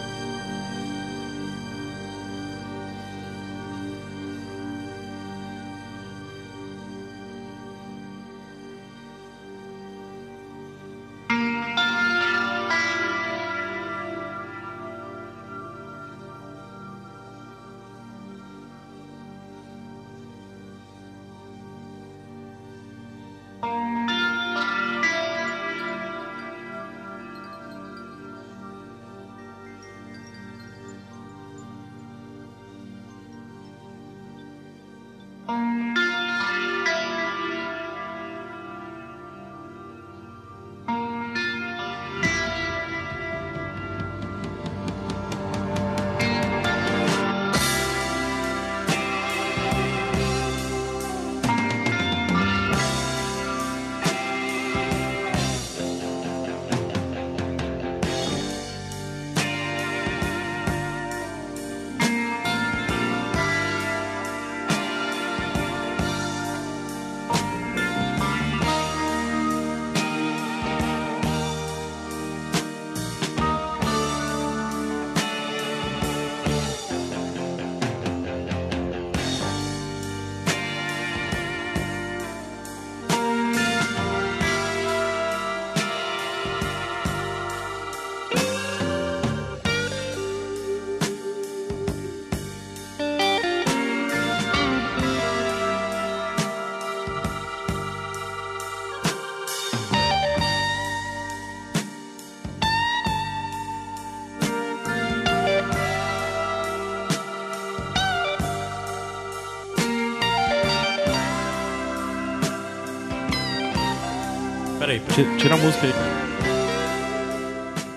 S2: Peraí, peraí.
S1: Ti- Tira a música aí.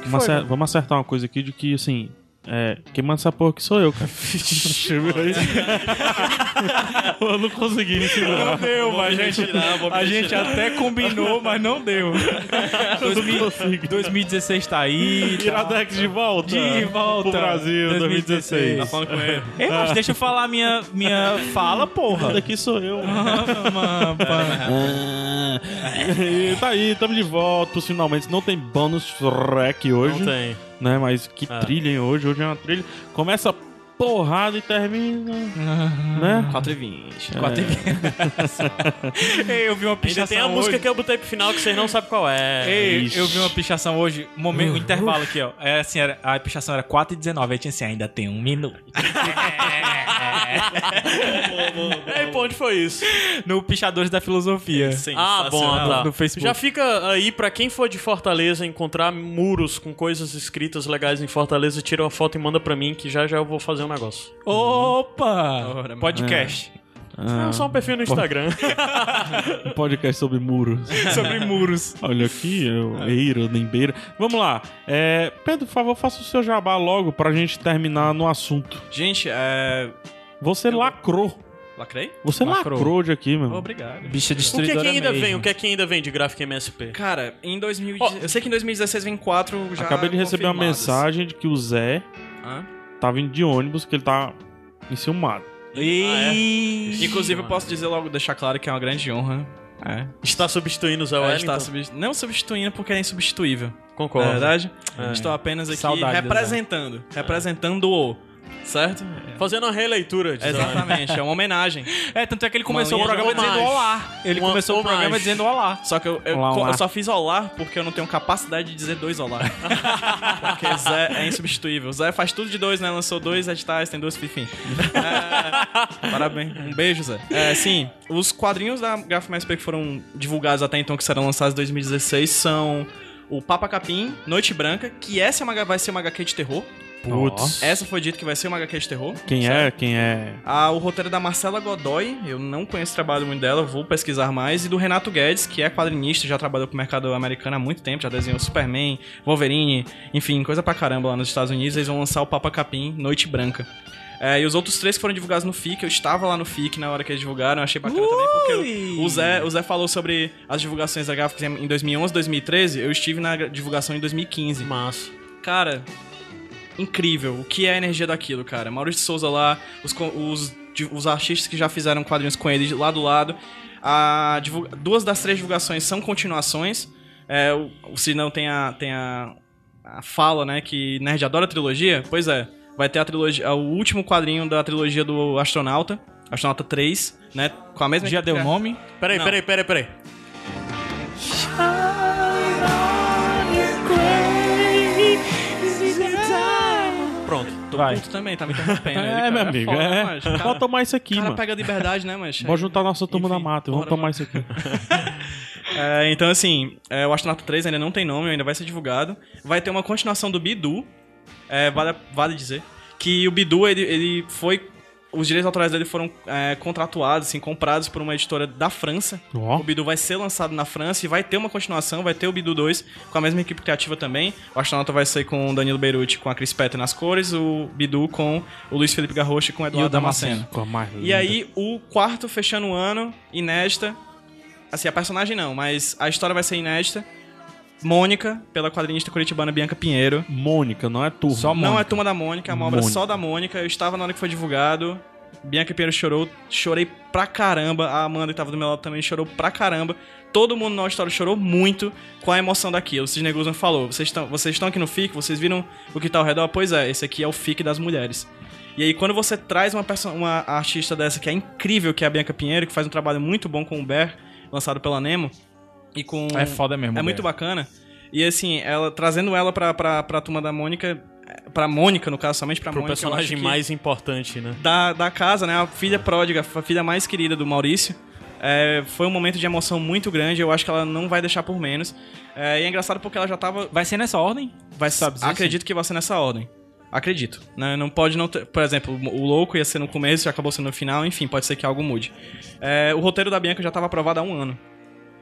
S1: Vamos, acer- vamos acertar uma coisa aqui de que, assim, é, quem manda essa porra aqui sou eu, cara. eu não consegui me segurar.
S4: Deu, mas a gente,
S2: tirar, vou me
S4: a gente até combinou, mas não deu. 2000 2016 tá aí. tá.
S1: Iradex de volta.
S4: De volta.
S1: Pro Brasil, 2016.
S4: Tá
S1: falando
S4: Ei, mas deixa eu falar minha, minha fala, porra.
S1: Daqui sou eu.
S4: Mano, mano.
S1: E tá aí, tamo de volta. Finalmente, não tem bônus track hoje.
S2: Não tem.
S1: Né, mas que trilha, hein, hoje. Hoje é uma trilha. Começa porrada e termina. né?
S3: 4h20.
S4: Ei, eu vi uma
S2: Ainda
S4: pichação
S2: tem a música
S4: hoje.
S2: que eu botei pro final que vocês não sabem qual é.
S4: Ei,
S1: Ixi.
S4: eu vi uma pichação hoje, momento, um intervalo aqui, ó. É assim, era, a pichação era 4h19, aí tinha assim, ainda tem um minuto.
S2: Ei, pô, onde foi isso?
S4: no Pichadores da Filosofia.
S2: Ah, bom,
S4: Sensacional.
S2: tá.
S4: No Facebook.
S2: Já fica aí pra quem for de Fortaleza encontrar muros com coisas escritas legais em Fortaleza, tira uma foto e manda pra mim que já já eu vou fazer um negócio.
S4: Opa!
S3: Ora,
S4: Podcast. Ah.
S2: É só um perfil no Instagram.
S1: Ah, Um podcast sobre muros.
S4: Sobre muros.
S1: Olha aqui, eu, eira, nembeira. Vamos lá. É, Pedro, por favor, faça o seu jabá logo pra gente terminar no assunto.
S3: Gente, é...
S1: Você lacrou.
S3: Lacrei?
S1: Você lacrou,
S4: Lacrou.
S1: de aqui, meu. irmão.
S3: É. Obrigado.
S4: Bicha
S2: o que é
S4: destruidora
S2: que ainda
S4: mesmo.
S2: vem? O que é que ainda vem de gráfico MSP?
S3: Cara, em 2016... eu sei que em 2016 vem 4 já
S1: Acabei de receber uma
S3: confirmadas.
S1: mensagem de que o Zé
S3: Hã?
S1: tá vindo de ônibus, que ele tá enciumado.
S2: Ah, é.
S4: Ih,
S3: Inclusive, eu posso dizer logo, deixar claro que é uma grande honra. É.
S2: Está substituindo o Zé
S3: Ela
S2: Então, Wellington?
S3: É, está substitu- tá não substituindo porque é insubstituível.
S2: Concordo.
S3: Na verdade,
S2: É.
S3: estou apenas aqui
S4: Saudade do
S3: representando. Representando o. Certo?
S2: É Fazendo uma releitura de Zé Wellington.
S3: Exatamente, é uma homenagem.
S4: É, tanto é que ele começou
S3: Uma
S4: o
S3: linha de
S4: programa dizendo
S2: homagem.
S4: olá. Ele
S2: Uma
S4: começou o
S2: homagem.
S4: programa dizendo olá.
S3: Só que eu, eu
S1: Olá,
S3: co-
S1: olá.
S3: eu só fiz olá porque eu não tenho capacidade de dizer dois olá. porque Zé é insubstituível. Zé faz tudo de dois, né? Lançou dois editais, tem dois, enfim. É, parabéns. Um beijo, Zé. É, sim, os quadrinhos da Graphic MSP que foram divulgados até então, que serão lançados em 2016, são o Papa Capim, Noite Branca, que essa é uma, vai ser uma HQ de terror.
S1: Putz.
S3: Essa foi dito que vai ser uma HQ de terror.
S1: Quem é? Quem é?
S3: Ah, o roteiro é da Marcela Godoy, eu não conheço o trabalho muito dela, vou pesquisar mais. E do Renato Guedes, que é quadrinista, já trabalhou pro mercado americano há muito tempo, já desenhou Superman, Wolverine, enfim, coisa pra caramba lá nos Estados Unidos. Eles vão lançar o Papa Capim, Noite Branca. É, e os outros três que foram divulgados no FIC, eu estava lá no FIC na hora que eles divulgaram, eu achei bacana
S2: Uh!
S3: também, porque o- o Zé,
S1: Uhum.
S3: o Zé falou sobre as divulgações da Graphics em 2011, 2013, eu estive na gra- divulgação em 2015.
S2: Massa.
S3: Cara, incrível. O que é a energia daquilo, cara? Maurício de Souza lá, os, co- os, di- os artistas que já fizeram quadrinhos com ele lá do lado. A divulga- duas das três divulgações são continuações. É, o, o Sinão tem a, tem a, a fala, né, que Nerd adora trilogia. Pois é, vai ter a trilogia, o último quadrinho da trilogia do Astronauta, Astronauta 3, né, com a mesma...
S4: Já
S3: equipe
S4: deu
S3: cria-
S4: nome?
S2: Peraí,
S3: Não. Tá
S2: peraí, peraí, peraí. Pronto.
S3: Tô
S4: Vai.
S3: puto também, tá me interrompendo. ali,
S1: É,
S3: cara.
S1: meu amigo.
S3: foda,
S1: é.
S3: mas,
S1: Vamos
S3: Cara,
S1: tomar isso aqui,
S3: cara
S1: mano.
S3: pega a liberdade, né, mas...
S1: Vamos juntar nossa turma
S3: Enfim,
S1: da mata. Vamos
S3: bora,
S1: tomar isso aqui.
S3: É, então, assim, é, o Astronauta 3 ainda não tem nome, ainda vai ser divulgado. Vai ter uma continuação do Bidu. É, vale, vale dizer. Que o Bidu, ele, ele foi. Os direitos autorais dele foram é, contratuados, assim, comprados por uma editora da França.
S1: Ó.
S3: O Bidu vai ser lançado na França e vai ter uma continuação, vai ter o Bidu 2 com a mesma equipe criativa também. O Astronauta vai ser com o Danilo Beirute, com a Cris Petter nas cores, o Bidu com o Luiz Felipe Garrocha e com o Eduardo Damasceno.
S1: Com a mais
S3: E
S1: linda.
S3: aí, o quarto fechando o ano, inédita. Assim, a personagem não, mas a história vai ser inédita. Mônica, pela quadrinista curitibana Bianca Pinheiro.
S1: Mônica, não é turma.
S4: Só
S3: Não
S4: Mônica.
S3: é Turma da Mônica, é uma obra
S1: Mônica.
S3: só da Mônica. Eu estava na hora que foi divulgado. Bianca Pinheiro chorou, chorei pra caramba. A Amanda que tava do meu lado também chorou pra caramba. Todo mundo na auditório chorou muito com a emoção daquilo. O Sidney Guzman falou: vocês estão vocês estão aqui no FIC, vocês viram o que tá ao redor? Pois é, esse aqui é o FIC das mulheres. E aí, quando você traz uma, perso- uma artista dessa que é incrível, que é a Bianca Pinheiro, que faz um trabalho muito bom com o Bear, lançado pela Nemo, e com.
S4: É foda mesmo.
S3: É muito
S4: bacana.
S3: bacana. E assim, ela trazendo ela pra, pra, pra turma da Mônica. Pra Mônica, no caso, somente pra
S2: Pro
S3: Mônica. eu acho
S2: personagem
S3: que
S2: mais importante, né?
S3: Da, da casa, né? A filha pródiga, a filha mais querida do Maurício. É, foi um momento de emoção muito grande. Eu acho que ela não vai deixar por menos. É, e é engraçado porque ela já tava.
S4: Vai ser nessa ordem?
S3: Vai,
S4: Sabe dizer,
S3: acredito que vai ser nessa ordem. Acredito. Né? Não pode não ter. Por exemplo, o louco ia ser no começo, acabou sendo no final, enfim, pode ser que algo mude. É, o roteiro da Bianca já estava aprovado há um ano.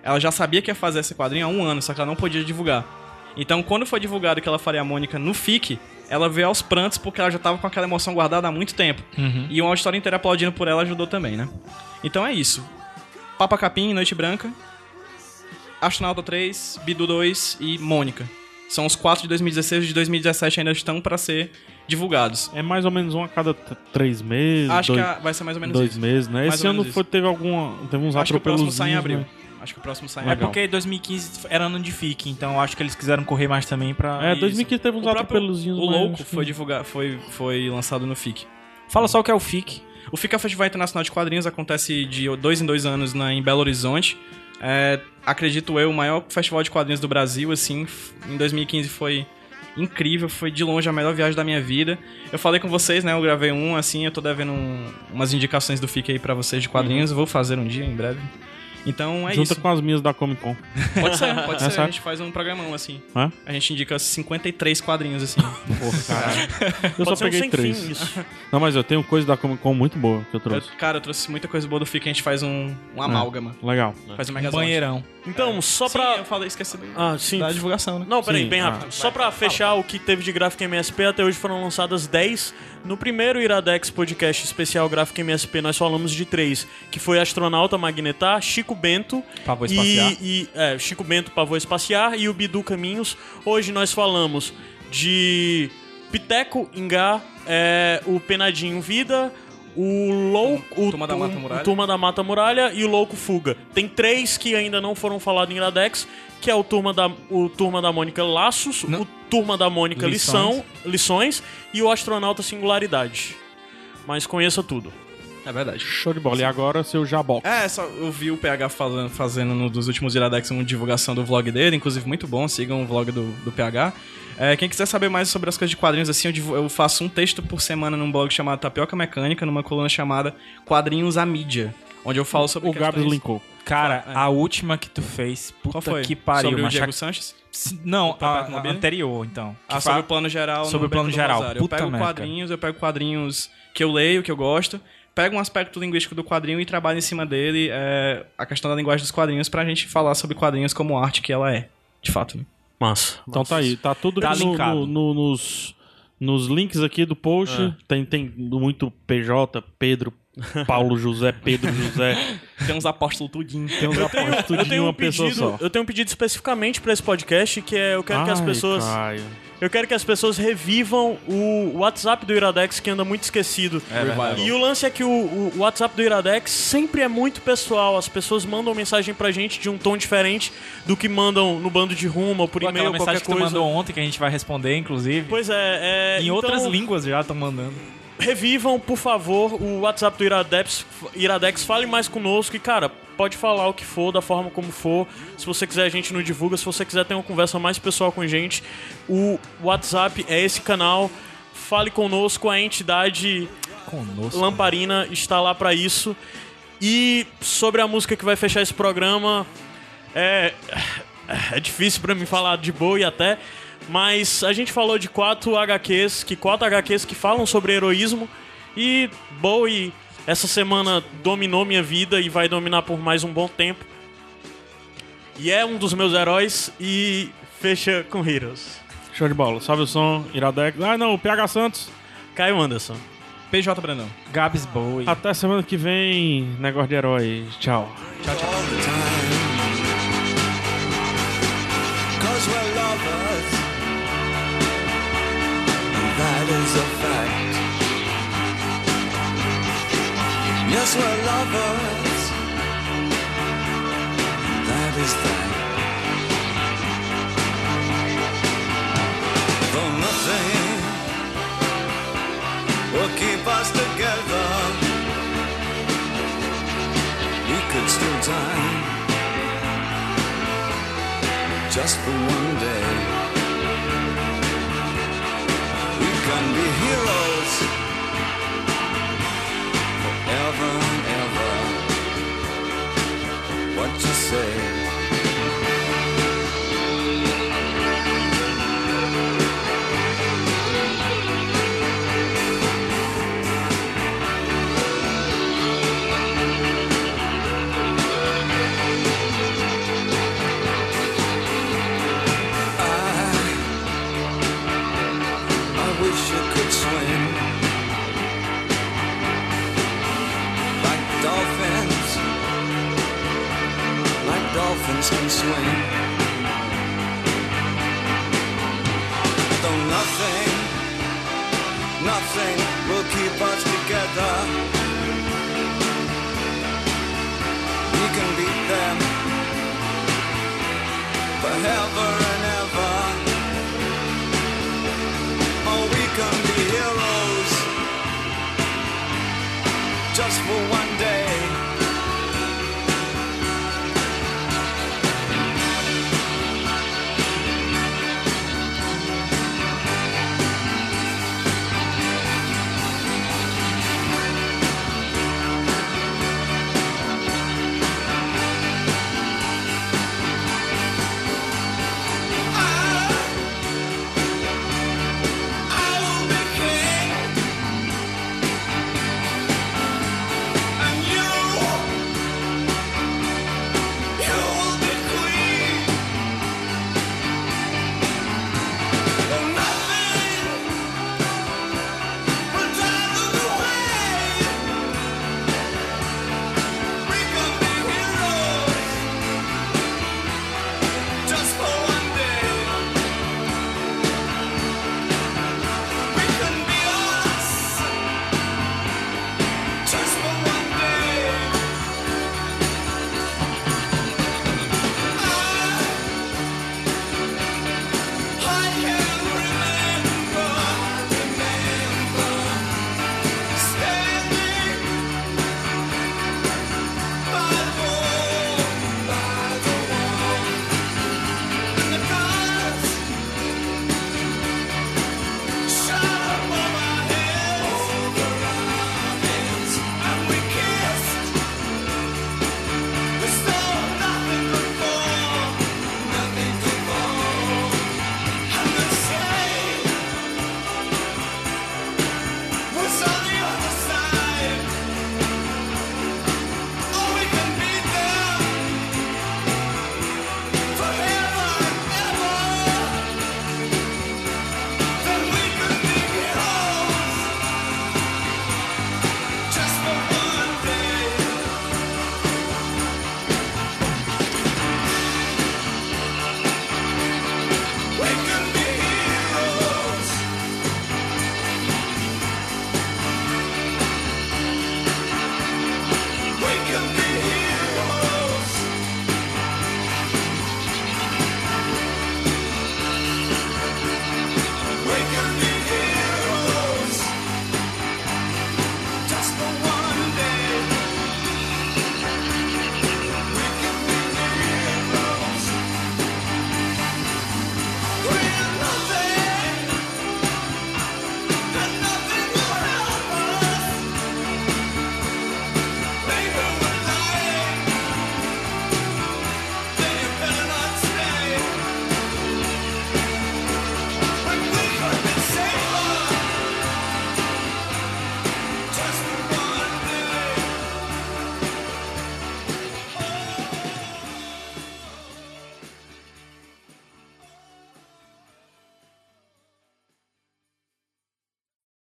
S3: Ela já sabia que ia fazer esse quadrinho há um ano, só que ela não podia divulgar. Então, quando foi divulgado que ela faria a Mônica no FIC, ela veio aos prantos porque ela já tava com aquela emoção guardada há muito tempo. E uma história inteira aplaudindo por ela ajudou também, né? Então é isso. Papa Capim, Noite Branca, Astronauta 3, Bidu 2 e Mônica. São os quatro de 2016 e de 2017 ainda estão pra ser divulgados.
S1: É mais ou menos um a cada t- três meses.
S3: Acho que
S1: dois,
S3: a- vai ser mais ou menos
S1: dois
S3: isso.
S1: meses, né?
S3: Mais
S1: Esse
S3: ou menos
S1: ano foi,
S3: isso.
S1: teve alguma. Teve uns né?
S3: Acho que o próximo
S1: atropelos.
S3: sai em abril. Acho que o próximo sai em
S4: É
S1: Legal.
S3: abril.
S4: porque 2015 era ano de FIC, então eu acho que eles quiseram correr mais também pra.
S1: É,
S3: Isso.
S1: 2015 teve uns
S3: O próprio-
S1: atropelozinhos.
S3: O
S1: mas
S3: Louco
S1: acho que-
S3: foi, divulga- foi, foi lançado no FIC.
S4: Fala só o que é o FIC.
S3: O FIC é o Festival Internacional de Quadrinhos, acontece de dois em dois anos na, em Belo Horizonte. É, acredito eu, o maior festival de quadrinhos do Brasil, assim. f- Em 2015 foi incrível, foi de longe a melhor viagem da minha vida. Eu falei com vocês, né? Eu gravei um, assim, eu tô devendo um- umas indicações do FIC aí pra vocês de quadrinhos.
S1: Uhum.
S3: Vou fazer um dia, em breve. Então é
S1: Junta
S3: isso.
S1: com as minhas da Comic Con.
S3: Pode ser, pode
S1: É
S3: ser. A
S1: certo.
S3: gente faz um programão, assim.
S1: Hã?
S3: A gente indica 53 quadrinhos, assim.
S1: Porra, caralho. Eu
S2: Pode
S1: só
S2: ser um
S1: peguei
S2: sem
S1: três.
S2: fim isso.
S1: Não, mas eu tenho coisa da Comic Con muito boa que eu
S3: Eu-
S1: trouxe.
S3: cara, eu trouxe muita coisa boa do FIC, a gente faz um, um amálgama.
S1: Legal.
S3: Faz um
S4: Um
S3: megazord.
S4: banheirão.
S2: Então, só
S3: É. Sim,
S2: pra.
S3: eu falei, esqueci do-
S2: Ah, sim.
S3: da divulgação, né?
S2: Não, peraí,
S1: Sim,
S2: bem
S1: ah,
S2: rápido. Só pra fechar o que teve de gráfico MSP, até hoje foram lançadas 10. No primeiro Iradex Podcast Especial Gráfico MSP, nós falamos de três, que foi Astronauta Magnetar, Chico Bento
S4: Pavô Espaciar.
S2: e, e é, Chico Bento Pavô Espaciar e o Bidu Caminhos. Hoje nós falamos de Piteco Ingá, é, o Penadinho Vida, o Louco, o
S3: Turma da
S2: Tum-
S3: Mata Muralha.
S2: o Turma da Mata Muralha e o Louco Fuga. Tem três que ainda não foram falados em Iradex, que é o Turma da, o Turma da Mônica Laços, o Turma da Mônica Lição, Lições e o Astronauta Singularidade. Mas conheça tudo.
S3: É verdade.
S1: Show de bola. E agora seu Jabox.
S3: É, só eu vi o PH falando, fazendo no- dos últimos Iradex uma divulgação do vlog dele, inclusive muito bom, sigam o vlog do, do PH. É, quem quiser saber mais sobre as coisas de quadrinhos, assim, eu, divu- eu faço um texto por semana num blog chamado Tapioca Mecânica, numa coluna chamada Quadrinhos à Mídia, onde eu falo sobre
S1: o Gabs
S3: questões-
S1: linkou.
S4: Cara, a última que tu fez, puta
S3: É. Qual foi?
S4: que pariu,
S3: sobre o
S4: macho.
S3: Diego Sanches?
S4: Se- Não, a,
S3: Papai
S4: a
S3: Mobile?
S4: anterior, então. Que
S3: Ah,
S4: fa-
S3: sobre o plano geral.
S4: sobre
S3: no
S4: o plano
S3: Beco do
S4: geral.
S3: Rosário. Eu
S4: Puta
S3: pego
S4: merda.
S3: quadrinhos, eu pego quadrinhos que eu leio, que eu gosto, pego um aspecto linguístico do quadrinho e trabalho em cima dele é, a questão da linguagem dos quadrinhos pra gente falar sobre quadrinhos como arte que ela é, de fato. né?
S2: Massa.
S1: Então tá aí. Tá tudo
S4: Tá
S1: aqui no-
S4: linkado.
S1: no- no- nos, nos links aqui do post.
S2: Ah.
S1: Tem, tem muito PJ, Pedro, Paulo, José, Pedro, José.
S3: Tem uns apóstolos tudinho.
S1: Tem uns apostos
S2: Eu
S1: de
S2: tenho, um
S1: uma pessoa
S2: pedido,
S1: só.
S2: eu tenho um pedido especificamente pra esse podcast, que é eu quero que as
S1: Ai,
S2: pessoas
S1: Caio.
S2: Eu quero que as pessoas revivam o WhatsApp do Iradex, que anda muito esquecido.
S3: verdade.
S2: e o lance é que o, o WhatsApp do Iradex sempre é muito pessoal. As pessoas mandam mensagem pra gente de um tom diferente do que mandam no bando de rumo ou por
S4: Pô, aquela
S2: e-mail,
S4: mensagem
S2: qualquer
S4: que tu
S2: coisa.
S4: mandou ontem, que a gente vai responder, inclusive.
S2: Pois é, é
S4: em
S2: então,
S4: outras línguas já estão mandando.
S2: Revivam, por favor, o WhatsApp do Iradex. Iradex, fale mais conosco e, cara, pode falar o que for, da forma como for. Se você quiser, a gente não divulga. Se você quiser ter uma conversa mais pessoal com a gente, o WhatsApp é esse canal. Fale conosco, a entidade
S4: Conosco.
S2: Lamparina está lá pra isso. E sobre a música que vai fechar esse programa, é, é difícil pra mim falar de boa e até, mas a gente falou de quatro HQs, que quatro HQs que falam sobre heroísmo e Bowie essa semana dominou minha vida e vai dominar por mais um bom tempo. E é um dos meus heróis e fecha com Heroes.
S1: Show de bola. Salve o som, Iradex. Ah, não, PH Santos.
S2: Caio Anderson.
S3: PJ Brandão.
S4: Gabs Bowie.
S1: Até semana que vem, negócio de herói. Tchau.
S5: all the time. Cause we're lovers. And that is a fact. Yes, we're lovers. And that is that. Though nothing will keep us together. We could still time just for one day. We can be heroes forever and ever. What you say? dolphins, like dolphins can swim. Though nothing, nothing will keep us together. We can beat them forever and ever. Oh, we can be heroes just for one day.